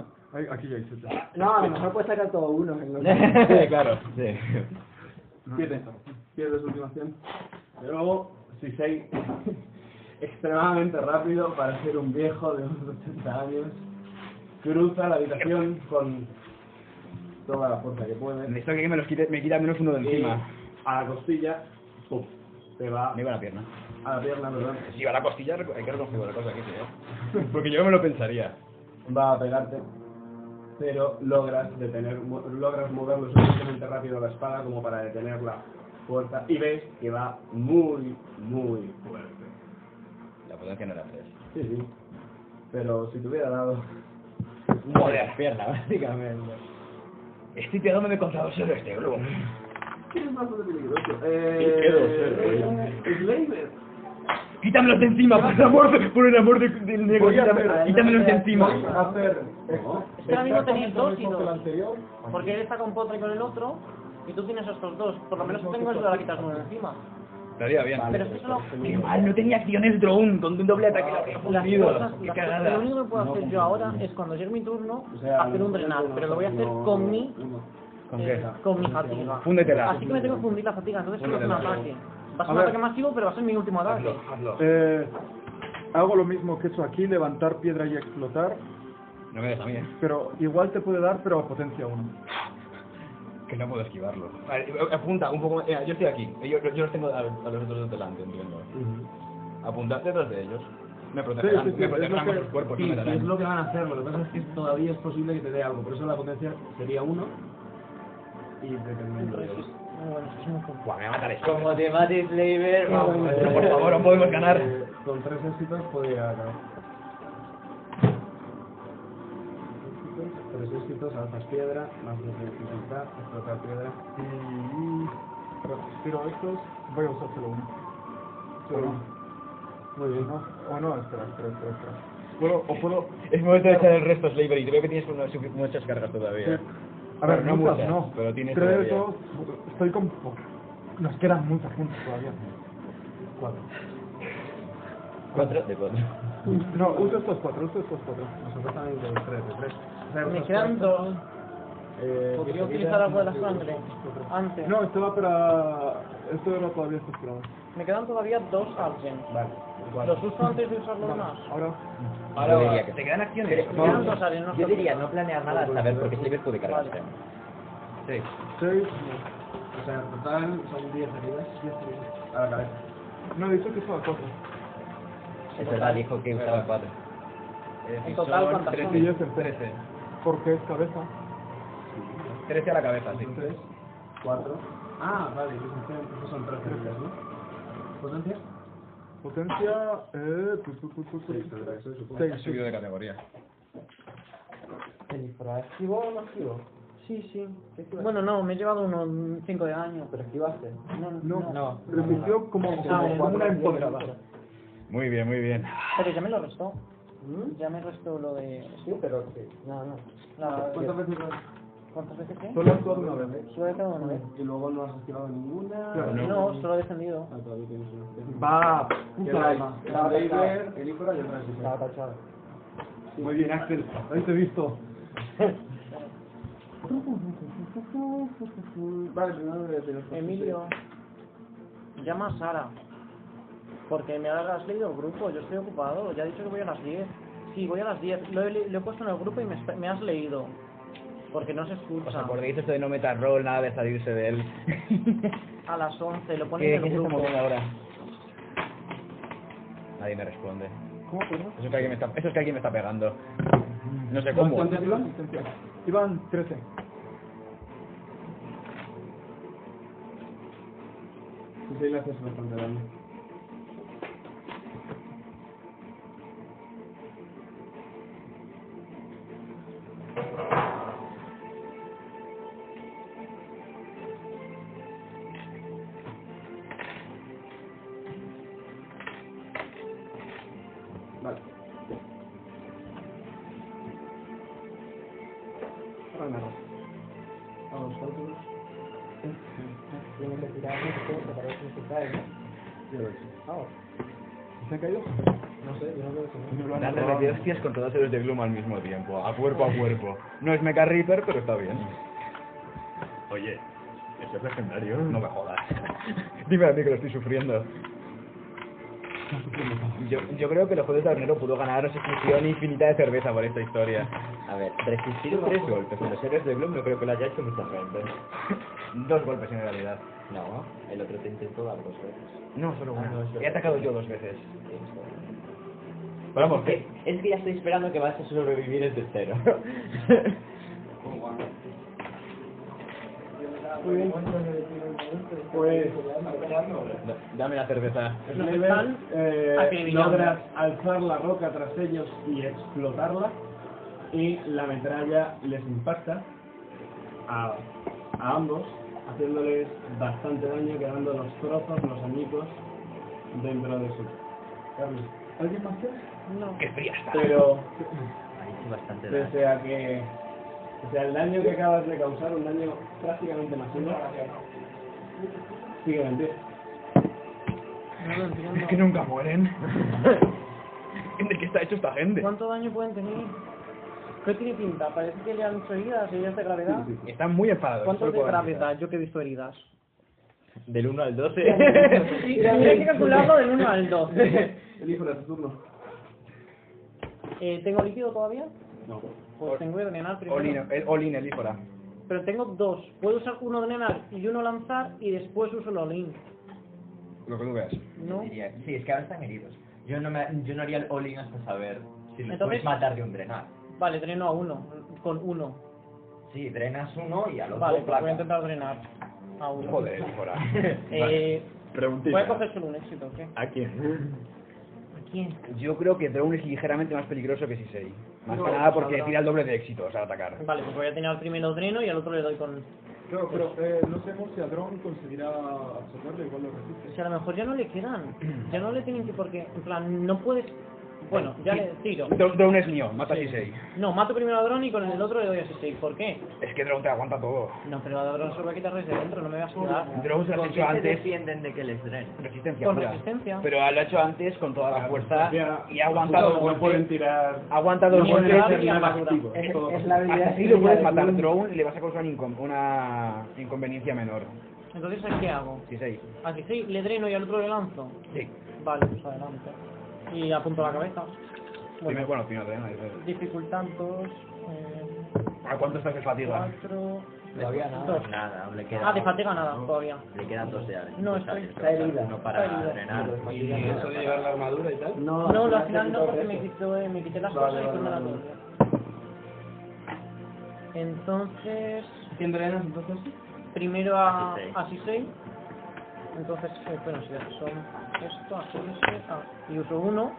Aquí ya hay siete. No, a lo mejor puedes sacar todo uno. Sí, claro. Siete. Pierdes última acción. De nuevo, seis Extremadamente rápido para ser un viejo de unos 80 años. Cruza la habitación con toda la fuerza que puede. Necesito que me los quite, me quita menos uno de encima. Y a la costilla, pum, te va Me iba la pierna. a la pierna, ¿verdad? Si va la costilla, reco- hay que reconfigurar cosas aquí, tío. Porque yo me lo pensaría. Va a pegarte, pero logras detener, mo- logras mover lo suficientemente rápido la espada como para detener la fuerza y ves que va muy, muy fuerte. La potencia no era 3. Sí, sí. Pero si te hubiera dado. Joder, la pierna, básicamente. Estoy tirándome de contador cero este, bro. ¿Quién es más peligroso? quedo, Eh. sí. Slayer. Quítamelos de encima, por el amor, de- por el amor de- del negro. quítame- Quítamelos de Voy a encima. hacer Es que ahora mismo Este tenéis exactamente lo dos y mismo que el dos. anterior. Porque él está con Potra y con el otro, y tú tienes estos dos. Por lo menos tengo eso de la quitas uno de encima. Estaría bien. Pero es que solo... Qué mal, no tenía acciones drone con un doble ataque, la habría Las fundido. cosas- Qué las- cagada. Lo único que puedo hacer yo ahora es cuando llegue mi turno hacer un drenado, pero lo voy a hacer con mi, ¿Con eh, con mi fatiga. Fúndetela. Así que me tengo que fundir la fatiga, entonces solo es un Fúndetela. ataque. Va a ser A un ver. ataque masivo, pero va a ser mi último ataque. Eh, hago lo mismo que eso aquí, levantar piedra y explotar, No me des a mí, eh. pero igual te puede dar, pero a potencia 1. Que no puedo esquivarlo. Vale, eh, apunta un poco más. eh, yo estoy aquí. Eh, Yo, yo los tengo a, a los otros dos delante, entiendo. Apuntad detrás de ellos. Me protegerán, Sí, sí, sí, me es protegerán lo con que- sus cuerpos, sí, no me sí, es darán. lo que van a hacer, lo que pasa es que todavía es posible que te dé algo, por eso la potencia sería 1 y dependiendo de eso. Buah, me va a matar esto. Como te mates, Slaver. vamos. Pero por favor, no podemos ganar. Ah, Eh, Con tres éxitos podría ganar. Tres éxitos, alzas piedra, más dos de dificultad, explotar piedra. Eh, Y tiro estos, voy a usar solo uno. Solo uno. Muy bien. No, o no, espera, espera, espera. espera. Puedo, o puedo... Es momento de echar el resto, Slavery. Te veo que tienes unas- muchas cargas todavía. Sí. A ver, Bueno, no muchas, muchas, no. pero tienes Tres, todavía. dos, estoy con... Nos quedan muchas juntas todavía. Cuatro. Cuatro de cuatro. No, uso estos cuatro, uso estos cuatro. Nosotros también tenemos tres de tres. O sea, Me estos quedan cuatro, dos. eh, que Podría te utilizar quedan algo de la cinco, sangre antes. No, esto va para... Esto era todavía este estos programas. Me quedan todavía dos Argent. Vale, cuatro. Los uso antes de usar los demás. Ahora... Ahora diría que te quedan acciones. Me quedan dos Argent, no Yo sé. diría no planear nada hasta ver, porque Slaver puede cargarse. este Sí. Seis... O sea, en total son 10 heridas. 10 heridas. A la cabeza. No, he dicho que estaba cuatro. Es verdad, dijo que usaba cuatro. En total, ¿cuántas son? Y yo es el tres. 13. Porque es cabeza. 13 a la cabeza, sí. 3, 4. Ah, vale, entonces son 3 heridas, ¿no? ¿Potencia? Potencia... Eh... Tu, tu, tu, tu, tu. Sí, tendrá que ser, supongo. Ha Seis, sí. subido de categoría. ¿El disfraz activó o no activó? Sí, sí. ¿Qué activaste? Bueno, no, me he llevado unos 5 de daño. pero activaste. No, no. No, No. Repitió como, como Ah, como una cuatro, empoderada. cuatro. Muy bien, muy bien. Pero ya me lo restó. ¿Mm? Ya me restó lo de... Sí, pero que... No, no. la- ¿Cuántas veces lo has ¿Cuántas veces qué? Solo ha actuado una vez. ¿eh? Solo he dejado una vez. Y luego no has activado ninguna. Claro, no. No, solo he defendido. Ah, todavía tienes una. Va, Queda puta ahí. alma. Queda Leiber, película y otra sesión. Estaba tachado. Muy bien, Axel. Ahí te he visto. Vale, primero de- de los- Emilio, llama a Sara. Porque me habrás leído el grupo, yo estoy ocupado. Ya he dicho que voy a las 10. Sí, voy a las 10. Lo he, le- lo he puesto en el grupo y me, está- me has leído. Porque no se Os escucha. acordáis esto de no meter rol, nada de salirse de él. A las 11, lo pones ¿Qué, en qué el se está grupo. moviendo ahora? Nadie me responde. ¿Cómo perdón? Eso es que alguien me está, eso es que alguien me está pegando. No sé cómo. Iban 13. Sí, le haces bastante daño. Vale. Ahora nada. Vamos, cálculos. Tenemos que tirar esto, que parece que se cae, ¿no? Ya lo he hecho. Vamos. ¿Se ha caído? No sé, yo no veo eso. Date de hostias con todos los de Gloom al mismo tiempo, a cuerpo a cuerpo. No es Mecha Reaper, pero está bien. Oye, eso es legendario. No me jodas. Dime a mí que lo estoy sufriendo. Yo, yo creo que los juegos de tablero pudo ganaros exclusión infinita de cerveza por esta historia. A ver, resistir tres golpes en los héroes de Gloom no creo que lo haya hecho mucha gente. Dos golpes en realidad. No, el otro te intentó dar dos veces. No, solo Ah, no, uno. es He verdad. atacado yo dos veces. Pero vamos, que- es que ya estoy esperando que vas a sobrevivir desde cero. Muy bien. Pues. Dame la cerveza. Sliver eh, acribillando. logras alzar la roca tras ellos y explotarla y la metralla les impacta a, a ambos haciéndoles bastante daño quedando los trozos, los añicos dentro de su carne. ¿Alguien más quiere? No. ¡Qué fría está! Pero Ha hecho bastante daño. pese a que o sea, el daño que acabas de causar, un daño prácticamente masivo, sigue en pie. No lo entiendo. Es que nunca mueren. ¿De qué está hecho esta gente? ¿Cuánto daño pueden tener? ¿Qué tiene pinta? Parece que le han hecho heridas, heridas de gravedad. Están muy enfadados. ¿Cuántos solo de puedo gravedad? Yo que he visto heridas. Del 1 al 12. Sí, hay que calcularlo del 1 al 12. Elijo la tu turno. Eh, ¿Tengo líquido todavía? No. Pues tengo que drenar analizar. Olin, primero. el Olin, el Ífora. Pero tengo dos. Puedo usar uno drenar y uno lanzar y después uso el olín. Lo que tú veas. ¿No? Diría, Sí, es que ahora están heridos. Yo no, me, yo no haría el all hasta saber si los Entonces- puedes matar de un drenar. Vale, dreno a uno. Con uno. Sí, drenas uno y al otro Vale, pues voy a placa. intentar drenar a uno. Joder, Ífora. Eh, voy Preguntita. a coger solo un éxito, ¿qué? ¿A quién? ¿A quién? Yo creo que Drone es ligeramente más peligroso que Sisei. Más No, que nada porque no, no. tira el doble de éxitos al atacar. Vale, pues voy a tener al primero dreno y al otro le doy con... Claro, pero eh, no sabemos si a Drone conseguirá absorberlo, igual lo resiste. Si a lo mejor ya no le quedan. Ya no le tienen que... Porque, en plan, no puedes... Bueno, ya le tiro. Dro- Drone es mío, mata a Sisei. No, mato primero a Drone y con el otro le doy a 6. ¿Por qué? Es que Drone te aguanta todo. No, pero a Drone se lo voy a quitar desde dentro, no me vas a ayudar. Drone se lo ha ¿Con qué hecho se antes. defienden de que les drenen? Resistencia Con pura. resistencia. Pero lo ha hecho antes con toda la fuerza Ya, y ha aguantado no el pueden golpe. tirar Ha aguantado el Ni golpe. entrar ni nada armadura. activo. Es, Todo. es la habilidad Hasta así lo puedes secreta de matar Gloom. Drone y le vas a causar incom- una inconveniencia menor. Entonces, ¿a qué hago? Sisei. A 6 le dreno y al otro le lanzo. Sí. Vale, pues adelante. Y apunto la cabeza. Dime, Bueno, bueno, opino, Drone. dificultad dos, eh, ¿A cuánto estás de fatiga? cuatro... Todavía Dos. nada. Nada, aún le quedan, Ah, de fatiga nada, todavía. le quedan dos de ar- No, dos está- años, está herida. No para Está herida. drenar. Y eso de llevar la armadura y tal. No, No, no, la al final no, porque me, quito. quitó, eh, me quité las Vale, cosas y tú me vale, las vale. devolvías. Entonces, ¿Quién drenas entonces? primero a, A 6. a 6 Entonces, eh, bueno, si son esto, a 6, ah, y uso uno.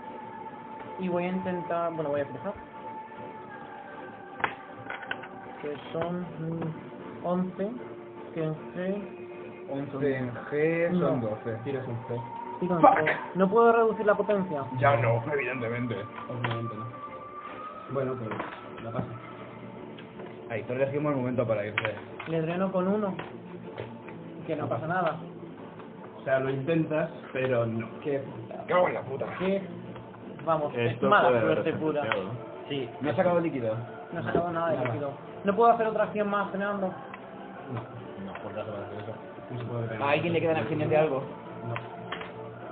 Y voy a intentar, bueno, voy a cruzar. Que son mm, 11, que en G 11 en G son No. 12. Tiras un C. tiro en C. ¿No puedo reducir la potencia? Ya no, evidentemente. Obviamente no. Bueno, pues la pasa. Ahí, tú elegimos el momento para irse. Le dreno con uno. Que no pasa nada. O sea, lo intentas, pero no. Que Cago en la puta. que vamos, es mala suerte pura. Sí, Me ha sacado líquido. No he sacado nada de líquido. No puedo hacer otra acción más cenando. no se puede drenar. ¿A alguien le quedan acciones de algo?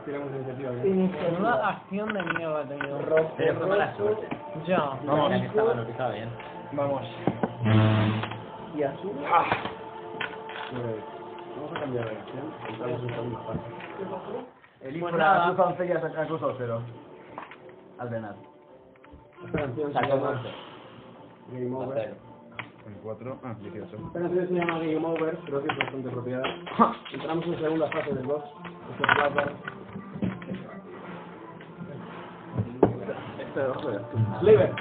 Tiramos ¿eh? iniciativa. bien. Menuda iniciativa. acción de mierda he tenido. pero fue mala suerte. Ya. Vamos. Estaba, no, que estaba bien. Vamos. Y azul. Pues, Vamos a cambiar de acción. Entramos en segunda fase. El Pues nada. cruzado 11 y ha cruzado 0. Al drenar. Esta canción se Sacó llama once. Game Over. Hacer. 24, ah, 18. Apenas es una llamada Game Over, creo que es bastante apropiada. Entramos en segunda fase del boss. Esto es Bloodborne. Esto es joder. Sliver.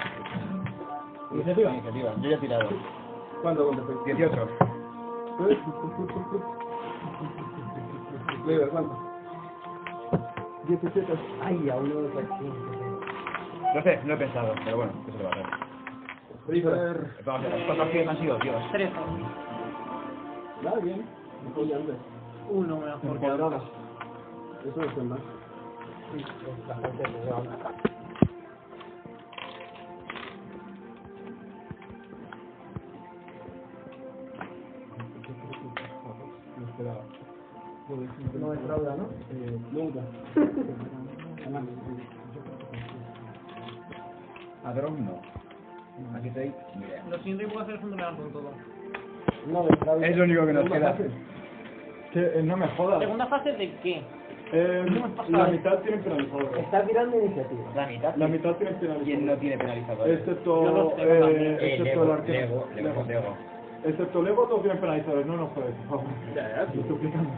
Iniciativa. Iniciativa. Yo ya he tirado. ¿Cuándo contesté? 18. Sliver, ¿cuánto? 17. Ay, aún no lo saqué. No sé, no he pensado, pero bueno, eso se va a hacer. River. Vamos a ver, ¿cuántos pies han sido, tíos? 13. Nada, bien. Apoyando. Uno mejor que Cuadradas. Eso es el más. No esperaba. No es frauda, ¿no? Eh, Nunca. además, Padrón no. Aquí estoy. Lo siguiente que puedo hacer es un gran con todo. No es frauda. Es lo único que nos ¿cómo queda. haces? Que, eh, no me jodas. ¿Segunda fase de qué? Eh, la mitad tienen penalizador. Está tirando iniciativa. La mitad. La mitad tienen ¿Quién no penalizador. tiene penalizador? Yo los Excepto, tengo también. eh, Eh, excepto el Lego, arquero. Lego, Lego, Lego. Excepto Lego, todos tienen penalizadores. No nos jodes, por favor. Lo suplicamos.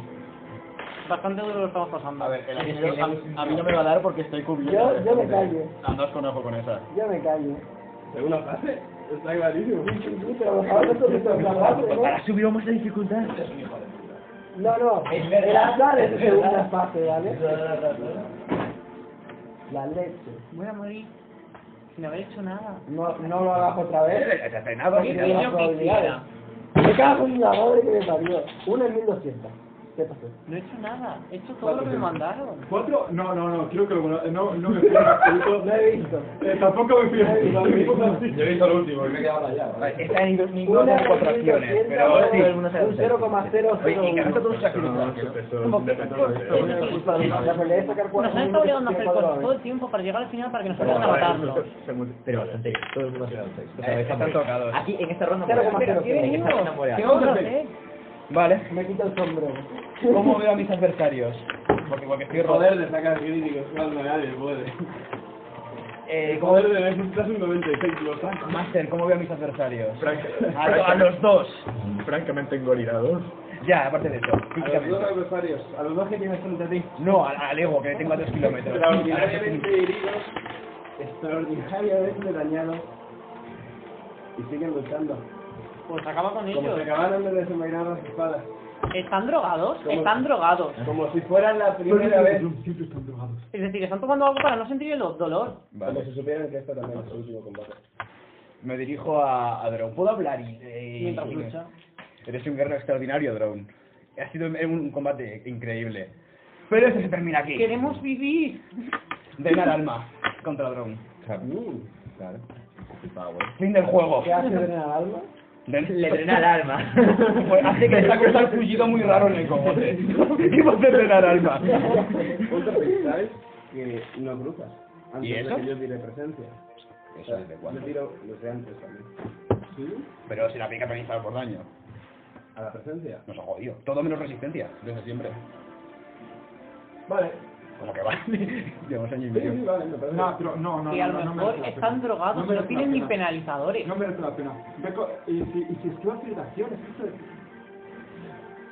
Bastante duro lo estamos pasando. A ver, el Es que arquero le a, hemos a mí no me va a dar porque estoy cubierto. Yo, yo me callo. Andas con ojo con eh, esa. Yo me callo. Segunda fase. Está clarísimo. Sí, sí, sí, pero los adultos son desagradable, ¿no? subiremos la dificultad. No, no. El azar es de segunda fase, ¿vale? La leche. Voy a morir sin haber hecho nada. No, no lo hagas otra vez. Te hace No nada. ¿Qué te das es lo que probabilidades. hiciera? Me cago en la madre que me parió. Una en 1200. ¿Qué pasó? No he hecho nada. He hecho todo lo que me mandaron. ¿Cuatro? No, no, no, quiero que lo... eh, No, no me fío en absoluto. No he visto. Eh, tampoco me fío en absoluto. Yo he visto lo último y me he quedado Esta ni dos ni dos Una ni en cuatro acciones, 1200, pero sí. un 0,001. Oye, y que esto todo se ha quitado. La pelea es sacar Nos cuatro han estado minutos obligando a y hacer cuatro cosas veces. todo el tiempo para llegar al final para que nos puedan matarlo. Pero bastante bien. Todo el mundo ha tirado seis. O sea, Eh, Están tocados. Ah, Aquí en esta ronda. Cero moral. coma Pero, cero cero. ¿qué venimos? Esta ronda moral. ¿Qué ¿Qué vamos vamos a a hacer? hacer? Vale. Me quito el sombrero. ¿Cómo veo a mis adversarios? Porque porque estoy rodeado. Poder de sacar críticos cuando nadie puede. Eh, ¿cómo Poder de resultas un 96 lo saca. Master, ¿cómo veo a mis adversarios? A, a Francamente, los dos. francamente engolirados. Ya, aparte de eso. A los dos físicamente. adversarios, a los dos que tienes frente a ti. No, al, al ego, que le tengo a 3 kilómetros. Extraordinariamente heridos, extraordinariamente dañados. Y siguen luchando. Pues acaba con Como si ellos. acabaran de desenvainar las espadas. ¿Están drogados? Están drogados. Como si fueran la primera vez. Siempre están drogados. Es decir, están tomando algo para no sentir el dolor. Como si supieran que esto también es su último combate. Me dirijo a, a Drone. ¿Puedo hablar? Y, eh, y- Mientras lucha. Eres un guerrero extraordinario, Drone. Ha sido un, un combate increíble. Pero esto se termina aquí. ¡Queremos vivir! Drena el alma contra Drone. Claro. Fin del juego. ¿Qué hace en el alma? Le drena el alma. Pues hace que esta cosa un fullido muy raro en el cogote. y pues va a drenar alma. Vosotros pensáis que no brujas. Antes ¿Y eso? de que yo tire presencia. Eso desde Yo cuándo. tiro desde antes también. ¿Sí? Pero se la aplica penalizado por daño. A la presencia. Nos ha jodido. Todo menos resistencia, desde siempre. Vale. Como que vale. Llevamos año y Sí, sí, medio. vale, me parece. No, pero no, no, Que a no, lo no, no mejor merece la están pena. drogados, No pero merece tienen la ni pena. penalizadores. No merece la pena. Ve co- y si, y si esquivas tentaciones, eso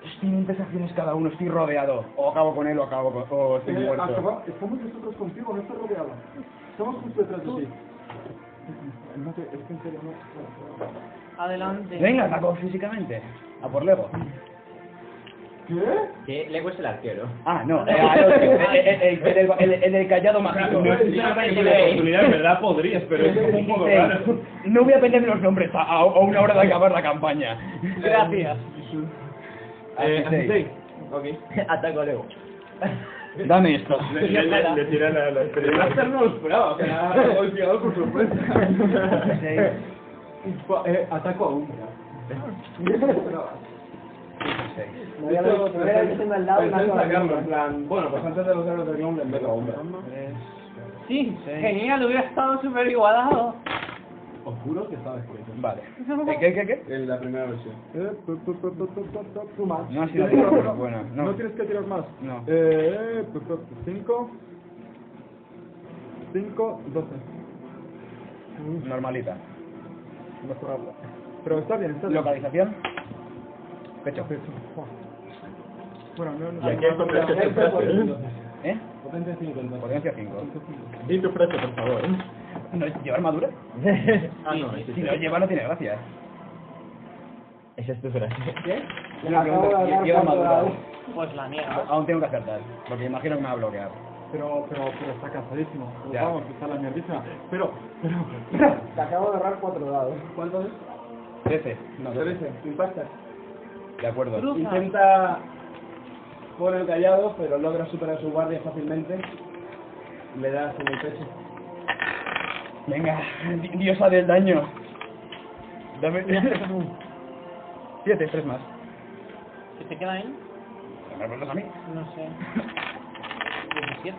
es... Tienen tres acciones cada uno, estoy rodeado. O acabo con él o acabo con... O estoy Eh, muerto. acaba- estamos nosotros contigo, no estás rodeado. Estamos justo detrás de ti. No te, es que en serio no. Adelante. Venga, ataco físicamente. A por Lego. ¿Qué? Que Lego es el arquero. Ah, no. eh, al otro. El- el- el- el- el- el del callado mágico. No es nada que la oportunidad, en verdad podrías, pero es como un poco raro. No voy a aprenderme los nombres a, a una hora de acabar la campaña. Gracias. Eh, Sí. Ok. Ataco a Lego. Dame esto. Le, le, le- le tiran la, la experiencia. Master no lo esperaba, o sea, ha golpeado por sorpresa. Eh, ataco a un. Me voy a ver, me voy a ver que tengo al lado una Pensé en cosa. Pues sacarlo, en plan, bueno, pues antes de los héroes del nombre, en vez de hombre. Sí, genial, hubiera estado súper igualado. Os juro que estaba escrito. Vale. Eh, ¿Qué, qué, qué? Eh, En la primera versión. No, No ha sido bueno. bueno, no no. tienes que tirar más. No. Eh, 5 5, 12. Normalita. Mejorable. Pero está bien, está bien. Localización. Pecho. Bueno, no, no. Y aquí hay potencia Ya está, cinco, pues, ¿Eh? Potencia 5. Potencia 5. Y tu precio, por favor. ¿eh? ¿No es llevar armadura? Ah, no, sí, Si no lleva, no tiene gracia, ¿eh? Esa es tu frase. ¿Qué? Me acabo de dar lleva cuatro armadura. dados. Pues la niega. Ah, Aún tengo que acertar, porque imagino que me va a bloquear. Pero, pero, pero está cansadísimo. Pues Ya. Vamos, que está la mierdísima. Pero, Te acabo de ahorrar cuatro dados. ¿cuánto es? 13. No, 13. Impactas. De acuerdo. Intenta por el callado, pero logra superar su guardia fácilmente. Le das en el pecho. Venga, di- diosa del daño. Dame. Siete, tres más. ¿Qué te queda él? ¿Me recuerdas a mí? No sé. 17.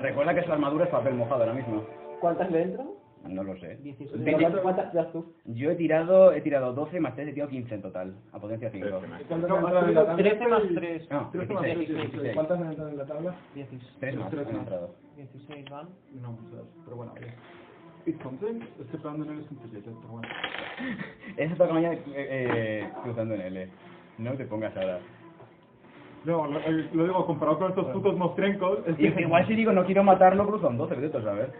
Recuerda que su armadura es papel mojado ahora mismo. ¿Cuántas le entran? No lo sé. Pero ¿Cuántas, cuántas te das tú? Yo he tirado, he tirado 12 más 3, he tirado 15 en total, a potencia 5. ¿Cuántas No, han ahora entrado en digo, la tabla? 13 más 3. No, Tres más 16, tres, 16. ¿Cuántas han entrado en la tabla? 16. 3 más han entrado. 16 van. No, o sea, pero bueno, bien. It contains, estoy pegando en el completo, pero bueno. Esa toca mañana eh, eh, cruzando en L. No te pongas ahora. No, lo, eh, lo digo, comparado con estos putos mostrencos, es Y- Igual si digo no quiero matarlo, cruzo en 12 minutos, a ver.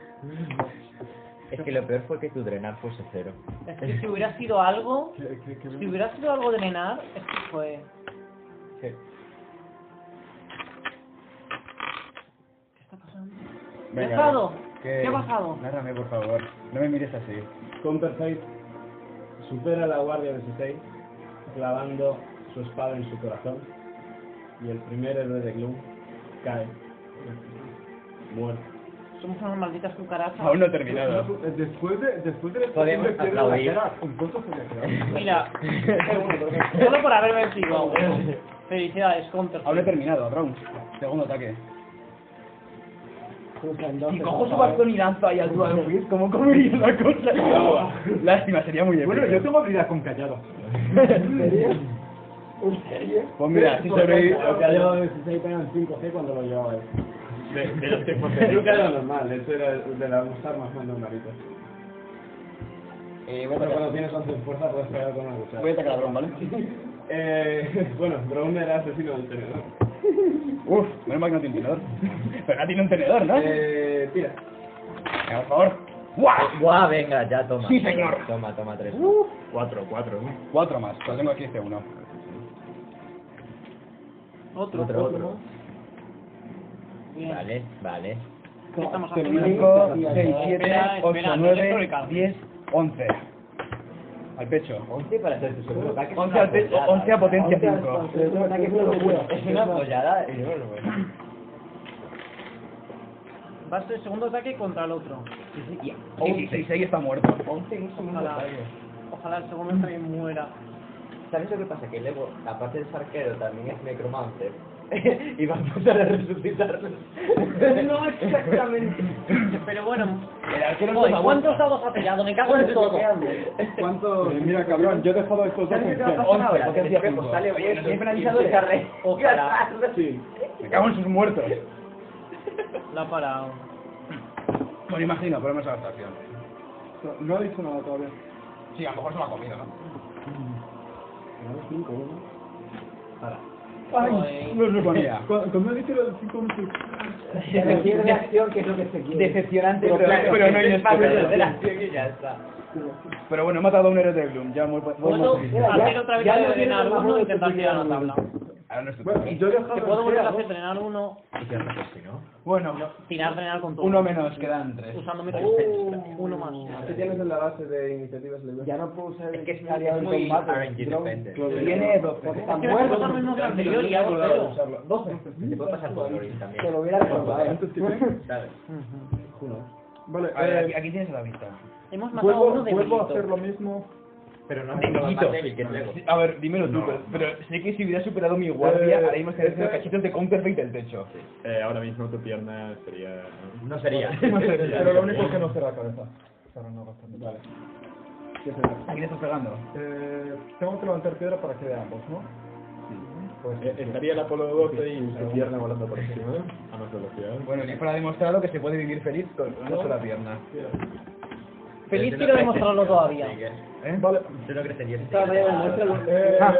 Es que lo peor fue que tu drenar fuese cero. Es Eh. que si hubiera sido algo, que- que- que- si hubiera sido algo de nenar, es que fue. ¿Qué está pasando? ¿Qué ha Venga, pasado? que- ¿Qué ha pasado? Nárrame, por favor. No me mires así. Counterfeit supera la guardia de 16, clavando su espada en su corazón. Y el primer héroe de Gloom cae. Muerto. Somos unas malditas cucarachas. Aún no he terminado. Eh, Después de, después de Podemos de- de- de- de- aplaudir. era, ¿Con cuánto se había quedado? Mira, solo por haber vencido. Felicidades, Aún no he Counterfeit. terminado, Brown. Segundo ataque. Justo entonces. Si cojo su bastón y lanzo ahí al tú ¿cómo comería la cosa? No, Lástima, sería muy épico. Bueno, yo tengo habilidad con callado. ¿En serio? Pues mira, si sobrevivo... Lo que ha llevado 16 pegan 5G cuando lo llevaba él. De, de los tiempos Era un de callado normal, eso era de las armas cuando un arito. Eh, Pues- voy Pero a cuando atacar, tienes 11 en fuerza puedes pegar con una cuchara. voy a atacar a Brown, ¿vale? Eh, bueno, Brown era asesino del tenedor. Uf, menos mal que no tiene tenedor. Pero ahora tiene un tenedor, ¿no? Eh, tira. Venga, por favor. ¡Guau! Buah, venga, ya toma. Sí, señor. Toma, toma tres. Cuatro, cuatro. Cuatro más, pero tengo aquí este uno. Otro. Otro, otro. Bien. Vale, vale. ¿Qué estamos haciendo? Cinco, seis, siete, Espera, ocho, espera, no le nueve, estoy diez, once. Al pecho. 11 para hacer tu segundo ataque. es Once una al pecho, pollada. once a potencia Once al- cinco. once, es un ataque, es una locura. Es una pollada y bueno, bueno. Va a ser segundo ataque contra el otro. Sí, sí, y Y y- y seis está muerto. 11 en un segundo Ojalá. ataque. Ojalá el segundo también muera. ¿Sabes lo que pasa? Que Lego, aparte de ser arquero, también es necromante. y va a empezar a resucitarlos. No exactamente. Pero bueno, El arquero no joder, da ¿cuántos vuelta. dados ha pegado? Me cago en todo. ¿Cuánto? Eh, Mira, cabrón, yo he dejado estos dos en cero. Once, Once, porque potencia el espejo cinco. sale Oye, hueso, nos he penalizado el quince. carré. Ojalá. Sí. Me cago en sus muertos. La ha parado. Bueno, imagino, ponemos a la estación. No, No he dicho nada todavía. Sí, a lo mejor se lo ha comido, ¿no? Joder. No es ponía. Cuando, cuando me dijeron los cinco minutos, Se requiere de acción, que es lo que se quiere. Decepcionante, pero, pero no de la inesperado. acción y ya está. Pero bueno, he matado a un héroe de Gloom, ya muy, pues, muy ¿Puedo muy- ya- hacer otra vez ya la de no tienes drenar más uno modo e de intentar tirar la subir a la tabla? Ahora no estoy. bueno, yo he dejado ¿Te puedo en volver a cero. hacer drenar uno? ¿Y qué haces si no? Bueno, Tirar drenar con todo. uno menos, quedan tres. Usando mi Oh. Uno más. ¿Qué tienes en la base de iniciativas legales? Ya no puedo usar Es que es muy, aliado es en muy combate. RNG dependent. Tiene doce. Está Es que las muerto. cosas menos la anterior y hago cero. Te puede pasar por Loris Te también. lo hubiera recordado. Antes que me- ¿Sabes? Vale, A ver, eh, aquí, aquí tienes la vista. Hemos matado a vuelvo, uno de vuelvo a Benito. hacer lo mismo. Pero no tengo más materia que luego. A ver, dímelo tú, pero, pero sé que si hubiera superado mi guardia, Eh, ahora mismo estaría haciendo este- cachitos de Counterfeit del techo. Eh, ahora mismo tu pierna sería... No sería. Pero lo único es que no será la cabeza. Pero no bastante. Vale. ¿Qué será? Aquí te estás pegando. Eh, tengo que levantar piedra para que de ambos, ¿no? Pues Eh, estaría el Apolo 12 y su pierna volando por encima a más velocidad. Bueno, y es para demostrar lo que se puede vivir feliz con una sola pierna. Feliz quiero demostrarlo todavía. Vale. Yo no crecería. Esta vez demuéstralo. Eh, Ah,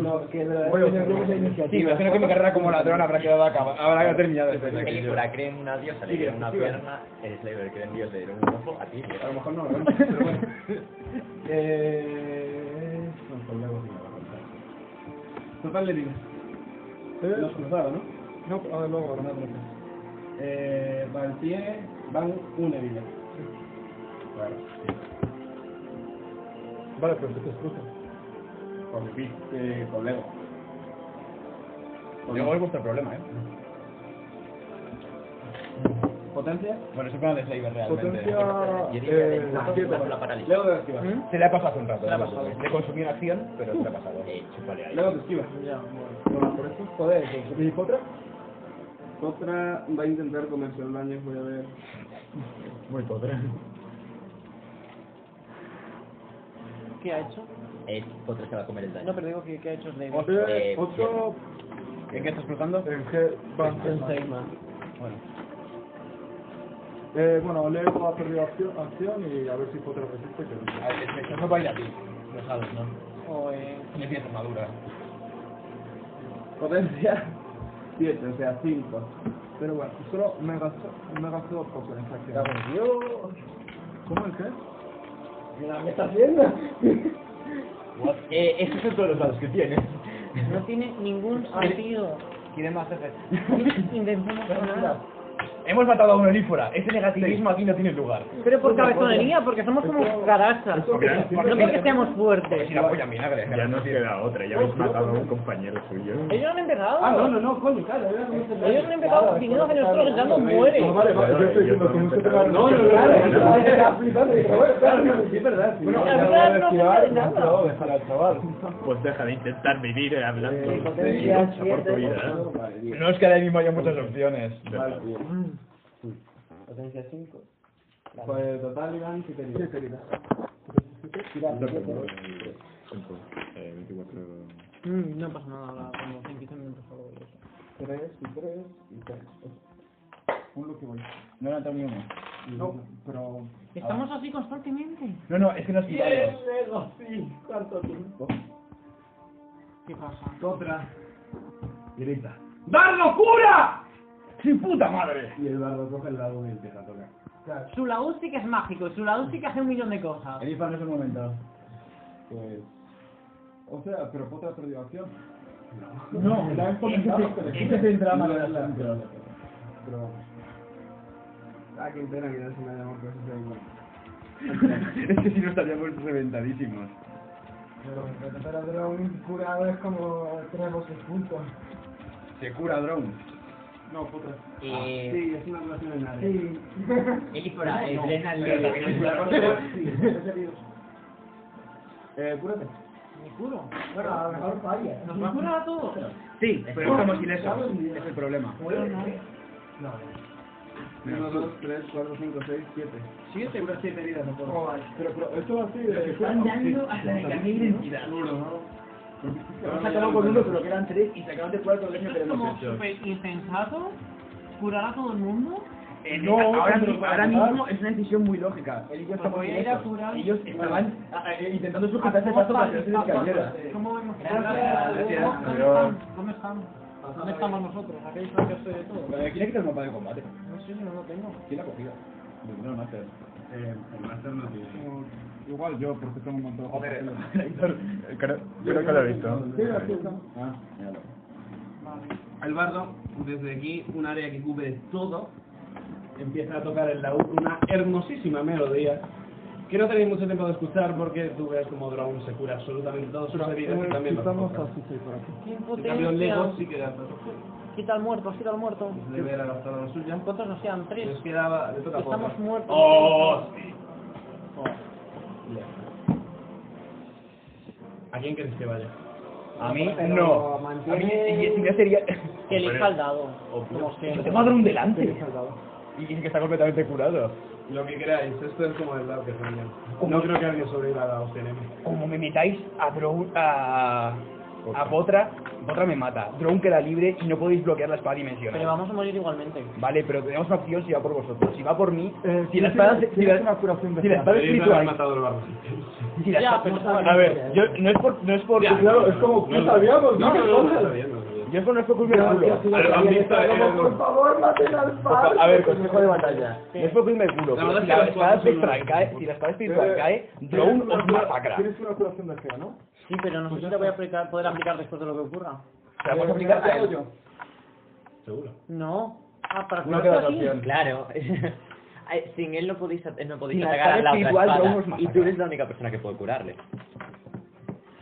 no, que la- Bueno, que tenemos la iniciativa. Sí, imagino que mi carrera como ladrón habrá quedado acabada. Habrá terminado después de La aquí. película creen una diosa, le Sí, dieron una sí, pierna, el Slayer creen dios, le dieron un ojo, a ti. A lo mejor no lo vemos, pero bueno. Eh... no, pues luego sí me va a contar. Total le digo. Los cruzados, ¿no? No, a ver, luego, no, Eh, Valtier, Van Uneville. Vale, pero ¿qué te explica? Por mi pi- eh, con Lego. Con Lego es vuestro problema, ¿eh? ¿Potencia? Bueno, eso fue una de Slaver realmente. Potencia, Porque- eh, siete, vale. Lego de esquiva. Se le ha pasado hace un rato. Se le ha ¿no? pasado. Le consumí una acción, pero se le ha pasado. Luego te esquivas. Ya, bueno. Por eso, joder, ¿y Potra? Potra va a intentar comerse el daño, voy a ver. Muy pobre. ¿Qué ha hecho? Es otra Eh, se va a comer el daño. No, pero digo que ¿qué ha hecho Slayer? Eh, Otro... ¿En qué estás cruzando? En qué En Seima. Bueno. Eh, bueno, Leo ha perdido acción, acción y a ver si Potra resiste. Que... A ver, eso va a ir a ti. Lo sabes, ¿no? O eh, Le tienes armadura. Potencia 7, o sea 5. Pero bueno, solo me gastó, me gastó dos cosas en esta acción. ¿Cómo el qué? ¿Qué está haciendo? Eh, esos son todos los dados que tienes. no tiene ningún sentido. ¿Quién más hacer? Intentemos ganar. Hemos matado a un onífora. Este Ese negativismo aquí no tiene lugar. Pero por cabezonería, porque somos como carachas. No porque seamos fuertes. Si la polla en vinagre. Ya nos queda otra, ya habéis matado a un compañero suyo. Ellos han empezado. Ah, no, no, no, coño, claro. era como este Ellos han empezado viniendo hacia nosotros gritando muere. No, vale, vale, yo estoy diciendo que no se te va a- No, no, no, Claro, claro, claro. estaba flipando, dije, bueno, claro, no, sí, es verdad. sí. Bueno, Ya no ya lo va a no esquivar, sale no nada. se lo va a dejar al chaval. Pues deja de intentar vivir eh, hablando Eh, de potencia lucha por tu siete, vida. ¿eh? ocho, vale, diez. No es que ahora mismo haya muchas opciones. Vale, bien. Mm. Potencia 5. Pues total, Iván, ¿qué te digo? Tira, tira, tira. Eh, 24. Mm, No pasa nada, ahora cuando se empiecen minutos solo voy a hacer. 3 y 3 y 3. Un lo que voy. No, no, ni uno. No, pero. Estamos así constantemente. No, no, es que nos quitamos. sí, ¿cuánto tiempo? ¿Qué pasa? Otra. Grita. ¡Dar locura! ¡Sin puta madre! Y el bardo coge el lado y empieza a tocar. Su laúd sí que es mágico, su laúd sí que hace un millón de cosas. El IFA no es un momento. Pues. O sea, pero Potra ha perdido acción. No, Me la han comentado, pero- ese es el drama de la No, sangre. Pero. Ah, qué pena que no se me haya muerto ese segundo. es que si no estaríamos reventadísimos. Pero pero, pero un curado es como tenemos seis puntos. Se cura drone. No, Potra. Ah, Eh, Sí, es una relación en área. Sí. Elífora, No, Elena, pero Elena. la que me cura- sí, he servido. Eh, cúrate. Me juro. Bueno, a lo mejor falla. Nos va a curar a todos. Sí, pero estamos ilesos. Es ¿eh? el problema. No. 1, 2, 3, 4, 5, 6, 7. 7, una 7 heridas, no puedo. Pero, pero esto así de. Están dando hasta de camino identidad. Pero sacaron con uno, pero que eran tres y sacaron de cuatro Esto es como súper insensato. ¿Curar a todo el mundo? Eh, No, ahora, pero mi- para ahora matar. mismo es una decisión muy lógica. Él y yo estamos Porque era pura- ilesos. Ellos estaban ah, ah, eh, intentando sujetarse el paso para que no se les cayera. ¿Cómo vemos? Gracias. ¿Dónde estamos? ¿Dónde estamos nosotros? ¿A qué distancia estoy de todo? Eh, ¿Quién ha quitado el mapa de combate? No sé, no lo tengo. ¿Quién la ha cogido? No, el máster. Eh, el máster no tiene. Mm, Igual yo, porque tengo un montón de Joder, papeles. Creo, creo que lo he visto. Sí, aquí está. Ah, míralo. El bardo, desde aquí, un área que cubre todo, empieza a tocar el laúd una hermosísima melodía que no tenéis mucho tiempo de escuchar porque tú ves como Drone se cura absolutamente todos sus heridas y también los Estamos toca. así, por aquí. ¿Qué En cambio, impotencia? Lego sí que da paso. Quita al muerto, quita al muerto. Le hubiera gastado la suya. ¿Cuántos nos quedan? Tres. Les quedaba, le toca a Estamos Potra. muertos. Oh. ¡Oh! Sí. ¿A quién queréis que vaya? A mí Pero no. A mí mantiene- y- y- y yo sería. Que elija al dado. Como Pero siempre. tengo a Drone delante. Y dice que está completamente curado. Lo que queráis, esto es como el lado que tenía. No creo que alguien sobreviva a la OCNM. Como me metáis a Drone. A. A Potra, Potra me mata. Drone queda libre y no podéis bloquear la espada dimensional. Pero vamos a morir igualmente. Vale, pero tenemos una opción si va por vosotros. Si va por mí, si Eh, sí, la espada... sí, Si sí, la es una curación de si la espada. espada Deberíais espiritual... haber matado el barro. Si la Ya, espada... pero está bien. a ver, yo, no es por... No es por... Ya, Ah, claro, es como, ¿qué sabíamos? No, ¿Qué no, no, no, cosas? no, Yo eso no es por culpa Pero, de culo. tío, si no A ver, sabía han visto, esto, eh, como, por favor, maten al padre. Ah, A ver, consejo de batalla. No es por culpa de La culo. pero verdad es Si que la las espada cuatro son espectral unas- cae, si la espada espiritual Eh, cae, ¿tienes drone una os cura- masacra. tienes una curación de acá, ¿no? Sí, pero no sé si la voy a aplicar, poder aplicar después de lo que ocurra. ¿Se la vas a aplicar a él? Seguro. No. Ah, para No curarte queda a ti. opción. Claro. Ay, Sin él no podéis, at- no podéis Sin la atacar a espada la otra espiritual, espada. Drogon os Y tú eres la única persona que puede curarle.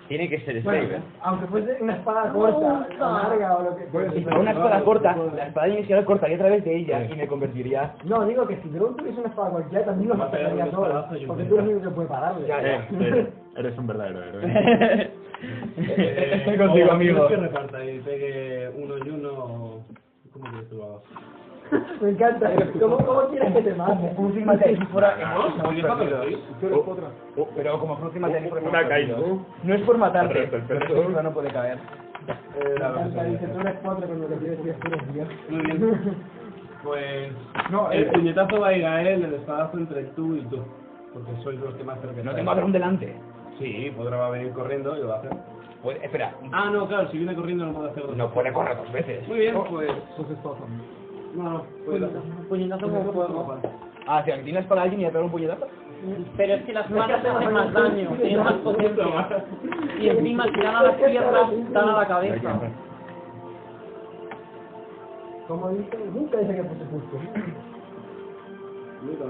Tiene que ser Bueno, Steven. aunque fuese una espada No, corta, está. larga o lo que Si fuera una espada corta, la espada dimensional cortaría a través de ella y me convertiría. No, digo que si Drone tuviese una espada cualquiera también nos mataría a todos. Porque tú eres el único que puede pararle. eres un verdadero héroe. Estoy contigo, amigo. eh, que repartáis? ¿De que uno y uno... ¿Cómo quieres tú lo hagas? Me encanta. ¿Cómo, cómo este quieres que te mate? Como Fruity Materia fuera. No, como yo estaba, ¿sí? Pero como Fruity Materia fuera. Una caída. No es por matarte, Otra vez, pero es perfecto. que no puede caer. Me encanta, dice, tú eres cuatro con lo que quieres decir, tú eres Dios. Muy bien. Pues... No, el eh, puñetazo va a ir a él, el espadazo entre tú y tú. Porque sois los que más cerca No estáis. tengo a Drone delante. Sí, podrá va a venir corriendo y lo va a hacer. Puede- espera. Ah, no, claro, si viene corriendo no puede hacer dos. No puede correr dos veces. Muy bien, pues... Pues es No, pues, no, Puñetazo- Puñetazo como fuego. Ah, si aquí la espada alguien y le pega un puñetazo. Pero es que las manos te hacen más daño, tienen más potencia. Y encima si dan a las piernas, dan a la cabeza. Como dice, nunca dice que fuese justo.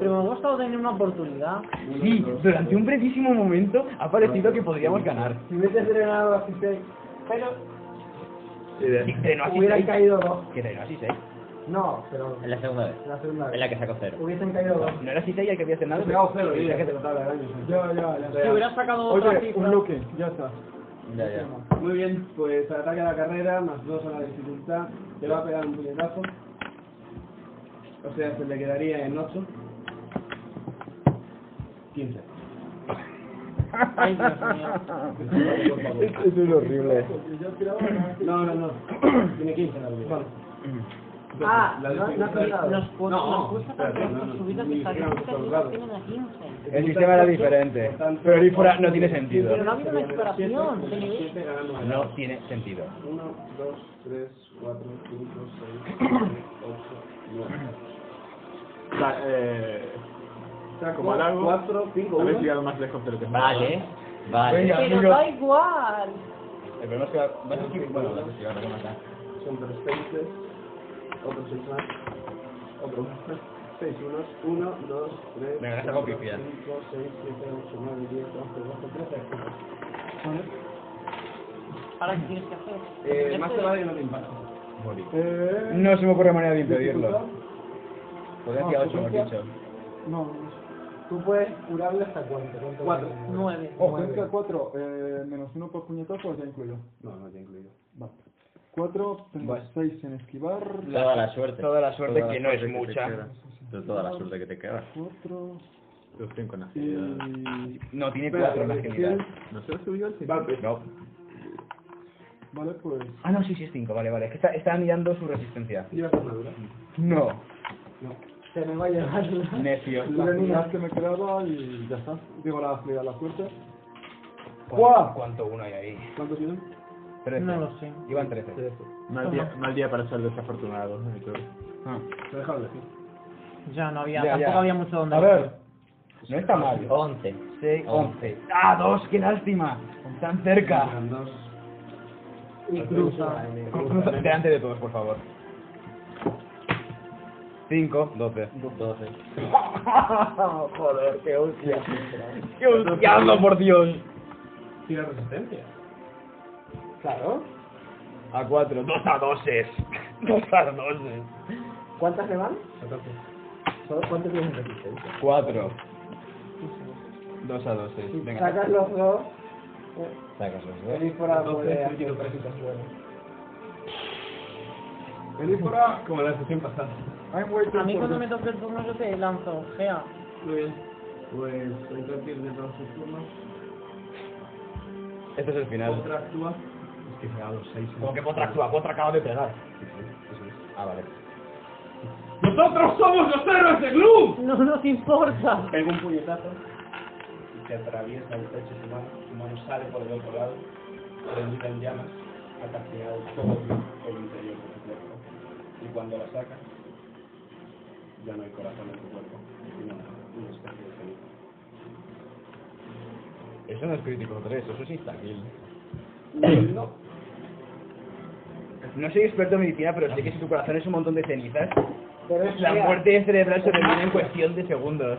Pero me ha gustado tener una oportunidad. Sí, durante un brevísimo momento ha parecido que podríamos ganar. Si hubiese entrenado así seis, pero Sí, Trenó así hubieran seis. caído dos. Que trenó así seis. No, pero En la segunda vez. la segunda vez. En la que sacó cero. Hubiesen caído dos. No era así seis el que había cenado. Pegado cero, pero- ya. que te contaba el daño. Ya, ya, ya. Si hubieras sacado otra Oye, cifra. un loque, ya está. Ya, ya. Muy bien, pues ataque a la carrera, más dos a la dificultad, le va a pegar un puñetazo. O sea, se le quedaría en 8. 15. Ay, Dios mío. Eso es horrible. No, no, no. Tiene 15 la vida. Vale. Ah, La no, no, dificultad- no, nos cu- No, nos cuesta tanto espérate, no, estas no, subidas ni y estas siquiera nos subidas y acordamos. tienen a 15. El sistema era diferente. Pero Elífora no tiene sentido. Pero no ha habido una exploración, señor. No tiene sentido. 1, 2, 3, 4, 5, 6, 7, 8, 9. eh, Como largo, 4, 5, 1. habéis llegado más lejos de lo que Vale. Venga, Vale. Pero amigo. da igual. El problema es que vas a escribir. Bueno, vas a escribir, vas a matar. Son tres seises, otro seis más, otro más, seis unos, uno, dos, tres, Venga, esta cuatro, copia, fía. cinco, seis, siete, ocho, nueve, diez, once, doce, trece, catorce. Ahora, ¿qué tienes que hacer? Eh, más te vale que no te Eh, impacte. No se me ocurre manera de impedirlo. Potencia 8, pues hemos dicho. No, tú puedes curarle hasta cuánto. cuánto Cuatro. vale? Nueve. Ofensa 4, eh, menos 1 por puñetazo, ya incluido. No, no te incluido. Vale. 4, tengo 6 en esquivar. Toda la suerte. Toda la suerte, Toda la que no suerte es que te mucha. queda. Toda la suerte que te queda. 4. Los cinco en la No, tiene Espera, 4 en la ¿qué agilidad. ¿No se lo subió al No. Vale, pues. Ah, no, sí, sí es 5, vale, vale. Es que está, está mirando su resistencia. ¿Llevas armadura? No, Se me va a llevar la- necio. La agilidad que me quedaba y ya está. Digo la agilidad, la suerte. ¡Guau! Pues, ¿Cuánto uno hay ahí? ¿Cuánto tienen? 13. No lo sé. Iban 13. Mal día, mal día para ser desafortunado. y todo. Ah. Te he dejado elegir. Ya, no había, Ya, tampoco ya. había mucho donde A ver, no está mal. 11. 6, 11. ¡Ah, 2! ¡Qué lástima! Están cerca. Eran dos. Y cruza. Cruza- Delante de todos, por favor. 5, 12. 12. Joder, qué hostia. ¡Qué hostiando, por Dios! Tira resistencia. Claro. A 4, 2 a 2 es. 2 a 2 es. ¿Cuántas le van? 14. Solo- ¿Cuántas tienes en resistencia? 4. 2 a 2 es. Venga. Sacas los dos. eh, Sacas los dos. Elífora puede Entonces, hacer yo cosas quiero buenas. Elífora, Como la sesión pasada. I'm waiting A mí for cuando you. me toque el turno yo te lanzo, Gea. Muy bien. Pues entonces de todos sus turnos. Este es el final. Otra actúa. Que se haga los seis. Como que Potra actúa, Potra acaba de pegar. Ah, vale. ¡Nosotros somos los héroes de Gloom! No nos importa. Pega un puñetazo y se atraviesa el pecho de su mano. Su mano sale por el otro lado, prendida en llamas, ha castigado todo el interior de su cuerpo. Y cuando la saca, ya no hay corazón en su cuerpo, sino una especie de ceniza. Eso no es crítico 3, eso es instabil. No. No soy experto en medicina, pero sé que si tu corazón es un montón de cenizas, Pero es la real. muerte este cerebral se termina en cuestión de segundos.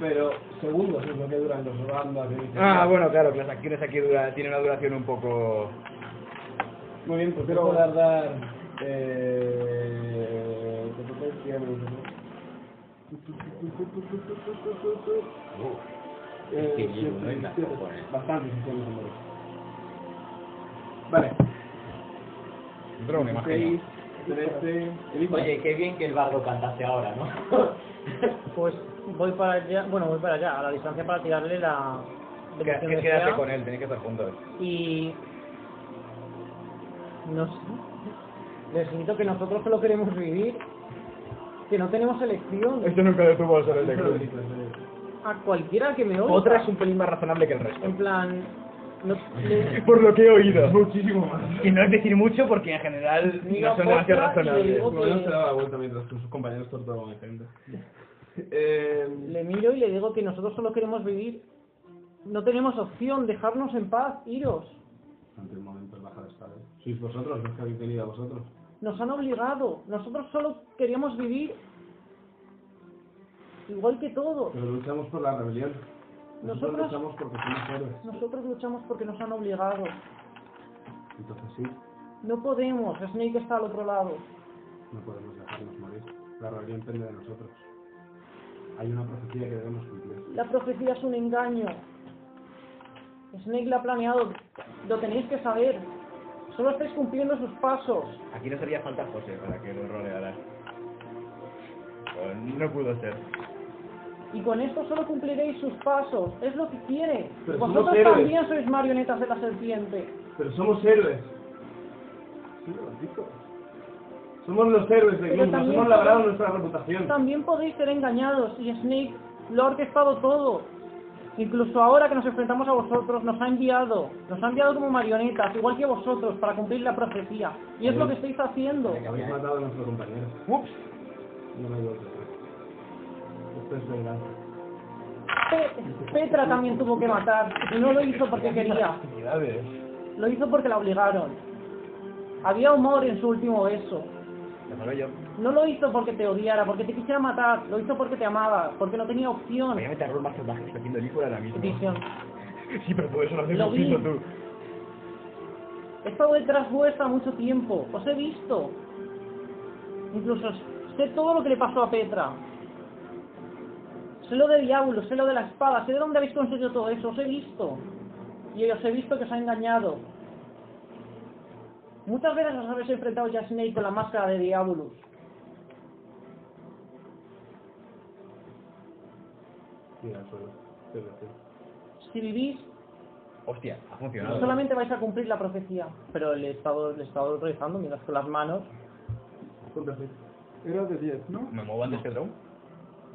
Pero segundos es lo que duran los ¿eh? bandas de Ah, bueno, claro, que las acciones aquí dura, tienen una duración un poco... Muy bien, pues Pero- quiero tardar... Eh... ¿qué te parece? Ya me dices, ¿no? Eh, que llevo, siete, ¿no? Y la siete, cojones. Bastantes sistemas de morir. Vale. Drone, imagino. 13... Oye, qué bien que el bardo cantase ahora, ¿no? Pues voy para allá, bueno, voy para allá, a la distancia para tirarle la... Que- devoción que de quedarte Gea. con él, tenéis que estar juntos. y no sé les grito que nosotros solo queremos vivir que no tenemos elección Esto nunca detuvo al ser el de Cruz. a cualquiera que me oiga Otra es un pelín más razonable que el resto. en plan no, le- Por lo que he oído. Muchísimo Que no es decir mucho porque en general Diga no son demasiado Potra y le razonables. digo Por lo menos que- se daba la vuelta mientras sus compañeros torturaban a gente. Eh, le miro y le digo que nosotros solo queremos vivir no tenemos opción dejarnos en paz iros Ante un momento el bajar está. Sois ¿eh? vosotros los que habéis venido a vosotros. nos han obligado nosotros solo queríamos vivir igual que todos Pero luchamos por la rebelión. Nosotros, Nosotros- luchamos porque somos héroes. nosotros luchamos porque nos han obligado Entonces sí, no podemos Snake está al otro lado no podemos dejarnos morir. La rebelión depende de nosotros. Hay una profecía que debemos cumplir. La profecía es un engaño. Snake la ha planeado. Lo tenéis que saber. Solo estáis cumpliendo sus pasos. Aquí no sería falta José para que lo roleara. Pero No pudo ser. Y con esto solo cumpliréis sus pasos. Es lo que quiere. Pero somos Vosotros héroes. también sois marionetas de la serpiente. Pero somos héroes. Sí, lo has dicho. Somos los héroes de Pero Gloom. Nos también hemos somos- labrado nuestra reputación. También podéis ser engañados. Y Snake lo ha orquestado todo. Incluso ahora que nos enfrentamos a vosotros, nos ha enviado. Nos ha enviado como marionetas, igual que vosotros, para cumplir la profecía. Y es lo que estáis haciendo. Habéis matado a nuestro compañero. Ups. No me vuelto atrás. Esto es venganza. Pe- Petra también tuvo que matar y no lo hizo porque quería, lo hizo porque la obligaron. Había humor en su último beso. Déjalo yo. No lo hizo porque te odiara, porque te quisiera matar, lo hizo porque te amaba, porque no tenía opción. Voy a meter a Rol más salvaje, está haciendo película ahora mismo. Edición. Sí, pero por eso lo haces Lo vi. poquito tú. He estado detrás vuestra mucho tiempo, os he visto. Incluso sé todo lo que le pasó a Petra. Sé lo del diablo, sé lo de la espada, sé de dónde habéis conseguido todo eso, os he visto. Y os he visto que os ha engañado. Muchas veces os habéis enfrentado ya a Snake con la máscara de Diabolus. Mira al suelo. Te lo juro. Si vivís, Hostia, ha funcionado. no solamente vais a cumplir la profecía, pero le he estado, le he estado rezando mientras con las manos. Ponte así. Era de 10, ¿no? ¿Me muevo antes que Drone?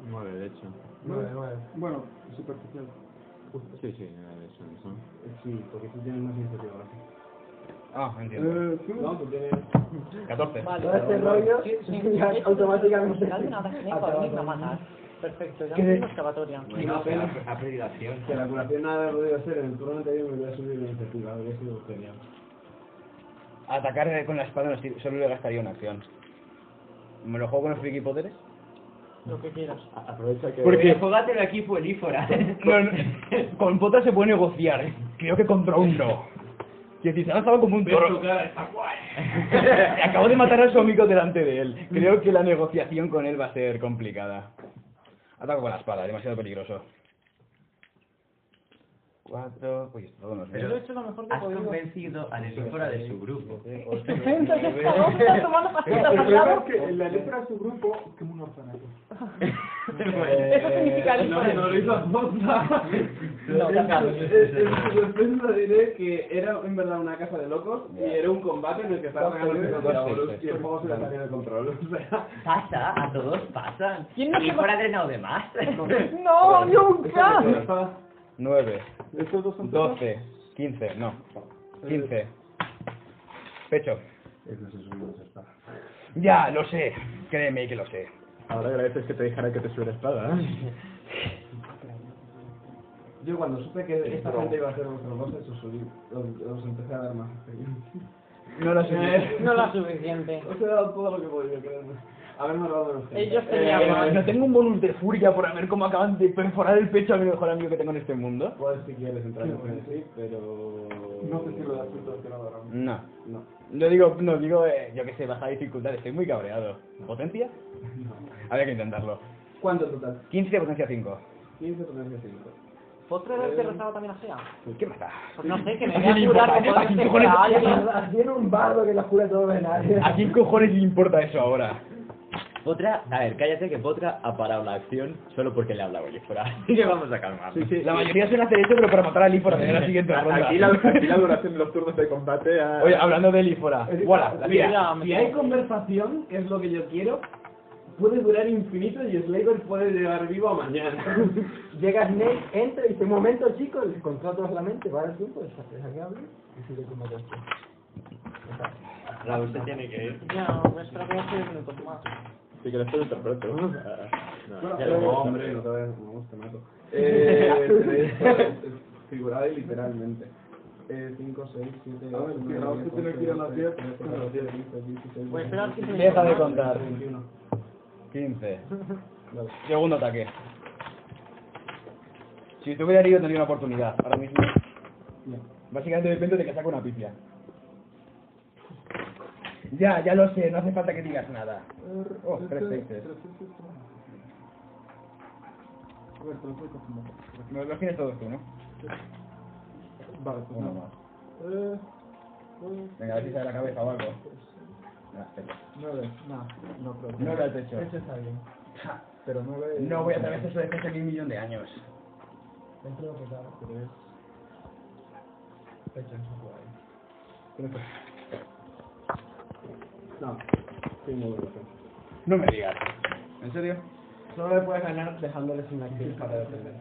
Nueve, de hecho. Nueve, Bueno, superficial. Sí, sí, nueve, de hecho. son. Sí, porque tú tienes más iniciativa ahora. Ah, entiendo. Eh, tú- No, tú tienes... 14. Todo este rollo ya automáticamente acabado. Perfecto, ya ¿Qué? no tengo excavatoria. Bueno, apenas. Ha perdido acción. Que la curación nada ha podido hacer en el turno anterior me hubiera subido la iniciativa, habría sido genial. Atacar eh, con la espada no sirve, solo le gastaría una acción. ¿Me lo juego con los friki poderes? Lo que quieras. Aprovecha que... Porque- Jugátelo aquí, Fuelífora. No, no, con Potra se puede negociar. ¿eh? Creo que contra un no. Y decir, se ha lanzado como un toro. Acabo de matar a su amigo delante de él. Creo que la negociación con él va a ser complicada. Ataco con la espada, demasiado peligroso. Cuatro... Uy, esto no es Yo he hecho lo mejor que he Has podido. convencido a Nelífora de su grupo. Estupendo, ya está, vamos a tomar la pastilla para El el lado. problema es que la letra de su grupo quemó un orfanato. Eso significa No, no lo hizo a posta. No, ya está. En su defensa diré que era en verdad una casa de locos y era un combate en el que estaban ganando los Dinosaurus y el juego se le salió de control. O sea, Pasa, a todos pasan. ¿Quién no y se por va- adrenado de más. ¡No, nunca! 9, 12, 15, no, 15. Pecho. Ya, lo sé, créeme que lo sé. Ahora agradeces que te dijera que te subiera espada. ¿eh? Yo cuando supe que esta Pero- gente iba a ser vuestros bosses, os, subí, os, os empecé a dar más experiencia. No la suficiente. No la suficiente. Os he dado todo lo que he podido, créeme. Haberme robado los Ellos tenían Eh, no tengo un bonus de furia por haber cómo acaban de perforar el pecho a mi mejor amigo que tengo en este mundo. Puedes si quieres entrar en frenesí, pero... No sé si lo das tú, que no lo harán. No. No. No digo, no digo, eh, yo que sé, baja dificultad, estoy muy cabreado. ¿Potencia? Había que intentarlo. ¿Cuánto total? 15 de potencia 5. 15 potencia 5. ¿Otro Eh, vez que rezaba también a Sea? ¿Qué más da? Pues no sé, que me ¿A voy a quién curar le importa? con este ¿A quién cojones- poder este a alguien. Tiene un bardo que la cura todo de nadie. ¿A quién cojones le importa eso ahora? Potra, a ver, cállate que Potra ha parado la acción solo porque le ha hablado Olifora. Así que vamos a calmarnos. La mayoría suele hacer esto, pero para matar a Lífora en la siguiente ronda. Aquí la, aquí la duración de los turnos de combate ha... Oye, hablando de Lífora. Eh, Voilà, la tía. Mira, me Si hay tengo- conversación, que es lo que yo quiero, puede durar infinito y Slayer puede llegar vivo a mañana. Llega Snake, entra y dice, un momento chicos, les contrato la mente, va el tiempo, deja que hable y sigue con la cuestión. La usted tiene que ir. Ya, pues creo que voy a hacer minutos más. Si quieres te lo interpreto. Bueno, No, pero- no, hombre, no te voy a no, te mato. Eh, figurada y literalmente. 5, 6, 7, A 8, ver, si Raúl se tiene que ir a las 10, a las 10. Voy a esperar que se Deja de contar. 15. Segundo ataque. Si estuviera herido tendría una oportunidad. Ahora mismo. Básicamente depende de que saque una pifia. Ya, ya lo sé, no hace falta que digas nada. Oh, Este, tres seises. A ver, te lo puedo confirmar. Me los tienes todos tú, ¿no? Vale, pues Uno no. más. Eh, voy- Venga, a ver si sale la cabeza o algo. Las tetas. Nueve, no, no creo. Nueve al techo. Ese está bien. Pero nueve... No voy a atravesar su defensa en un millón de años. Dentro de lo que cabe, pero es... Pecho en su cuadro. No, sí, muy bueno. No me digas. ¿En serio? Solo le puedes ganar dejándoles sin acción para defender.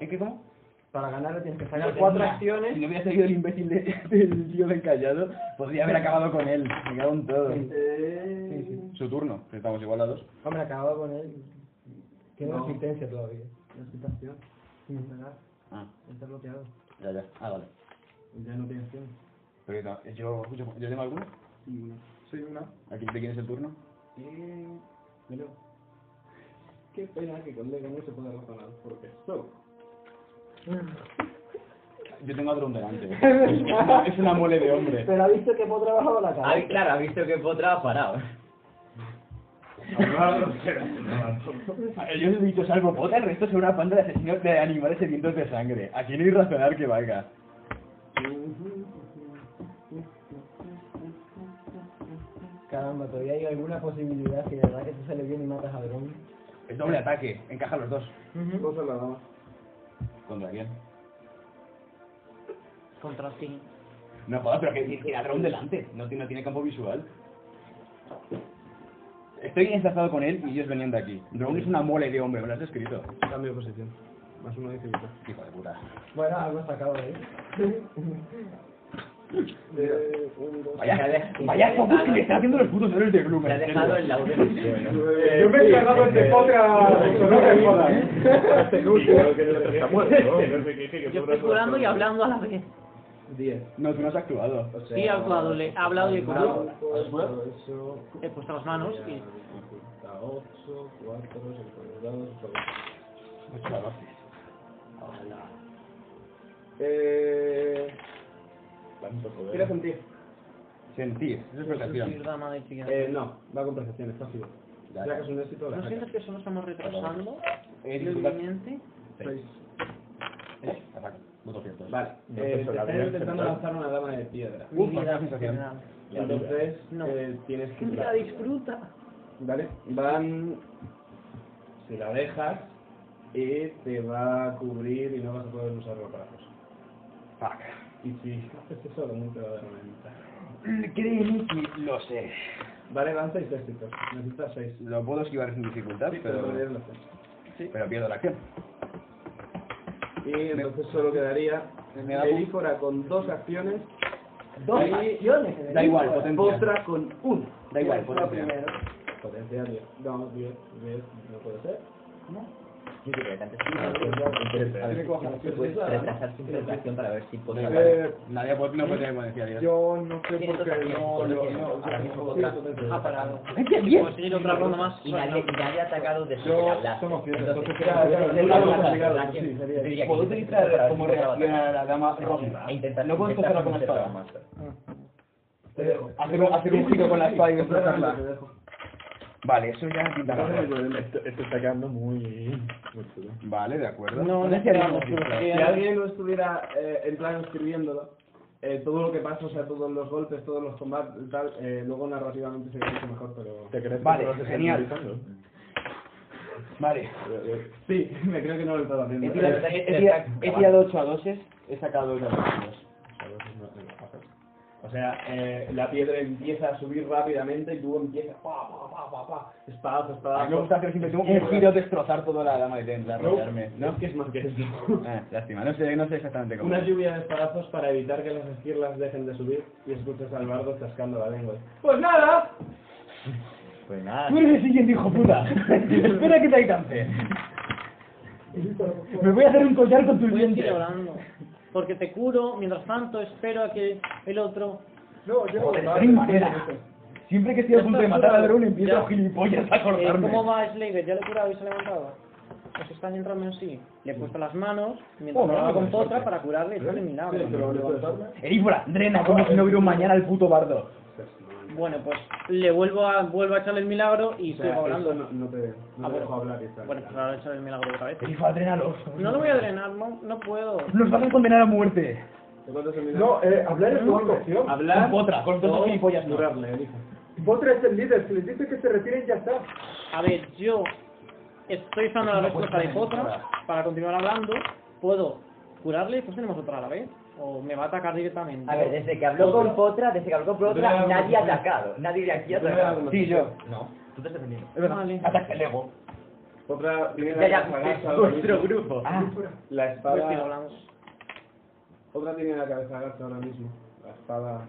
¿En qué cómo? Para ganarle tienes que sacar Mira, cuatro mira, acciones. Si no hubiera seguido el imbécil de- del tío del callado, podría haber acabado con él. Me cago en todo. Sí, sí. Su turno, que estamos igualados. Hombre, acabado con él. Tiene No. resistencia todavía. Necesitación. Sin pegar. Ah. Está bloqueado. Ya, ya. Ah, vale. Ya no tienes tiempo. Pero no, eh, yo, yo, yo tengo alguno. Ninguna. Soy una. ¿A quién te quieres el turno? Eh, pero... Qué pena que con Lega no se pueda razonar, porque solo... Yo tengo a Dron delante. es, una, es una mole de hombre. Pero ha visto que Potra ha bajado la Ah, cabeza. claro, ha visto que Potra ha parado. Ah, Yo les he dicho, salvo pota, el resto son una panda de asesinos de animales sedientos de sangre. Aquí no hay razonar que valga. Caramba, todavía hay alguna posibilidad si de verdad que te sale bien y matas a Drone. Es doble ataque, encaja los dos. Cosa la dama. ¿Contra quién? Contra ti. No jodas, pero que tiene ladrón delante, no tiene, no tiene campo visual. Estoy enlazado con él y ellos venían de aquí. Drone es una mole de hombre, me lo has descrito. Cambio de posición. Más uno de dificultad. Hijo de puta. Bueno, algo has sacado de ahí. Eh, un, dos, Vaya, dejado- vaya focus que le están haciendo los putos héroes de Gloom. Se ha en serio. dejado el laúd en el suelo. Yo me he encargado de potra... No me jodas. Este lucio que no está muerto. Yo estoy curando y hablando a la vez. diez. No, tú no has actuado. Sí, he actuado, le he hablado y he curado. ¿Has jugado? Eso... He puesto las manos y... Está 8, 4, 5 grados, Eh... ¿Quieres sentir? Sentir, eso es Soy percepción. dama de chiquillas. Eh, no, va con percepción, está fácil. Ya, que es un éxito, la ¿No sientes saca. que solo estamos retrasando Eh, el dificultad inminente? Seis. Eh, ataque. Voto cierto. Vale, eh, te están intentando lanzar una dama de piedra. Uf, Mi vida qué sensación. general. Entonces, No. eh, tienes que... La disfruta. Vale, van Si la dejas, y te va a cubrir y no vas a poder usar los brazos. Fuck. Y si haces eso, también te va a dar una ventaja. Créeme que lo sé. Vale, lanza y éxitos. Necesitas seis. Lo puedo esquivar sin dificultad, pero... pero pierdes la Pero pierdo la acción. Y entonces solo quedaría me da Melífora con dos acciones. Dos y acciones. Da igual, potencia. Potra con una. Da igual, Esa potencia. primero. Potencia 10. No, 10, 10, no puede ser. Yo creo que antes Ah, sí, claro, sí, pero- sí, a ver, sí, coja, sí, sí, puedes sí, sí, retrasar sí, sin sí, retracción para ver si puedes Eh, sacar. Nadie puede- no puede tener potencia, Dios. Yo no sé Tienes por otra qué acción, no, solo yo tienes no. ahora yo- mismo otra. sí, potencia. Ha parado. Pues seguir otra ronda más. Y nadie, y nadie ha atacado desde que Yo- hablaste. somos ciertos, Entonces, entonces, claro, claro, entonces, claro, la- claro, la- claro, sí, yo diría que Puedo intenta utilizar retrasar como sin reacción retrasar. a la dama roja. E intentar- No puedo intentar tocarla con la conservar espada. más. Te dejo. Hacer, un- hacer un giro con la espada y destrozarla. Vale, eso ya quita la Vale, bueno, Esto, esto está quedando muy... muy chulo. Vale, de No, acuerdo. no Potencia de esperamos, dificultad. pero Si alguien no estuviera eh, en plan escribiéndolo, eh, todo lo que pasa, o sea, todos los golpes, todos los combates y tal, eh, luego narrativamente sería mucho mejor, pero... ¿Te crees que Vale, lo vas a seguir genial. utilizando? Vale. Sí, me creo que no lo he estado haciendo. He tirado, Eh, he- he tirado- he tirado 8 a 2, he sacado 2 a 2. O sea, eh, la piedra empieza a subir rápidamente y tú empiezas... Pa, pa, pa, pa, pa, espadazo, A espadazo. mí me gusta hacer siempre un giro, destrozar toda la dama y tentar, No, rodearme. no es que es más que eso. Ah, lástima, no sé, no sé exactamente cómo. Una lluvia de espadazos para evitar que las esquirlas dejen de subir y escuchas al bardo chascando la lengua. ¡Pues nada! Pues nada. Tú eres el siguiente hijo puta. Espera que te alcance. Me voy a hacer un collar con tus Voy a seguir dientes. orando. Porque te curo, mientras tanto espero a que el otro... No, yo Joder, no. no hay manera. Siempre que estoy a punto de matar a Drone empiezo a gilipollas a Eh, cortarme. ¿Cómo va Slayer? ¿Ya le he curado y se ha levantado? Pues está entrando en sí. Le he puesto las manos, mientras Oh, hablaba no, con no, Potra no. para curarle y hacerle ¿Eh? milagro. Erífora, drena, como si no hubiera un mañana al puto bardo. Bueno, pues le vuelvo a, vuelvo a echarle el milagro y O sigo sea, hablando. eso no, no te, no Ah, te bueno. dejo hablar. y tal. Bueno, pues ahora echarle el milagro otra vez. Erífora, drénalo. No lo voy a drenar, no, no puedo. Nos vas a condenar a muerte. ¿Te cuentas el milagro? No, eh, hablar es tu única opción. Hablar... Con Potra, con todos o los gilipollas, no. curarle, elija. Potra es el líder, si les dice que se retiren ya está. A ver, yo estoy usando la respuesta de Potra para continuar hablando. Puedo curarle y pues tenemos otra a la vez. O me va a atacar directamente. A ver, desde que habló con Potra, desde que habló con Potra, nadie ha atacado. Nadie de aquí ha atacado. Sí, yo. No, tú te estás defendiendo. Es verdad. Vale. Ataque el ego. Otra, primera Ya, se ya, agacha, es vuestro grupo. Ah, La Pues espada... sí, hablamos. Otra tiene la cabeza agacha ahora mismo. La espada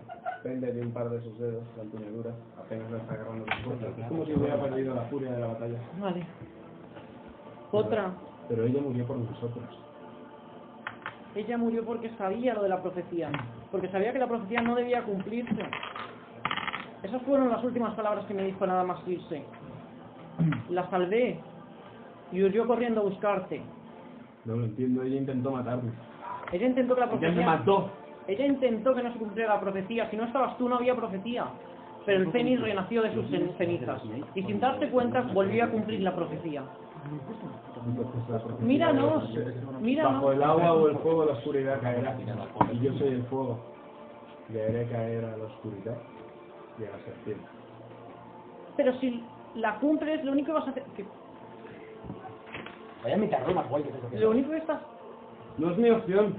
pende de un par de sus dedos, la empuñadura apenas la está agarrando con fuerza. Es como si hubiera perdido la furia de la batalla. Vale. Potra, Pero ella murió por nosotros. ella murió porque sabía lo de la profecía. Porque sabía que la profecía no debía cumplirse. Esas fueron las últimas palabras que me dijo nada más irse. La salvé y huyó corriendo a buscarte. No lo entiendo, ella intentó matarme. Ella intentó que la Ella profecía... me mató. Ella intentó que no se cumpliera la profecía. Si no estabas tú, no había profecía. Pero el Fénix renació de sus cen- cenizas. Y sin darte cuenta, volvió a cumplir la profecía. Entonces, la profecía Míranos, de Dios. míranos. Bajo el agua o el fuego, la oscuridad caerá. Y yo soy el fuego. Le haré caer a la oscuridad y a la serpiente. Pero si la cumples, lo único que vas a hacer... que- vaya mitad roma, guay, que es eso que lo único que estás... No es mi opción.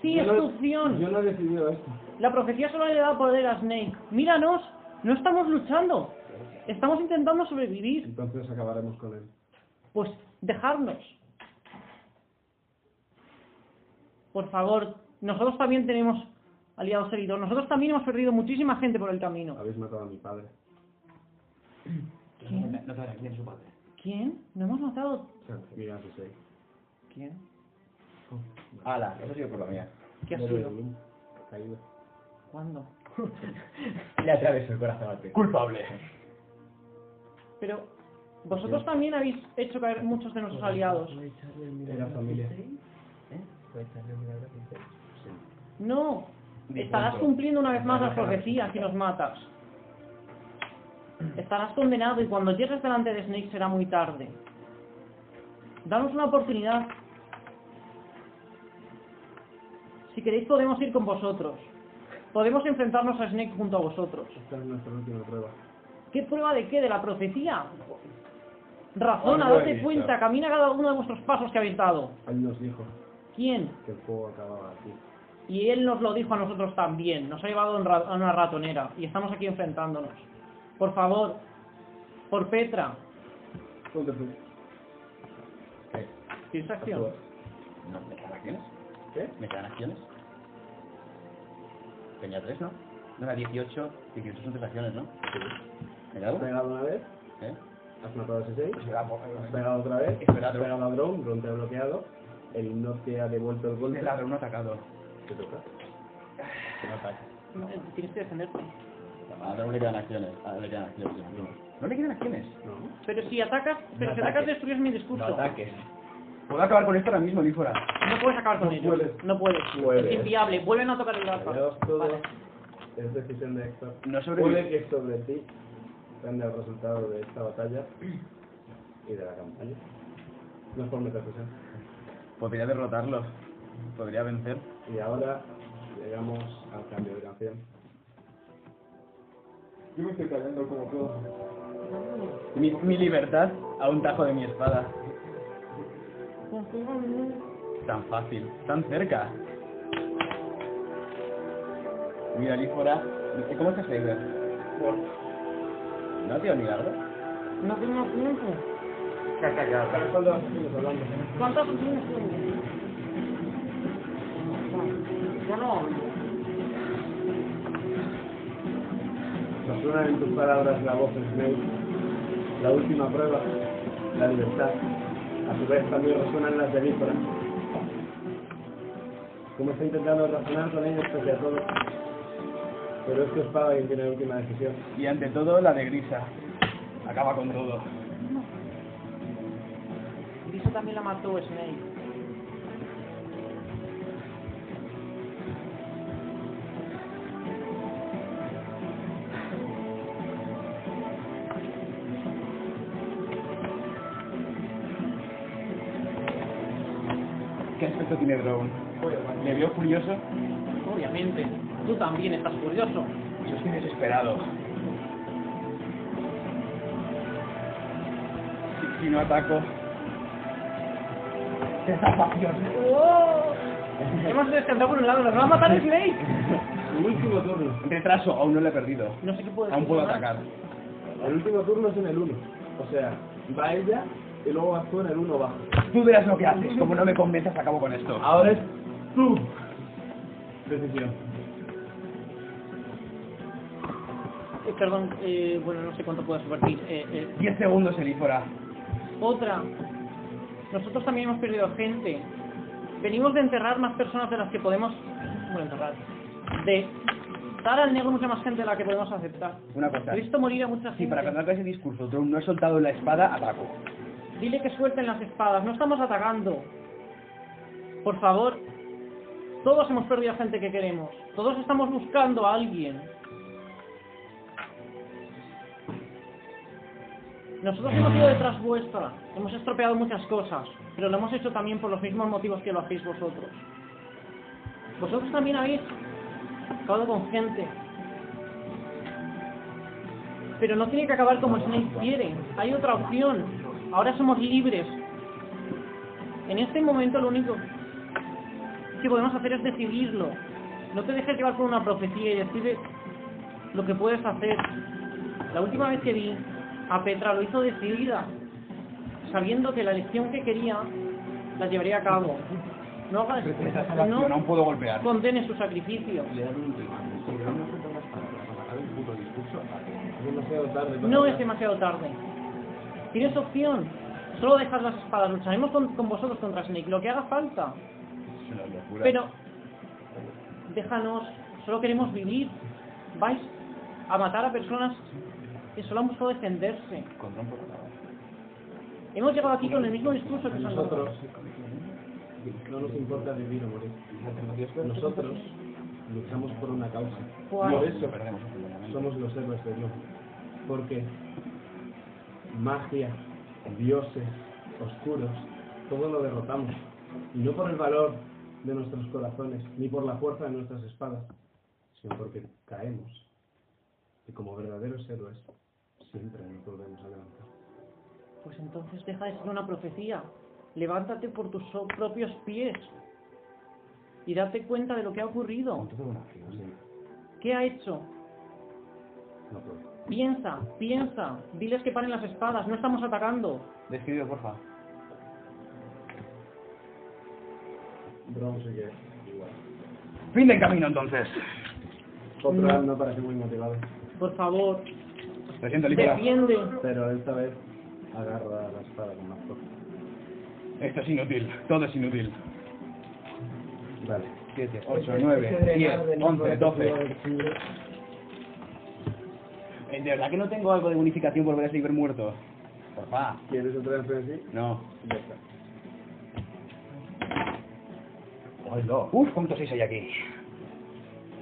Sí, Yo es no- tu opción. Yo no he decidido esto. La profecía solo le da poder a Snake. Míranos, no estamos luchando. Estamos intentando sobrevivir. Entonces acabaremos con él. Pues dejarnos. Por favor, nosotros también tenemos aliados heridos. Nosotros también hemos perdido muchísima gente por el camino. Habéis matado a mi padre. ¿Quién? No sabrá quién es su padre. ¿Quién? ¿No hemos matado? Mira, sí, sí. ¿Quién? Ala, eso ha sido culpa mía. ¿Qué ha Oh, No sido? lo vi. Caído. ¿Cuándo? Le atravesó el corazón al pecho. Culpable. Pero vosotros también habéis hecho caer muchos de nuestros aliados. Era familia. No. Estarás cumpliendo una vez más las profecías si nos matas. Estarás condenado y cuando llegues delante de Snake será muy tarde. Danos una oportunidad. Si queréis podemos ir con vosotros. Podemos enfrentarnos a Snake junto a vosotros. Esta es nuestra última prueba. ¿Qué prueba de qué? ¿De la profecía? Razona, Algo he date visto. cuenta, camina cada uno de vuestros pasos que habéis dado. Ahí nos dijo ¿Quién? que el fuego acababa aquí. Y él nos lo dijo a nosotros también. Nos ha llevado a un ra- a una ratonera y estamos aquí enfrentándonos. Por favor, por Petra. ¿Tienes acción? No, ¿me quedan acciones? ¿Qué? ¿Me quedan acciones? Tenía tres, ¿no? No era 18, 18 son tres acciones, ¿no? ¿Me Has cago? pegado una vez, ¿Eh? has matado a ese 6, has pegado otra vez, has pegado a Drone, Drone te ha bloqueado, el no te ha devuelto el golpe. El ladrón ha atacado. Te toca. Que no ataque. No, eh, Tienes que defenderte. A Drone le quedan acciones. A le quedan acciones. sí, no. ¿No le quedan acciones? No. Pero si atacas, pero si atacas ataques. destruyes mi discurso. No ataques. Puedo acabar con esto ahora mismo, Lífora. No puedes acabar con ellos. No puedes. Puedes. Es inviable. Vuelven a tocar el arpa. Vale. Es decisión de Héctor. No Puede que sobre ti depende el resultado de esta batalla y de la campaña. No es por metafusión. Podría derrotarlo. Podría vencer. Y ahora llegamos al cambio de canción. Yo me estoy cayendo como todo. Mi, mi libertad a un tajo de mi espada. Tan fácil, tan cerca. Mira, Lífora. ¿Cómo estás, Leiber? ¿No te olvidado? No tengo tiempo. ¿Cuántas tienes tú? Yo no hablo. Resuena en tus palabras la voz de Snake, la última prueba, la libertad. A su vez también resuenan las de Víctora. Como está intentando razonar con ellos pese a todo, pero es tu espada quien tiene la última decisión. Y ante todo, la de Grisa. Acaba con todo. Lisa también la mató Snake. ¿Qué aspecto tiene Drone? ¿Le vio furioso? Obviamente. Tú también estás curioso. Yo estoy desesperado. Si- Si no ataco... Esa pasión. Oh. Hemos descansado por un lado. ¡Nos va a matar Snake! El último turno. Este Retraso, aún no lo he perdido. No sé qué puedo Aún decir puedo más. atacar. El último turno es en el 1. O sea, va ella y luego vas tú en el 1 bajo. Tú verás lo que haces. Como no me convenzas, acabo con esto. Ahora es tú. Decisión. Eh, perdón, eh, bueno, no sé cuánto puedo subvertir. Eh, eh, 10 segundos, Elífora. Otra. Nosotros también hemos perdido gente. Venimos de enterrar más personas de las que podemos... Bueno, enterrar. De dar al negro mucha más gente de la que podemos aceptar. Una cosa. He visto morir a mucha gente. Si para cantar con ese discurso Trump no he soltado la espada, ataco. Dile que suelten las espadas. No estamos atacando. Por favor. Todos hemos perdido a gente que queremos. Todos estamos buscando a alguien. Nosotros hemos ido detrás vuestra. Hemos estropeado muchas cosas. Pero lo hemos hecho también por los mismos motivos que lo hacéis vosotros. Vosotros también habéis acabado con gente. Pero no tiene que acabar como Snake quiere. Hay otra opción. Ahora somos libres. En este momento lo único que podemos hacer es decidirlo. No te dejes llevar por una profecía y decide lo que puedes hacer. La última vez que vi a Petra lo hizo decidida, sabiendo que la elección que quería la llevaría a cabo. No hagas, Yo no no puedo golpear. condene su sacrificio. No es demasiado tarde. Tienes opción. Solo dejas las espadas. Lucharemos con, con vosotros contra Snake. Lo que haga falta. Es una locura. Pero... Déjanos. Solo queremos vivir. Vais a matar a personas que solo han buscado defenderse. Con Trump puedo acabar. Hemos llegado aquí con el mismo discurso que Nosotros no nos importa vivir o morir. Nosotros luchamos por una causa. ¿Cuál? Por eso somos los héroes de Dios. Porque magia, dioses, oscuros, todo lo derrotamos. Y no por el valor de nuestros corazones, ni por la fuerza de nuestras espadas, sino porque caemos. Y como verdaderos héroes, siempre nos volvemos a levantar. Pues entonces deja de ser una profecía. Levántate por tus so- propios pies y date cuenta de lo que ha ocurrido. ¿Qué ha hecho? Piensa, piensa. Diles que paren las espadas. No estamos atacando. Describe, porfa. Bronce que igual. Fin del camino, entonces. Contra Mm. no parece muy motivado. Por favor. Lo siento, Nicolás. Defiende. Pero esta vez agarra la espada con más fuerza. Esto es inútil. Todo es inútil. Vale. 7, 8, 9, 10, 11, 12. Eh, De verdad que no tengo algo de bonificación por ver a ese muerto. Porfa. ¿Quieres otra vez así? No. Ya está. Uf, ¿cuántos 6 hay aquí?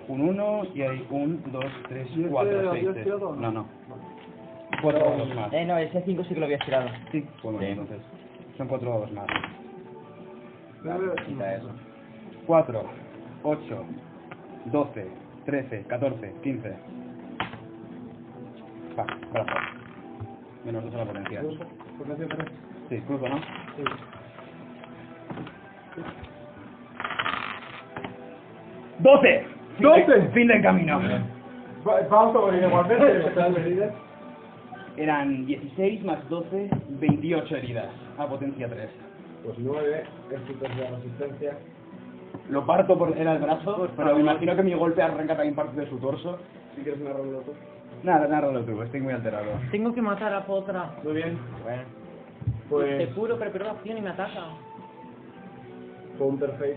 Un 1 y hay un 2, 3, 4, 6. No, no. Cuatro dados más. Eh, no, ese 5 sí que lo había tirado. Sí, bueno, entonces. Son 4 dados más. Quita eso. 4, 8, 12, 13, 14, 15. Va, brazo. Menos 2 a la potencia. Sí, cruzo, ¿no? Sí. ¡12! ¡12! Fin del camino. Vamos a morir igualmente. Eran 16 más 12, 28 heridas a potencia 3. Pues 9 es tu tercera resistencia. Lo parto por era el brazo, pero me imagino que mi golpe arranca también parte de su torso. Si quieres narrarlo tú. Nada, narralo tú, estoy muy alterado. Tengo que matar a Potra. Muy bien. Te Pues juro, pero pero acción y me ataca. Counterface,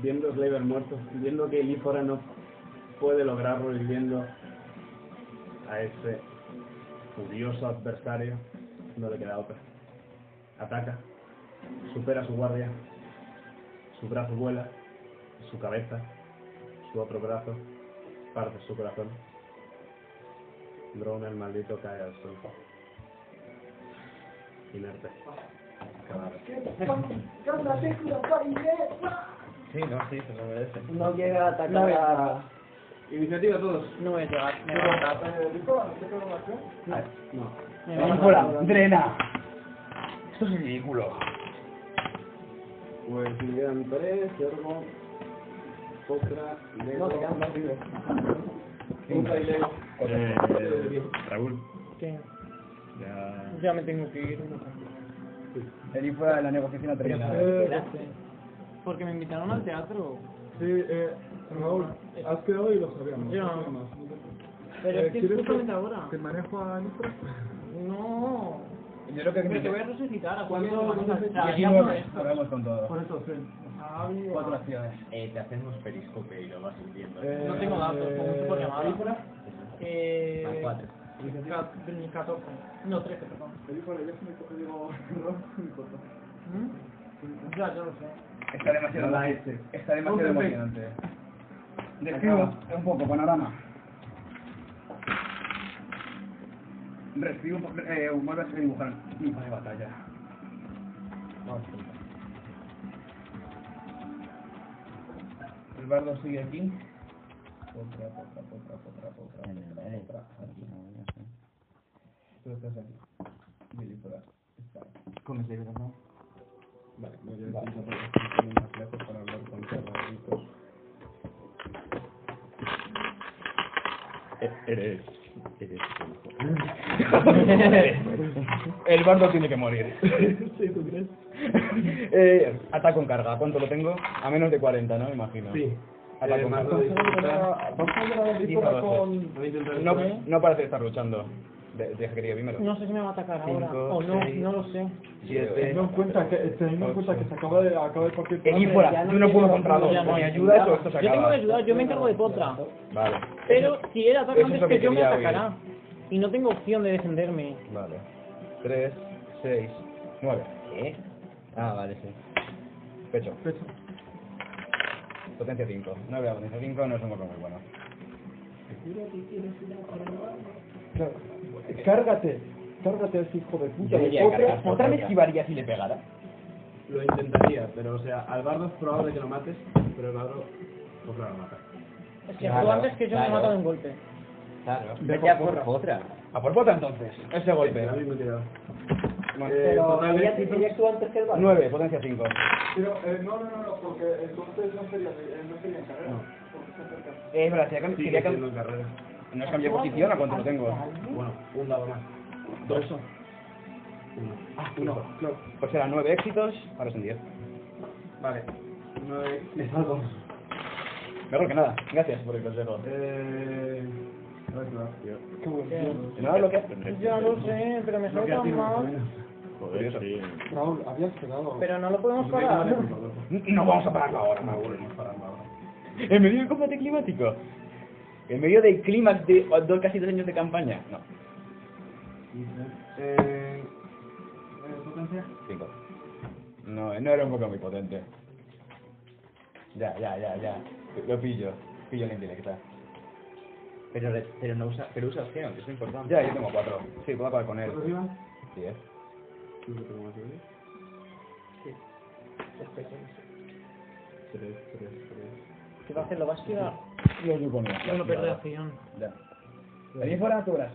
viendo a Slaver muerto, viendo que Elif ahora no puede lograrlo y viendo a ese furioso adversario, no le queda otra. Ataca, supera a su guardia, su brazo vuela, su cabeza, su otro brazo, parte su corazón. Drone el maldito cae al suelo. Inerte. Cadáver. Sí, no, sí, se lo merece. No llega a atacar No voy a a- Iniciativa todos. No voy a llegar, me voy a matar. No. Me voy a matar. Fuera, drena. Esto es ridículo. Pues me quedan tres, Yorgo, Potra, Lego. No, te quedan más libres. Potra y Lego. Eh, Raúl, ¿Qué? ya. Ya me tengo que ir. Eli fuera de la negociación a Eh, Porque me invitaron al teatro. Sí, eh, Raúl, has quedado y lo sabíamos. Ya. no sabemos. Pero Eh, es que es ¿quieres justamente ahora. ¿Te manejo a Nitra? No. Yo creo que Pero te voy a resucitar. ¿a ¿Cuánto? cuánto vamos a- Ah, ya por 19, esto. acabamos con todo. Por eso, sí. Cuatro acciones. Eh, te hacemos periscope y lo vas sintiendo. Eh. No tengo datos, como tipo llamada. Más Eh. cuatro. ca- 14. No, 13, perdón. ¿Mm? Ya, yo lo sé. Está demasiado, está demasiado emocionante. Describo un poco, panorama. Reescribo, eh, vuelve a dibujar mi hoja de batalla. El bardo sigue aquí. Otra, otra, otra, otra, otra, otra, otra. Tú estás aquí. Billy por ahí. Está. ¿Cómo se llama? Vale, no, yo necesito poner más lejos para hablar con los hermanitos. Eh, Eres. Eres. El bardo tiene que morir. Eh, ataco en carga. ¿Cuánto lo tengo? A menos de 40, ¿no? Me Imagino. Sí. Ataco Eh, en más carga. de dificultad. Vamos a llegar a Diez Víctora a doce. con- Voy a intentar No, esto, ¿eh? no parece estar luchando. De- Deja que diga, dímelo. No sé si me va a atacar ahora. Cinco, O no, seis. no lo sé. Siete. Teniendo en cuenta que, teniendo en cuenta que se acaba de, acaba de partir. Elí fuera. Yo no puedo contra dos. Ya O no me hay ayudas nada. o esto se Yo tengo que acaba. ayudar, yo me encargo de potra. Vale. Pero si él ataca eso es antes lo que que yo me quería oír. atacará. Y no tengo opción de defenderme. Vale. 3, 6, 9. ¿Qué? Ah, vale, sí. Pecho. Potencia 5. 9 a potencia 5 no es un golpe muy bueno. Cárgate, cárgate a ese hijo de puta. ¿Otra, ¿Otra me esquivaría si le pegara? Lo intentaría, pero o sea, al bardo es probable que lo mates, pero el bardo, pues claro, lo mata. Es que Claro, tú antes que yo me claro. mato de un golpe. Claro. Vete a por otra. A por otra entonces. Ese golpe. Eh, Pero ella, ella actúa antes que el barco. 9, potencia 5. Pero, eh, no, no, no, no, porque entonces no sería, eh, no sería en carrera. Porque se acerca. Eh, es verdad, quería cam- quería cam- No es cambiar posición, ¿a cuánto lo tengo? Bueno, un dado más. Dos. Ah, uno. No. Pues eran nueve éxitos, ahora son diez. Vale. Nueve. Me salgo. Mejor que nada. Gracias por el consejo. Eh... Qué bueno. ¿No lo que Ya lo sé, pero me Lo que suena tan hacía mal. pues, Curioso. Raúl, habías quedado. Pero no lo podemos parar. No vamos a pararlo ahora, no volvemos a pararlo ahora. En medio del combate climático. En medio del clima de dos, casi dos años de campaña. No. Eh, ¿Potencia? Cinco. No, no era un poco muy potente. Ya, ya, ya, ya. Lo pillo. Pillo la indirecta. Pero, le- pero, no usa, pero usa opción, que es lo importante. Ya, yo tengo cuatro. Sí, puedo acabar con él. ¿eh? ¿Cuatro Diez. Tres, tres, tres. ¿Qué va a hacer? ¿Lo vas a tirar? Yo yo con él. No, no perdí acción. Ya. Venís fuera, tú verás.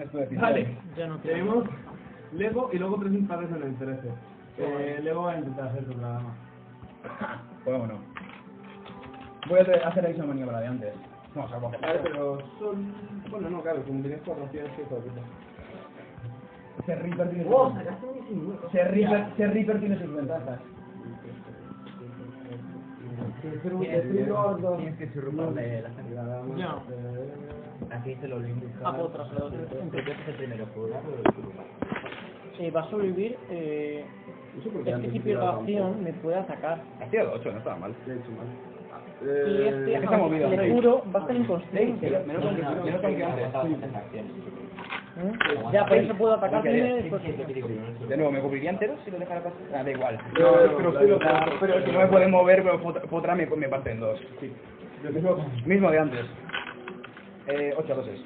Es tu decisión. Vale. Ya no tiene. Tenemos Lego y luego tres disparos en el 13. Eh, Lego va a intentar hacer su programa. Podemos no. Pues Voy a hacer- hacer la misma maniobra de antes. No, o sea, vamos a Vale, pero son... Bueno, no, claro, como tienes cuatro pues, tienes que cuatro. Se Reaper tiene sus Oh, ventajas. sacaste un 19. Ser Reaper, ser Reaper tiene sus ventajas. Pero un destrido, dos. Tienes que churruparle la sangre. Ya. Aquí se lo limpio. Ah, otra, se lo doy. Creo que este es el primero juego. Eh, va a sobrevivir. Eh... Es que si antes pierdo tiraba acción me puede atacar. Hacía 8, no estaba mal. Eh, Y este, está movido. le juro, va a estar inconsciente. Menos aunque- menos aunque antes. ¿Eh? Ya, por eso puedo atacar primero y después... De nuevo, ¿me cubriría entero si lo dejara pasar? Ah, da igual. No, pero sí lo Ah, puedo. pero si no me puede mover, pero pot- potra me, me parte en dos. Mismo de antes. Eh, 8 doses.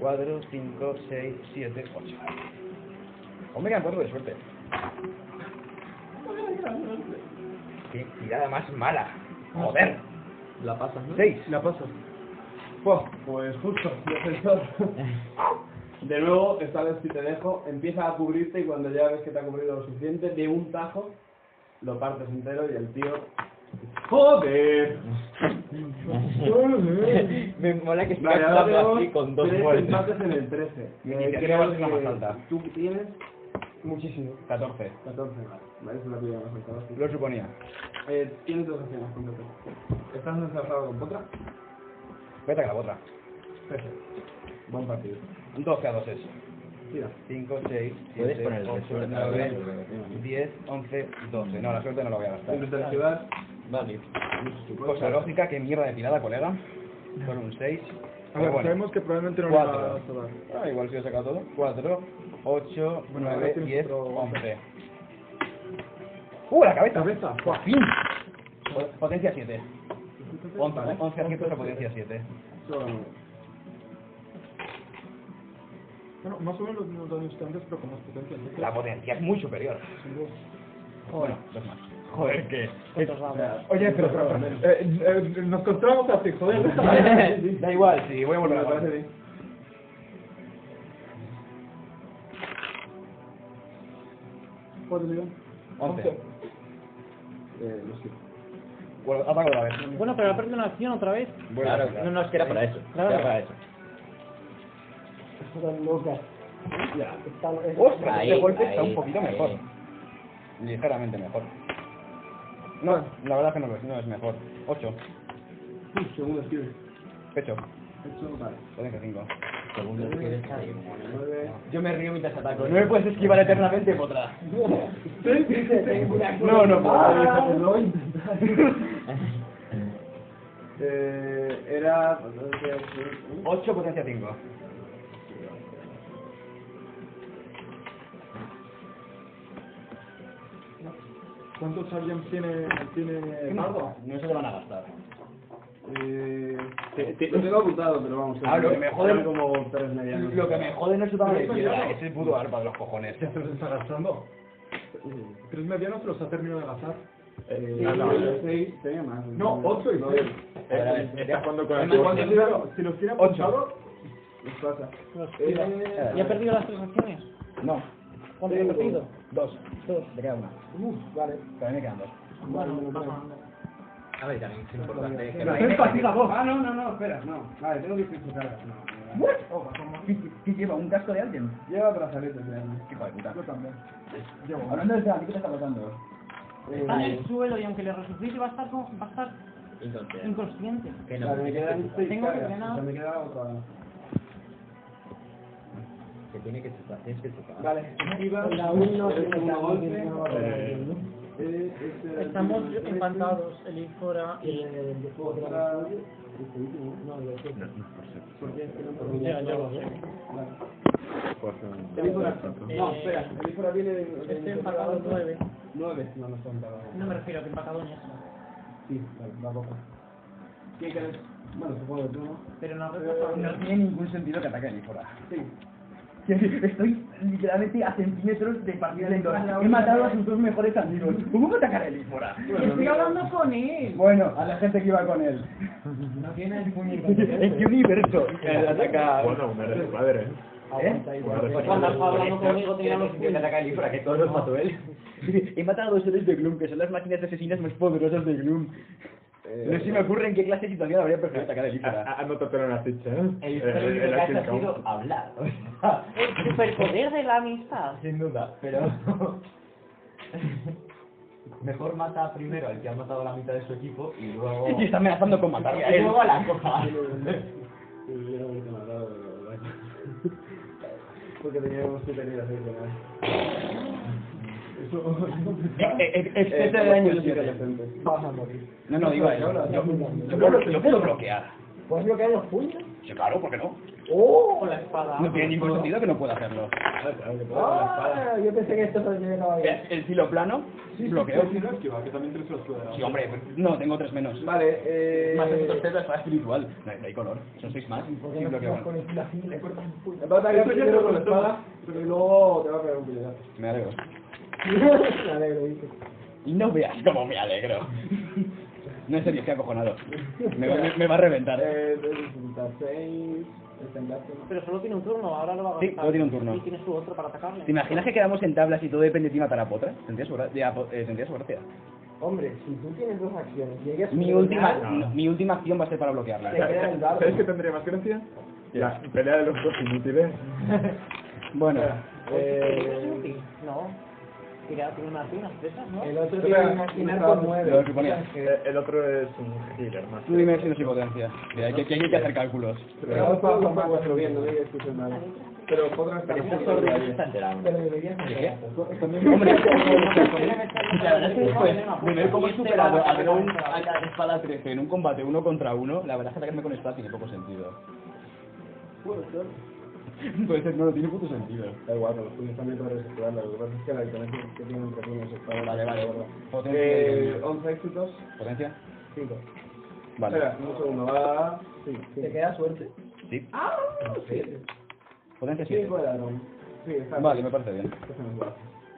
4, 5, 6, 7, 8. Hombre, quedan 4 de suerte. Qué tirada más mala. Joder. La pasas, ¿no? 6. La pasas. Pues justo, defensor. De nuevo, esta vez si te dejo, empieza a cubrirte y cuando ya ves que te ha cubrido lo suficiente, de un tajo, lo partes entero y el tío... ¡Joder! Me mola que esté Vale, actuando ahora tenemos así con dos tres muertes. empates en el 13. Mi Eh, iniciativa creo va a ser la que más alta. Tú tienes Muchísimo. 14. 14, vale. Vale, esa es la tuya más alta. ¿vale? Lo suponía. Eh, tienes dos acciones, cómprate. ¿Estás encerrado con Potra? Vete a la otra. Buen partido. 12 a 2 es. Tira. 5, 6, Puedes 7, poner el 8, resto, 9, ¿no? 10, 11, 12. No, la suerte no la voy a Intentar gastar. esquivar. Vale. Cosa lógica, qué mierda de tirada, colega. Con un 6. A ver, sabemos que probablemente no le va a Cuatro. salvar. Ah, igual si he sacado todo. 4, 8, Bueno, ahora 9, tienes 10, otro golpe. 11. ¡Uh, la cabeza! Cabeza, ¡Por fin! Po- Potencia 7. 11 ¿eh? aciertos a potencia 7. Bueno, más o menos los mismos daños que antes, pero con más potencia. ¿no? La potencia es muy superior. Son dos. Bueno, dos más. Joder, que... ¿Cuántos dados? Oye, pero, pero, eh, eh, nos encontramos así, joder. da igual, sí, voy a volver a Me parece la bien. ¿Cuánto le 11. Eh, lo siento. Bueno, apago la vez. Bueno, pero ha perdido una acción otra vez. Bueno, Claro, no, no, es que era para eso. Claro. Era para eso. Están locas. Están- es- Ostras, Ahí, este golpe está ahí, un poquito ahí. mejor. Ligeramente mejor. No, la verdad que no lo es, no es mejor. 8. Sí, segundo esquive. Pecho. Hecho, vale. Potencia 5. Segundo, que eres ahí. Nueve. Yo me río mientras ataco. No me puedes esquivar eternamente, potra. No, no, Ah, potra. lo voy a intentar. Eh, era... 8, potencia 5. ¿Cuántos Sargent tiene, tiene Bardo? No se le van a gastar. Eh, te- te- lo tengo apuntado, pero vamos. Ah, lo que me jode- eran como tres medianos. Lo que me jode no es su tamaño de Pero piedra, claro. es el puto arpa de los cojones. Ya se los está gastando. Tres medianos los ha terminado de gastar. Eh, no, no, pero no. seis, tenía más. No, ocho y No, seis. eh, Está jugando con el Además, cuando Borja. tira- Si los tira Ocho. puntados, les pasa. Eh, ¿Y ha perdido las tres acciones? No. ¿Cuánto ha perdido? Dos. Dos. Me queda una. vale. También me quedan dos. Bueno, A ver, también es importante. que Pero no hay ten gente partida que- vos. Ah, no, no, no, espera, no. Vale, tengo 18 cargas. No, ¿What? ¿Qué lleva? ¿Un casco de alguien? Lleva brazaletes de arma. Hijo de puta. Yo también. Llevo uno. Hablando de Zidane, ¿qué te está pasando? Eh, Está en el suelo y aunque le resucite va a estar, como- va a estar inconsciente. o sea, me quedan seis Tengo que cargas, o sea, drenar. me queda otra. Que tiene que chupar, tienes que chupar. Vale, esquiva, La uno, el segundo golpe. Eh, Eh, este, Estamos el trece, encantados, Elífora y... otra, este último, no, el otro. Porque es que no me- Ya, ya Pues lo Vale. Elífora- No, espera, Eh, Elífora viene de... Estoy empatado 9. 9, no, no está empatado. No me refiero a que empatado en eso. Sí, vale, la boca. ¿Quién querés? Bueno, supongo que tú, ¿no? Pero no has Eh, repasado. No tiene ningún sentido que ataque a Nífora. Sí. Estoy literalmente a centímetros de partir del A la Endor. He una. matado a sus dos mejores amigos. ¿Cómo voy a atacar a Elífora? Estoy hablando con él. Bueno, a la gente que iba con él. No tiene ningún ¿En qué universo? Él ataca. Bueno, me eres tu padre, ¿eh? ¿Eh? Cuando estaba hablando Esto, conmigo tenía los que ataca a Elífora, que todos los mató él. He matado a dos seres de Gloom, que son las máquinas asesinas más poderosas de Gloom. Eh, No se me ocurre en qué clase de situación habría preferido atacar a Elífora. Anótatelo en la ficha, ¿eh? El- El el- único el que has Action ha sido Count. hablar. El superpoder de la amistad. Sin duda, pero... Mejor mata primero al que ha matado a la mitad de su equipo y luego... Y está amenazando con Eh, matarle a Y él. luego a la coja. Hubiera vuelto matado, la verdad. Porque teníamos que tener así que nada. Eso. Eh, eh, Este Exceso de daño siete. Vas a morir. No, no, iba eh, a eso. Yo, yo puedo, yo puedo bloquear. ¿Puedes bloquear los puños? Sí, claro, ¿por qué no? ¡Oh! Con la espada. No tiene ningún sentido que no pueda hacerlo. Ah, yo pensé que esto se llegaba bien. Eh, El filo plano, bloqueo. Sí, hombre, no, tengo tres menos. Vale, eh. Más el tercero la espada espiritual. No, no hay color. Son seis más. ¿Por Sí, qué no bloqueo. juegas con el filafín y le cortas el puño? Va a atacar primero con la espada, pero luego te va a pegar un puñetazo. Me alegro. Me alegro, dice. Y no veas cómo me alegro. No, en serio, estoy acojonado. Me va, me- me va a reventar. Eh, debes juntar seis. Está en gasto. Pero solo tiene un turno, ahora lo va a Sí, gastar. solo tiene un turno. Y tiene su otro para atacarle. ¿Te imaginas que quedamos en tablas y todo depende de ti matar a Potra? Tendría su, gra- de apo- eh, tendría su gracia. Hombre, si tú tienes dos acciones, llegas Mi última, Ah, mi última acción va a ser para bloquearla. Te queda el dardo. ¿Sabes qué tendría más gracia? La pelea de los dos inútiles. Bueno, ¿Eres Eh. útil? No. Tira, tiene unas unas pesas, ¿no? El otro tiene una acción con lo nueve. que ponía. Eh, El otro es un healer más. Tú dime si no soy potencia. Mira, que, que hay que hacer cálculos. Pero no puedo tomar cuatro viendo, no hay que escuchar nada. Pero podrás estar está enterado. Pero deberías qué? Pues También Hombre, la verdad es que después de pues, ver cómo he Pues, Este este superado a Drone a la espada 13 en un combate uno contra uno, la verdad es que atacarme con espada tiene poco sentido. Puede ser, no, no tiene puto sentido. Da igual, con los puños también podrás esquivarla. Lo que pasa es que la diferencia que tiene entre puños está Vale, vale. Potencia. Eh, 11 éxitos, ¿Potencia? 5. Vale. Espera, un segundo, va. Sí, Te sí. queda suerte. Sí. Siete. Potencia 7. Cinco de ladrón. Sí, está Vale, me parece bien. bien. Eso no es guapo.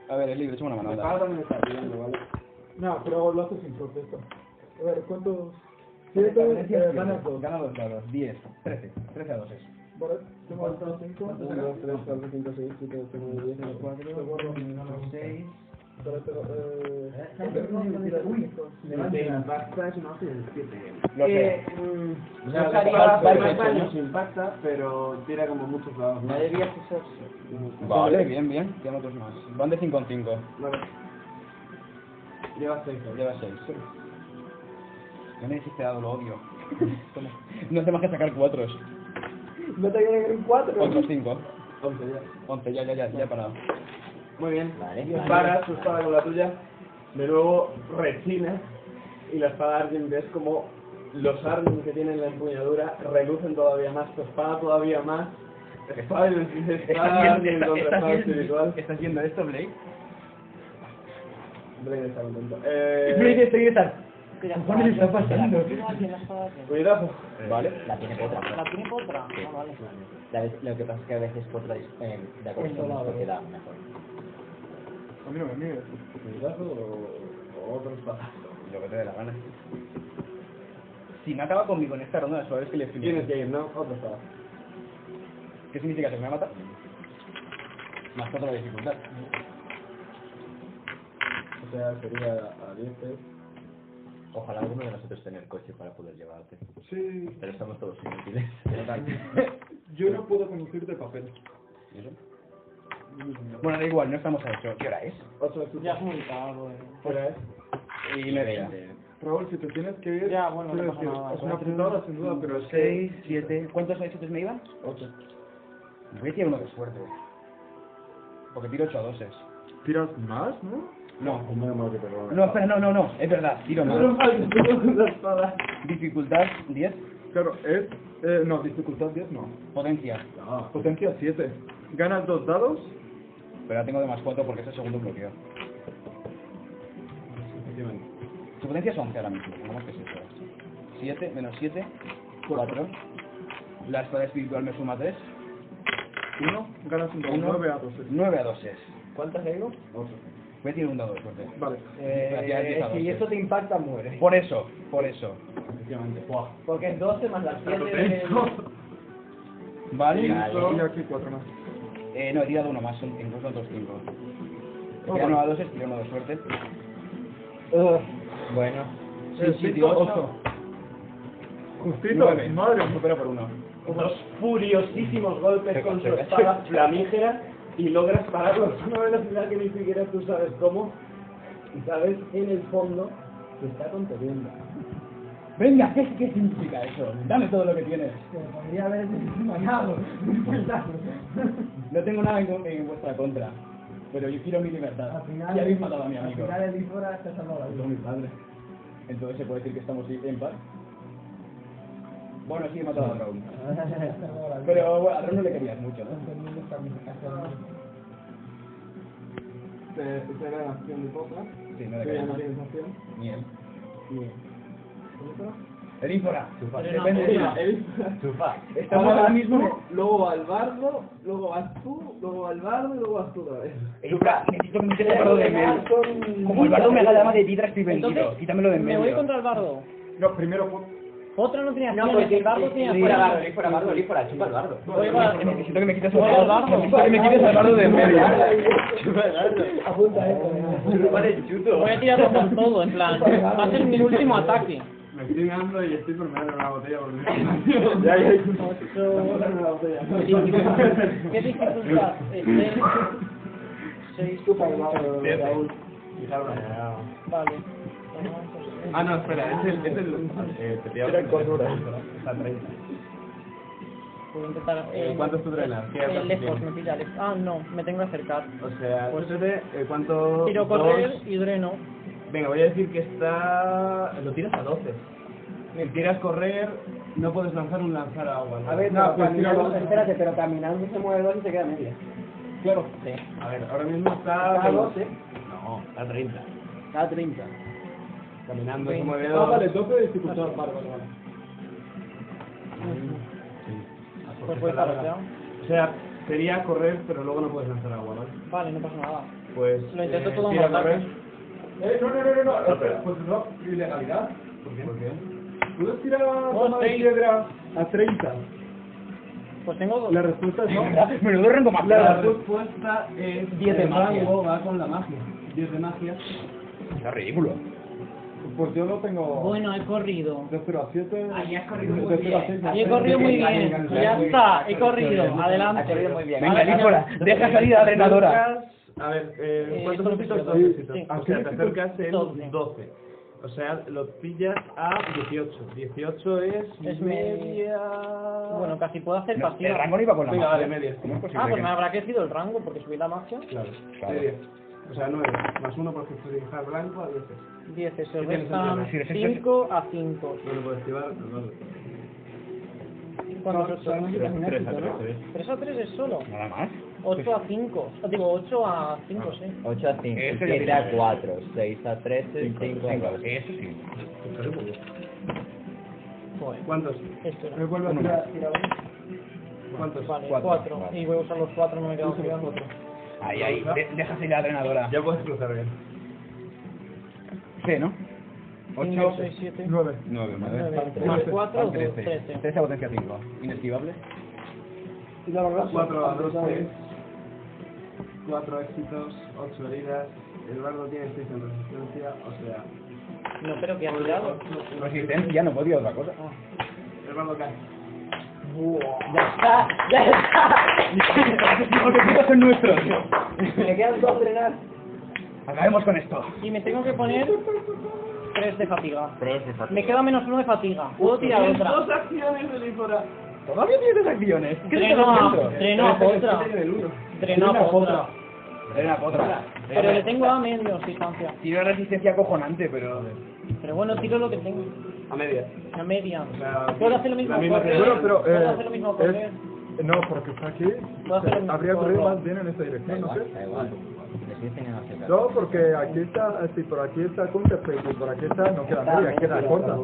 A ver, el libro, échame una La mano. anda. espada también está tirando, ¿vale? No, pero lo haces sin protesta. A ver, ¿cuántos? eh, Gana dos dados. 10, 13. 13 a 2 es. Vale, tengo hasta cinco. 1, 2, 3, 4, 5, 6, 7, 8, 9, 10, 11, 4, Te guardo mi mano. 6. Pero, pero, eh... pues, pues, impacta, es una opción de 7. Lo eh, sé. mm, O No sea, eh, la estaría- espada vale, más vale. daño se impacta, pero tira como muchos dados. No ¿no? debías usar. Vale, bien, bien. Quedan otros más. Van de 5 en 5. Vale. Lleva 6. Lleva 6. No me dijiste dado, lo odio. Toma. No hace más que sacar 4. No te queda un cuatro. Otros 5. 11 ya. 11, ya, ya, ya, ya he parado. Muy bien. Vale. Disparas tu espada con la tuya, de nuevo rechinas y la espada Argent ves como los Argent que tienen la empuñadura relucen todavía más, tu espada todavía más. Espada Argent, espada Argent contra espada espiritual. ¿Estás viendo esto, Blake? Blade está contento. Eh, Blake, estoy gritando. Tira, cojones le está pasando? Tira, tira, tira, tira. Puñetazo. Vale. La tiene otra. ¿La tiene otra? No, vale. La vez- Lo que pasa es que a veces Potra dis- eh, da con esto que da mejor. Puñetazo o, o otro espada. Lo que te dé la gana. Si no acaba conmigo en esta ronda, suave es que le flipo. Tienes que ir, ¿no? Otro espada. ¿Qué significa? ¿Que me va a matar? Más cuatro de dificultad. O sea, sería a 10 Ojalá alguno de nosotros tenga el coche para poder llevarte. Sí. Pero estamos todos inútiles. Yo no puedo conducir de papel. Bueno, da igual, no estamos a eso. ¿Qué hora es? 8 de Ya es muy tarde. ¿Qué hora es? Y media. Raúl, si te tienes que ir. Ya, bueno, quiero no pasa decir, nada. Es una putada, sin duda, pero es que. 6, 7. ¿Cuántos éxitos me iban? 8. Voy a tirar uno de suerte. Porque tiro 8 doses. ¿Tiras más, no? No. Menos mal que te roban. No, espera, no, no, no. Es verdad, tiro Menos más. mal que te roban la espada. Dificultad 10. Claro, es. Eh, no, dificultad 10 no. Potencia. Potencia 7. Ganas dos dados. Pero la tengo de más 4 porque es el segundo bloqueo. Su potencia es 11 ahora mismo. Vamos que es eso. 7 menos 7. 4. La espada espiritual me suma 3. 1. Ganas un dado. Uno. 9 a 12. 9 a 2 es. ¿Cuántas le digo? 8. Voy a tirar un dado de suerte. Vale. Voy a tirar diez a Eh, si doce. eso te impacta, mueres. Por eso, por eso. Efectivamente. Porque es 12 más las 7 de... Vale. Y aquí 4 más. Eh, no, he tirado uno más, son- incluso otros cinco. He Oh, tirado vale. uno a dos, he tirado uno de suerte. bueno. Eh, Sí, sí, cinco, tío, ocho. ocho. Justito. Nueve. Madre Me supera por uno. Dos furiosísimos golpes con su Se- se- espada flamígera y logras pararlos a una velocidad que ni siquiera tú sabes cómo. Y sabes en el fondo que está conteniendo. Venga, ¿qué, qué significa eso? Dame todo lo que tienes. Podría haber desmayado. No tengo nada en, con- en vuestra contra, pero yo quiero mi libertad. Al final. Ya habéis matado a mi amigo. Al final el Ifora está salvado la vida. Mató a mi padre. Entonces se puede decir que estamos en paz. Bueno, sí, he matado a Raúl. Está salvado la vida. Pero bueno, a Raúl no le querías mucho, ¿no? Todo el mundo está muy casado. Te, te dan acción de poca. Sí, no le Tú ya no querías. tienes acción. Ni él. Bien. Elífora. Pero no, Depende. Elífora, Estamos ahora mismo. Luego va el bardo, luego vas tú, luego va el bardo y luego vas tú otra vez. Elífora, necesito que me quites lo de en medio. Como el bardo me haga dama de titra, estoy vendido. Entonces, Quítamelo de en Me voy medio. contra el bardo. No, primero. po- Otra no tiene No, acciones, porque el bardo tiene Fuera acciones. bardo, fuera bardo, fuera, chupa el bardo. Voy al bardo. Necesito que me quites Voy al bardo. Necesito que me quites al bardo de en medio. Apunta esto. ¿no? Voy a tirarlo con todo, en plan. Va a ser mi último ataque. Me estoy mirando y estoy por medio de una botella por mí. Ya, ya, ya. ¿Qué dificultad? Este, seis, Siete. Vale. Ah, no, espera, es el. Es el Eh, te Era pido. cordura. Está treinta. Puedo intentar. Eh, ¿cuántos tú drenas? ¿Qué Eh, haces? lejos, me pilla lejos. Ah, no, me tengo que acercar. O sea, pues eh, ¿cuánto? Tiro Dos. correr y dreno. Venga, voy a decir que está... Lo tiras a 12. Le tiras correr, no puedes lanzar un lanzar agua. ¿no? A ver, No, pero pues caminando- tira dos. espérate, pero caminando se mueve dos y se queda media. Claro. Sí. A ver, ahora mismo está... Está a 12, No, está a 30. está a 30. Caminando se mueve Ah, dos. vale, 12 de dificultad. Vale, vale, vale. Pues voy Está larga. para allá. O sea, sería correr, pero luego no puedes lanzar agua, ¿vale? Vale, no pasa nada. Pues... Lo intento eh, todo en tira un ataque. correr. Eh, no, no, no, no, no. espera. Pues no, ilegalidad. ¿Por qué? ¿Por qué? ¿Puedes tirar a Oh, toma de sí. piedra a 30? Pues tengo dos. La respuesta es no. Menudo rango más. La claro. respuesta es Diez de el magia. rango va con la magia. 10 de magia. Es ridículo. Pues yo no tengo. Bueno, he corrido. De 0 a 7. Ahí has corrido muy de 0 a bien. 6, Y Ah, he corrido muy bien. Ya está, he corrido. Ha corrido muy Adelante. bien. Venga, Elífora, deja salir a la drenadora. A ver, eh, Eh, ¿cuántos son puntitos? dos, 12 sí. éxitos. O sea, te Doce. acercas Doce. el 12. O sea, lo pillas a 18. 18 es, Es media... Bueno, casi puedo hacer No, el pasiva. rango no iba con la Venga, magia. vale, media. ¿Cómo es posible Ah, pues que- me habrá crecido el rango porque subí la magia. Claro, Claro. media. O sea, 9. Más 1 porque estoy dejar blanco a 10. 10, se ¿Qué tienes restan entre las- Sí, sí, sí. 5 a 5. No lo puedo activar, no lo Cuando se son Tres- tres a tres, 3 a 3 es solo. Nada más. 8 a 5. Digo, 8 a 5, sí. 8 a 5, Eso 7 ya a tiene. 4, 6 a 13, 5 a 4. Eso sí. Joder, pues ¿Cuántos? esto era. Me vuelvo a tirar. ¿Cuántos? Vale, Cuatro, 4. vale. Y voy a usar los 4, no me quedo cuidando otro. Ahí, ahí. de- deja salir a la drenadora. Ya puedes cruzar bien. C, ¿no? 8, 6, 7, 9. 9, Nueve. Más cuatro, dos, trece. 13 a potencia 5. Inesquivable. Y la verdad, 4 a dos, 2, 3. 4 éxitos, 8 heridas. El bardo tiene 6 en resistencia, o sea. No, pero que ha tirado. Resistencia, no podía otra cosa. El bardo cae. Ya está, ya está. Los objetivos son nuestros. Me quedan dos frenar. Acabemos con esto. Y me tengo que poner tres de fatiga. Tres de Me queda menos uno de fatiga. Puedo tirar Tienes otra. Dos acciones de Lífora. Todavía tienes acciones. Dreno a- dreno a potra. Dreno a Drena potra. Drena potra. Pero le tengo a medios distancia. Tiene una resistencia cojonante, pero. Pero bueno, tiro lo que tengo. A media. A media. Puedo hacer lo mismo. la misma correr. que- Bueno, pero, Puedo eh, hacer lo mismo. es- correr. Eh, No, porque está aquí. Puedo hacer el- Habría corrido corro. más bien en esta dirección, no sé. Da igual. Le sigues teniendo que No, porque aquí está, si por aquí está Counterplay, y por aquí está, no queda media, queda corta.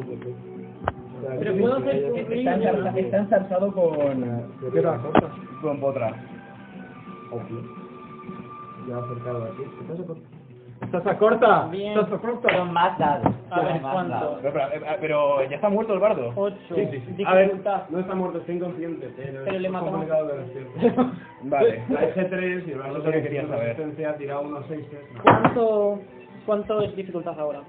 Pero puedo hacer un Está ensarza- está ensalzado con. Queda corta. Con potra. Ya acercado aquí. Estás a corta. Estás a corta. Bien. Estás a corta. Son más A ver cuánto. Pero, pero, eh, pero ya está muerto el bardo. Ocho. Sí, sí, sí. Dificultad. A ver. No está muerto, está inconsciente, pero, Pero le es matamos. complicado que lo esté. Vale. La EG3 y el bardo Eso que tiene quería 6 en saber. resistencia, ha tirado unos 6 ¿no? ¿Cuánto, ¿Cuánto es dificultad ahora?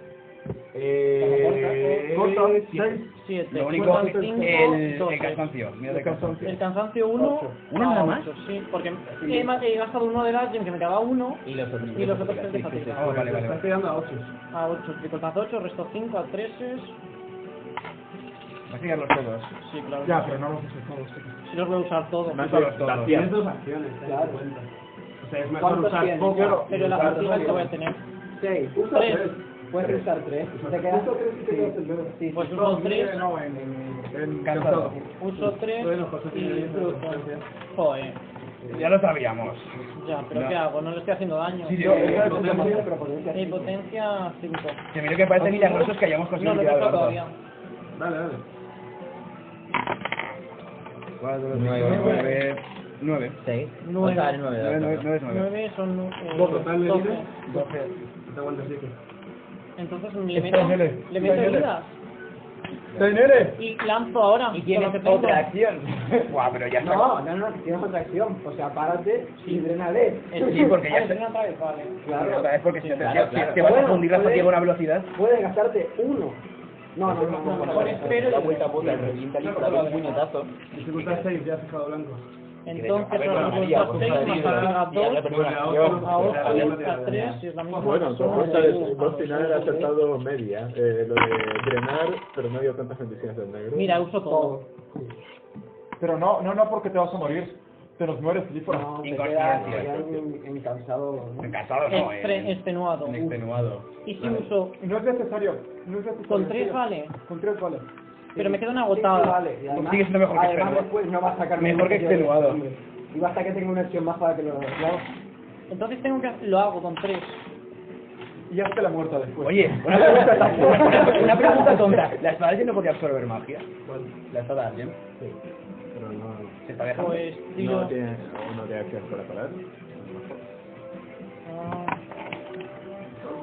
Eh, Corta, siete. Siete. Lo único Cuatro, es cinco, el, el doce. cansancio. Mira el cansancio. El cansancio 1. ¿Uno nada más? Sí, porque he, ma- he gastado uno de las que me quedaba uno Y los otros. y los otros tres de Ah, fatiga. vale, vale, Está vale. tirando a 8. A 8, dificultad 8, resto 5, a 3 es... Vas a tirar los todos. Sí, claro. Ya, pero no lo haces todos. Si los voy a usar todos. Vas a los todos. Tienes dos acciones, claro. O sea, es mejor ¿Cuántos usar tienes? poco. Pero la fatiga que voy a tener. 6. Usa Tres. tres. Puedes usar 3. ¿Te quedas? Sí, Pues sí. uso 3, No, en, en, en Cansado. uso 3 Bueno, José y tiene diez de fruto. resistencia. Joder, Ya lo sabíamos. ya, pero No. ¿qué hago? No le estoy haciendo daño. Sí, sí, Eh, sí. potencia, Eh, potencia 5. Que mira que parece milagroso es que hayamos No, conseguido no he tirar el tocado bardo. todavía. Dale, dale. 4, 9, 9, 9. 6. Nueve. O sea, el 9 de 9, 9, daño. 9 es 9. 9 son... eh, Dos total de doce. heridas. Te aguantas 7. Entonces Este le meto, Dele. le meto Dele. heridas ¡Tenere! y lanzo ahora. Y con lo tienes que tengo. otra acción. Buah, pero ya está. No, no, no, tienes otra acción. O sea, párate y drenale. Sí, porque ya Ah, está. tengo otra vez, vale. Claro. Es porque si te, claro, te- te claro. vas a Bueno, fundir la puede- fatiga a una velocidad. Puedes gastarte uno. No, no, no, no. no, Mejor espero y- La vuelta a puta, revienta el inflador un puñetazo. Dificultad 6, ya has fijado blanco. Entonces, A ver, ahora no, con María, más por 6 favor, más dilo. carga Y a la 2, primera Vuelve acción. a 8, a Bueno, 3, si es la misma. Bueno, en persona, propuesta a del dos, dos final a ha dos, acertado media. Eh, lo de drenar, pero no dio tantas bendiciones del negro. Mira, uso todo. Pero no, no, no, porque te vas a morir. Te nos mueres, Filipa. No, te queda, te Inconsciencia. queda en- en cansado. ¿no? En casado no, Extre- en, Extenuado. en extenuado. Y si uso No es necesario. No es necesario. con 3 vale, Con tres vale. pero me quedan Sí, agotadas. vale. Y además, Sigue siendo mejor que además extenuado. después no vas a sacar Mejor ningún que este brillo de ¿eh? extenuado. hombre. Y basta que tenga una acción más para que lo claro. Entonces tengo que lo hago con 3. Y hazte la muerta después. Oye, una pregunta, tonta, una pregunta tonta. ¿La espada alguien no podía absorber magia? ¿La espada alguien? Pero no, ¿Se está dejando? Pues no tiro. tiene uno de acciones para parar. ah,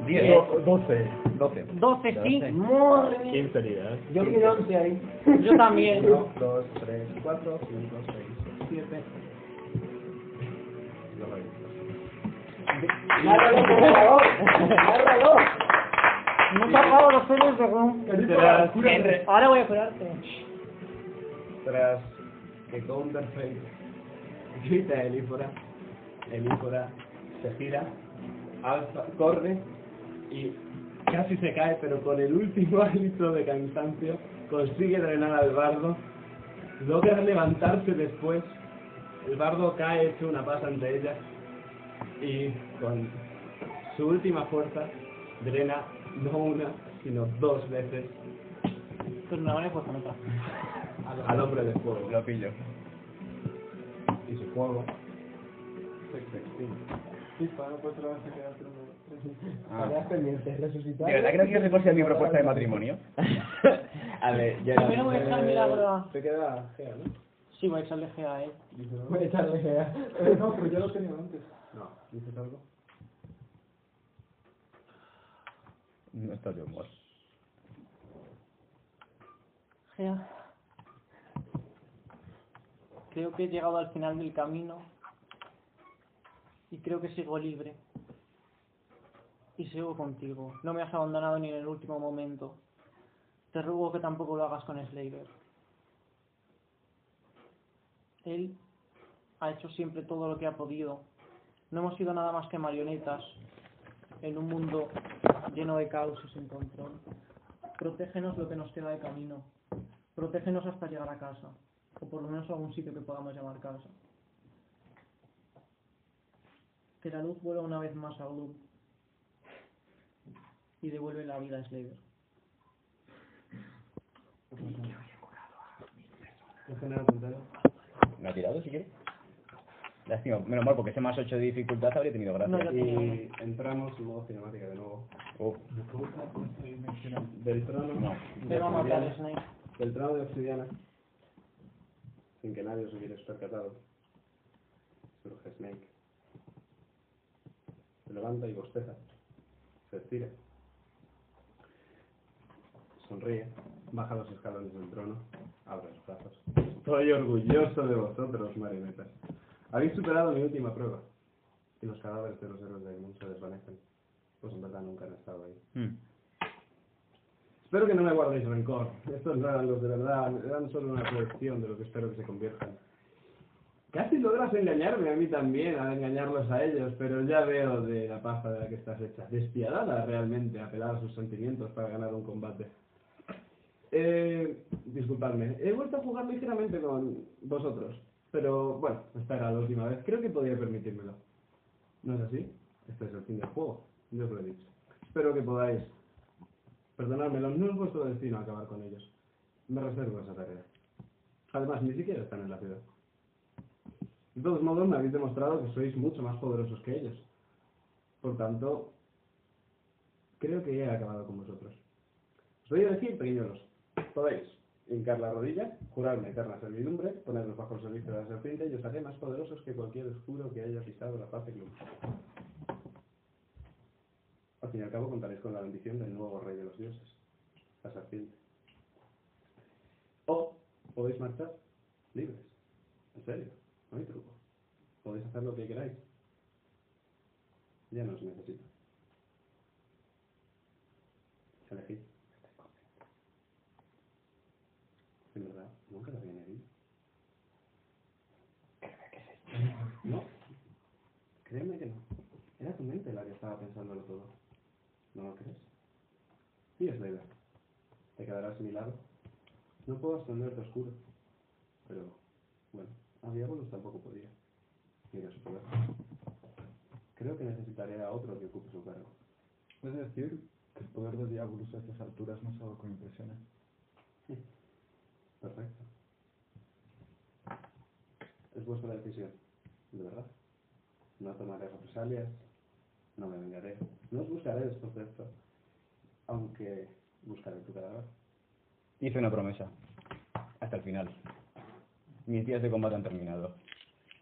10, Tengo 12. 12. 12, sí. Madre mía. 15 heridas. Yo quiero 11 ahí. Yo también. 2, 3, 4, 5, 6, 7. Márralo, por favor. Márralo. No he pagado los celos de Ron. En- Ahora voy a curarte. Tras que Counterfeit grita a Elífora, Elífora se gira, alza, corre y casi se cae, pero con el último hálito de cansancio consigue drenar al bardo, logra levantarse después, el bardo cae hecho una pasa ante ella y con su última fuerza drena no una, sino dos veces Pues no, vale, pues con otra. al hombre de fuego. Lo pillo. y su juego. Pipa, no puedes trabajar, quedarte un Tareas pendientes, resucitar. Ah. ¿De verdad que no quieres reconsiderar mi propuesta de matrimonio? A ver, yo Primero voy a echar milagro a... Te queda fea, ¿no? Sí, voy a echarle G a él. Voy a echarle gea. Eh, no, pero ya lo tenía antes. No, dices algo. No estás de humor. Gea. Creo que he llegado al final del camino y creo que sigo libre. Y sigo contigo. No me has abandonado ni en el último momento. Te ruego que tampoco lo hagas con Slaver. Él ha hecho siempre todo lo que ha podido. No hemos sido nada más que marionetas en un mundo lleno de caos y sin control. Protégenos lo que nos queda de camino. Protégenos hasta llegar a casa. O por lo menos a algún sitio que podamos llamar casa. Que la luz vuelva una vez más a Gloom y devuelve la vida a Slaver. ¿Me ha tirado si quieres? Lástima, menos mal, porque ese más 8 de dificultad habría tenido gracia. No, ya tenía y entramos en modo cinemática de nuevo. Oh. Del trono. Te va a matar obsidiana- Snake. Del trono de obsidiana. Sin que nadie os hubiera percatado. Surge Snake. Se levanta y bosteza. Se estira. Sonríe. Baja los escalones del trono. Abre los brazos. Estoy orgulloso de vosotros, marionetas. Habéis superado mi última prueba. Y los cadáveres de los héroes del mundo se desvanecen. Pues en verdad nunca han estado ahí. Espero que no me guardéis rencor. Estos no eran los de verdad, eran solo una colección de lo que espero que se conviertan. Casi logras engañarme a mí también, al engañarlos a ellos, pero ya veo de la pasta de la que estás hecha. Despiadada realmente, apelar a sus sentimientos para ganar un combate. Eh, disculpadme, he vuelto a jugar ligeramente con vosotros, pero bueno, esta era la última vez. Creo que podía permitírmelo. ¿No es así? Este es el fin del juego, yo os lo he dicho. Espero que podáis Perdonadmelo, no es vuestro destino acabar con ellos. Me reservo esa tarea. Además, ni siquiera están en la ciudad. De todos modos, me habéis demostrado que sois mucho más poderosos que ellos. Por tanto, creo que he acabado con vosotros. Os voy a decir, pequeñuelos, podéis hincar la rodilla, jurarme eterna servidumbre, ponernos bajo el servicio de la serpiente y os haré más poderosos que cualquier oscuro que haya pisado la faz de Gloom. Al fin y al cabo contaréis con la bendición del nuevo rey de los dioses, la serpiente. O podéis marchar libres. En serio, no hay truco. Podéis hacer lo que queráis. Ya no os necesito. Elegid. En verdad, nunca lo había herido. No. Créeme que no. Era tu mente la que estaba pensándolo todo. ¿No lo crees? Sí, es verdad. Te quedarás a mi lado. No puedo ascenderte oscuro. Pero, bueno, a diablos tampoco podía. Mira su poder. Creo que necesitaré a otro que ocupe su cargo. Es decir, que el poder de Diabolus a estas alturas no es algo que me impresiona. Perfecto. Es vuestra decisión. De verdad. No tomaré represalias. No me vengaré. No os buscaré después de esto. Aunque buscaré tu cadáver. Hice una promesa. Hasta el final. Mis días de combate han terminado.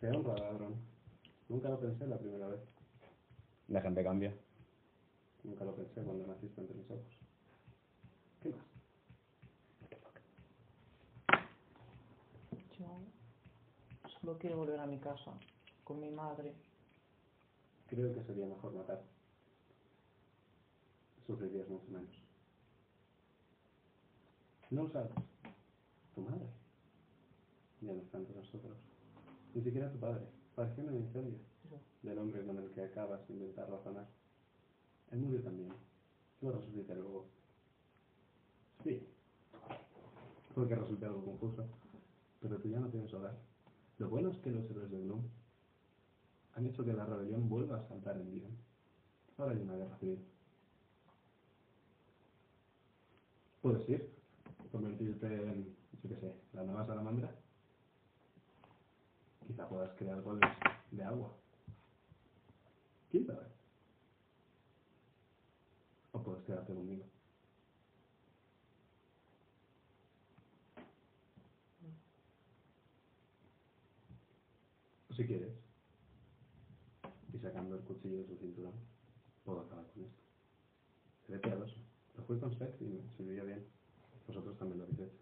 Te honra, ladrón. Nunca lo pensé la primera vez. La gente cambia. Nunca lo pensé cuando naciste entre mis ojos. ¿Qué más? Yo solo quiero volver a mi casa con mi madre. Creo que sería mejor matar. Sufrirías mucho menos. No lo sabes. Tu madre. Ya no está entre nosotros. Ni siquiera tu padre. Pareció una historia del hombre con el que acabas de intentar razonar. Él murió también. Lo resucité luego. Sí. Porque resulta algo confuso. Pero tú ya no tienes hogar. Lo bueno es que los héroes de Gloom han hecho que la rebelión vuelva a saltar en Lyon. Ahora hay una guerra civil. Puedes ir, convertirte en, yo qué sé, la nueva salamandra. Quizá puedas crear goles de agua. ¿Quién sabe? O puedes quedarte conmigo. Si quieres, y sacando el cuchillo de su cinturón, puedo acabar con esto. Seré piadoso. Lo jugué con Seth y se me dio bien. Vosotros también lo habéis hecho.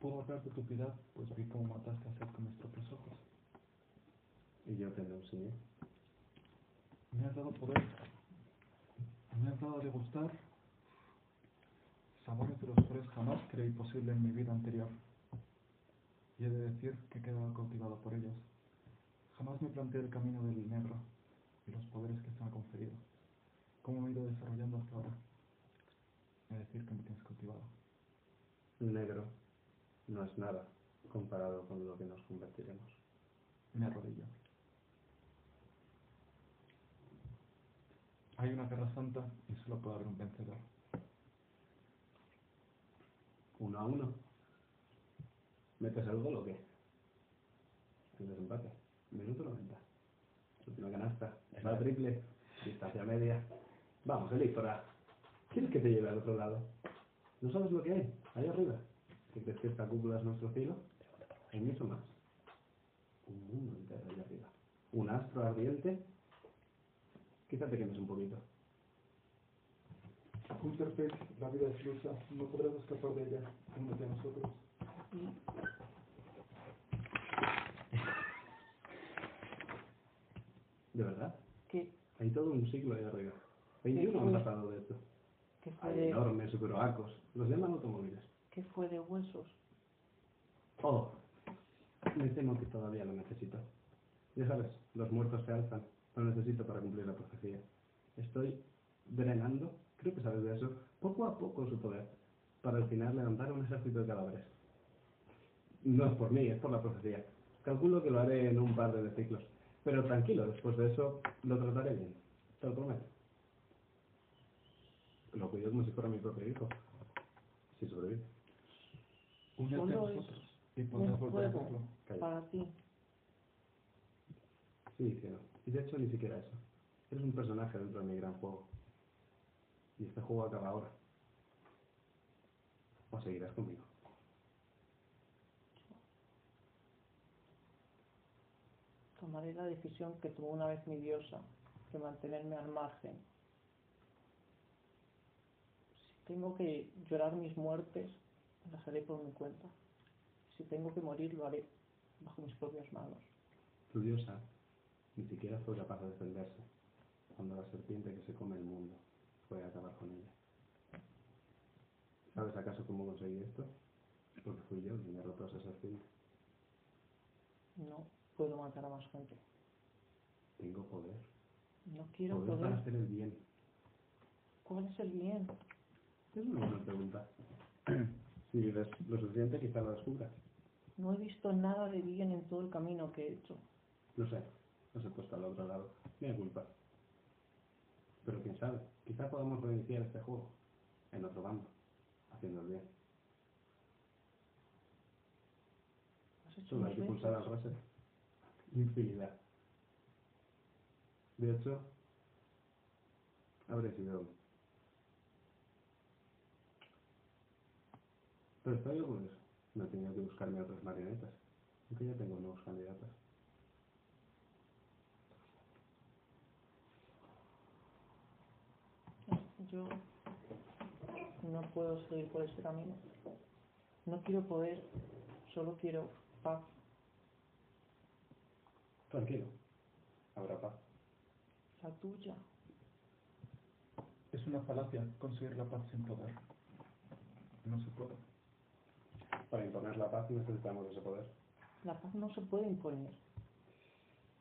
Puedo hablar de tu piedad, pues vi cómo mataste a Seth con mis propios ojos. Y yo te lo enseñé. Me has dado poder. Me has dado de gustar sabores de los cuales jamás creí posible en mi vida anterior. Y he de decir que he quedado cautivado por ellos. Jamás me planteé el camino del negro y los poderes que se me han conferido. ¿Cómo me he ido desarrollando hasta ahora? He de decir que me tienes cautivado. Negro no es nada comparado con lo que nos convertiremos. Me arrodillo. Hay una guerra santa y solo puede haber un vencedor. Uno a uno. ¿Metes el gol o qué? El desempate. Minuto 90. Última canasta. Va triple. Distancia media. Vamos, Elíctora. ¿Quieres que te lleve al otro lado? ¿No sabes lo que hay? Allá arriba. ¿Qué crees que esta cúpula es nuestro cielo? Hay mucho más. Un mundo entero allá arriba. Un astro ardiente. Quizá te quemes un poquito. Hunterfeld, la vida es lucha, no podrás escapar de ella, como de nosotros. ¿De verdad? ¿Qué? Hay todo un siglo allá arriba. 21 han pasado de esto. ¿Qué fue, Hay de, enormes croacos. Los llaman automóviles. ¿Qué fue de huesos? Oh, me temo que todavía lo necesito. Ya sabes, los muertos se alzan. Lo necesito para cumplir la profecía. Estoy drenando, creo que sabes de eso, poco a poco su poder, para al final levantar un ejército de cadáveres. No es por mí, es por la profecía. Calculo que lo haré en un par de ciclos. Pero tranquilo, después de eso lo trataré bien. Te lo prometo. Lo cuido como si fuera mi propio hijo. Si sobrevive. Únete a Solo es nosotros y un podrás volver a juego hacerlo. para ti. Sí, cielo. Y de hecho ni siquiera eso. Eres un personaje dentro de mi gran juego. Y este juego acaba ahora. O seguirás conmigo. Tomaré la decisión que tuvo una vez mi diosa, de mantenerme al margen. Si tengo que llorar mis muertes, las haré por mi cuenta. Si tengo que morir, lo haré bajo mis propias manos. Tu diosa ni siquiera fue capaz de defenderse cuando la serpiente que se come el mundo fue a acabar con ella. ¿Sabes acaso cómo conseguí esto? Porque fui yo quien derrotó a esa serpiente. No puedo matar a más gente. Tengo poder. No quiero poder para poder. hacer el bien. ¿Cuál es el bien? Es una buena pregunta. si vives lo suficiente, quizá lo descubras. No he visto nada de bien en todo el camino que he hecho. No sé, nos he puesto al otro lado. Me culpa. Pero quién sabe, quizá podamos reiniciar este juego en otro bando, haciendo el bien. Has hecho Solo hay mis que veces. pulsar al reset. Infinidad. De hecho, habré sido. Pero está bien, pues no he tenido que buscarme otras marionetas. Aunque ya tengo nuevos candidatos. Yo no puedo seguir por este camino. No quiero poder, solo quiero paz. Tranquilo, habrá paz. La tuya. Es una falacia conseguir la paz sin poder. No se puede. Para imponer la paz necesitamos ese poder. La paz no se puede imponer.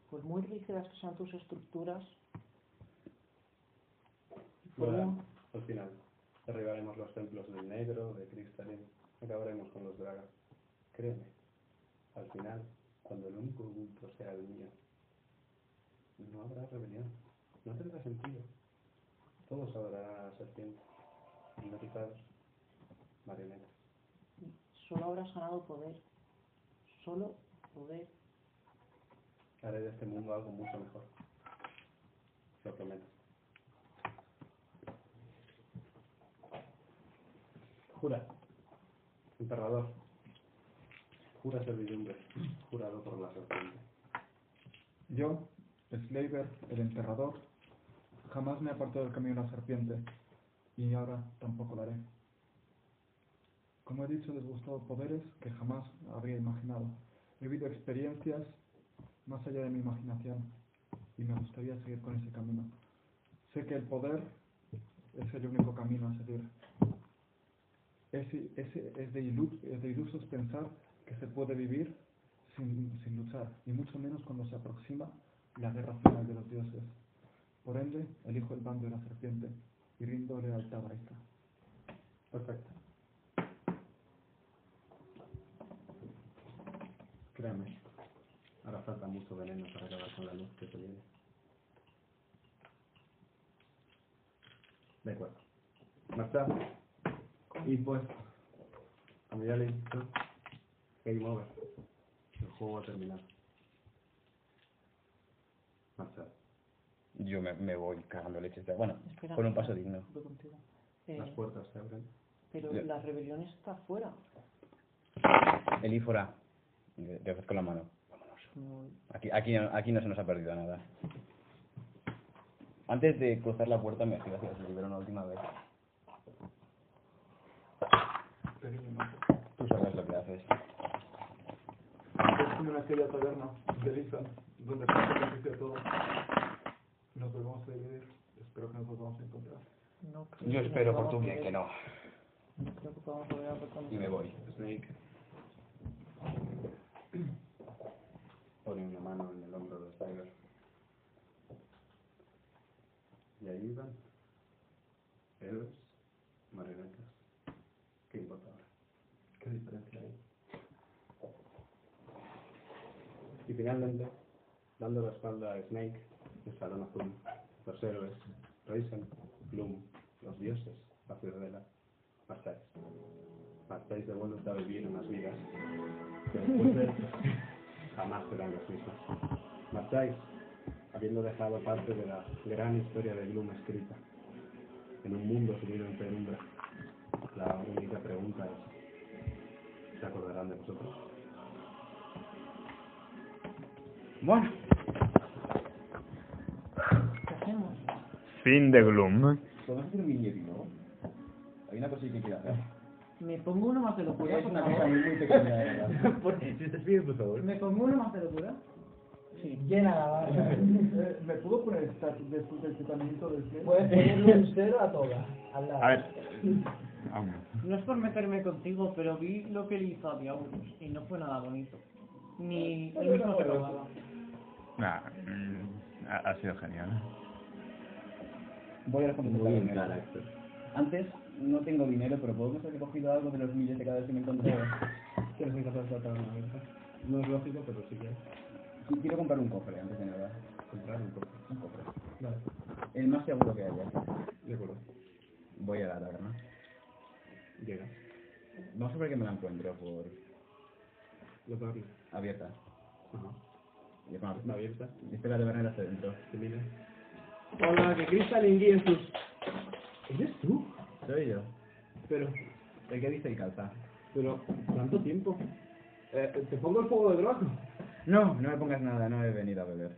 Por muy rígidas que sean tus estructuras, Bueno, al final, derribaremos los templos del negro, de Cristalin, acabaremos con los dragas. Créeme, al final, cuando el único culto sea el mío, no habrá rebelión, no tendrá sentido. Todos adorarán a la serpiente, hipnotizados, marionetas. solo habrás ganado poder. Solo poder. Haré de este mundo algo mucho mejor. Lo prometo. Jura, emperador. Jura servidumbre. Jurado por la serpiente. Yo, Slaver, el enterrador, Jamás me aparté del camino de la serpiente, y ahora tampoco lo haré. Como he dicho, he desgustado poderes que jamás habría imaginado. He vivido experiencias más allá de mi imaginación, y me gustaría seguir con ese camino. Sé que el poder es el único camino a seguir. Es, es, es de, ilu- es de ilusos pensar que se puede vivir sin, sin luchar, y mucho menos cuando se aproxima la guerra final de los dioses. Por ende, elijo el bando de la serpiente y rindo lealtad a esta. Perfecto. Créame, hará falta mucho veneno para acabar con la luz que te lleve. De acuerdo. Marcha. Y pues, a medida le he dicho, game over. El juego ha terminado. Marcha. Yo me, me voy cagando leche. Bueno, Espera. con un paso digno. Voy contigo. Eh, Las puertas se abren. pero Ya. la rebelión está afuera. Elífora, le le ofrezco la mano. Me voy. Aquí, aquí, aquí no se nos ha perdido nada. Antes de cruzar la puerta me giro hacia el libro una última vez. Tú sabes lo que haces. Es como en aquella taberna de Lizan, donde se convirtió todo. Nos volvemos a dividir. Espero que nos volvamos a encontrar. No creo Yo que espero nos por tu podamos bien ver. que no. No creo que podamos volver a ver con- Y me voy. Snake. Pone una mano en el hombro de Tiger. Y ahí van. Héroes, marionetas. ¿Qué importa ahora? ¿Qué diferencia hay? Y finalmente, dando la espalda a Snake, el salón azul, los héroes, Raisin, Bloom, los dioses, la ciudadela, partáis. Partáis de vuelta a vivir unas vidas que después de esto jamás serán las mismas. Marcháis, habiendo dejado parte de la gran historia de Bloom escrita, en un mundo sumido en penumbra. La única pregunta es, ¿se acordarán de vosotros? Bueno. Fin de Gloom. ¿Podemos hacer un billete, no? Hay una cosa que quiero hacer. Me pongo uno más de locura. Es por Pues una favor. cosa muy, muy pequeña, de verdad. Si te pides, por favor. Me pongo uno más de locura. Sí. Llena la barra. Eh, ¿Me puedo poner el stat después del tratamiento del cielo? Puedes ponerle un cero a todas. Al lado. A ver. Aún. No es por meterme contigo, pero vi lo que le hizo a Diabolus y no fue nada bonito. Eh, Ni él mismo se robaba. Nah, mm, ha, ha sido genial. Voy a responder Muy esta bien, primera. carácter. Antes no tengo dinero, pero puedo pensar que he cogido algo de los millones de cada vez que me encontré. que los encontré hasta ahora, ¿verdad? No es lógico, pero sí que es. Y quiero comprar un cofre antes de nada. Comprar un cofre. Un cofre. Vale. El más seguro que haya. De acuerdo. Voy a la taberna. Llega. Vamos a ver que me la encuentro por. Lo puedo abrir. Abierta. Y con la abierta. Y espera de ver hacia adentro. Se mira. Hola, que Crystalin guíe sus... ¿Eres tú? Soy yo. Pero. ¿El que dice y calza? Pero, ¿cuánto tiempo? Eh, ¿Te pongo el fuego de droga? No, no me pongas nada, no he venido a beber.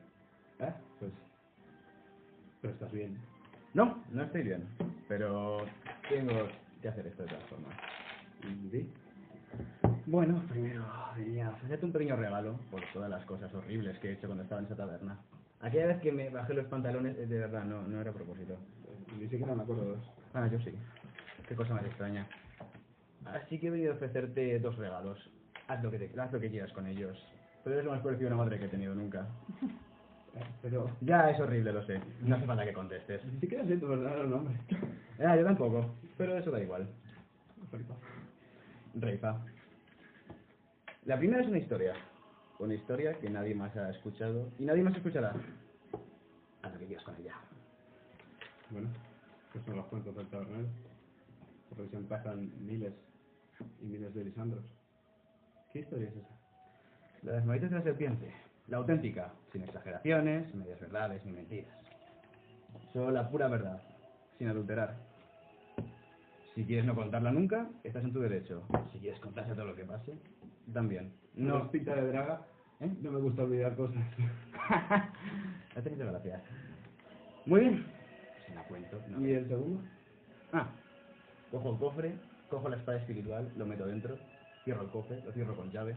¿Eh? Pues. Pero estás bien. No, no estoy bien. Pero tengo que hacer esto de todas formas. ¿Sí? Bueno, primero, diría, hacerte un pequeño regalo por todas las cosas horribles que he hecho cuando estaba en esa taberna. Aquella vez que me bajé los pantalones, eh, de verdad, no, no era a propósito. Ni siquiera me acuerdo de eso. Ah, yo sí. Qué cosa más extraña. Así que he venido a ofrecerte dos regalos. Haz lo que, te- haz lo que quieras con ellos. Pero eres lo más parecido a una madre que he tenido nunca. Eh, Pero... Ya, es horrible, lo sé. No hace falta que contestes. Ni siquiera sé tu verdadero nombre. Ah, yo tampoco. Pero eso da igual. Reifa. La primera es una historia. Una historia que nadie más ha escuchado y nadie más escuchará. Haz lo que quieras con ella. Bueno, que son los cuentos del tabernero. Porque se pasan miles y miles de Lisandros. ¿Qué historia es esa? La de las manitas de la serpiente. La auténtica, sin exageraciones, medias verdades ni mentiras. Solo la pura verdad, sin adulterar. Si quieres no contarla nunca, estás en tu derecho. Si quieres contarse todo lo que pase, también. No es pinta de draga, ¿eh? No me gusta olvidar cosas. ha tenido gracia. Muy bien. cuento. ¿Y el segundo? Ah, cojo el cofre, cojo la espada espiritual, lo meto dentro, cierro el cofre, lo cierro con llave.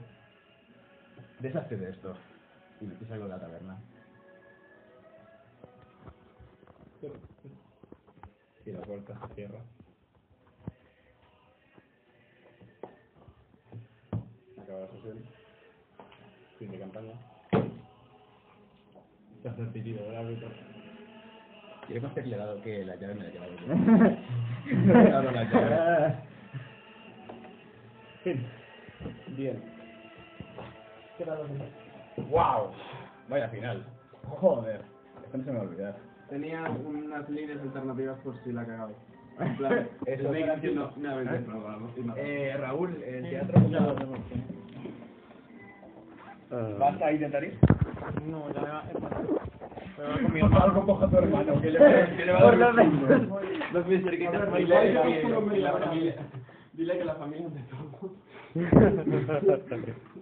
Deshazte de esto. Y y salgo de la taberna. Y la puerta se cierra. Acaba la sesión. Fin de campaña. Se hace el pitido del árbitro. Quiero más dado que la llave me la he llevado yo. No me he dado la llave. Fin. Bien. ¿Qué tal? ¡Wow! Vaya final. Joder. Esto no se me va a olvidar. Tenía unas líneas alternativas por si la cagabais. En plan, el Snake diciendo, una vez de prueba, vamos, y nada. Eh, Raúl, el teatro. ¿Vas a intentar ir? No, ya me va. Por favor, compoja a tu hermano, que le va a dar un chingo. No puede ser que A te ver, familia igual yo que- solo me que la la- familia. Dile que la familia te tocó.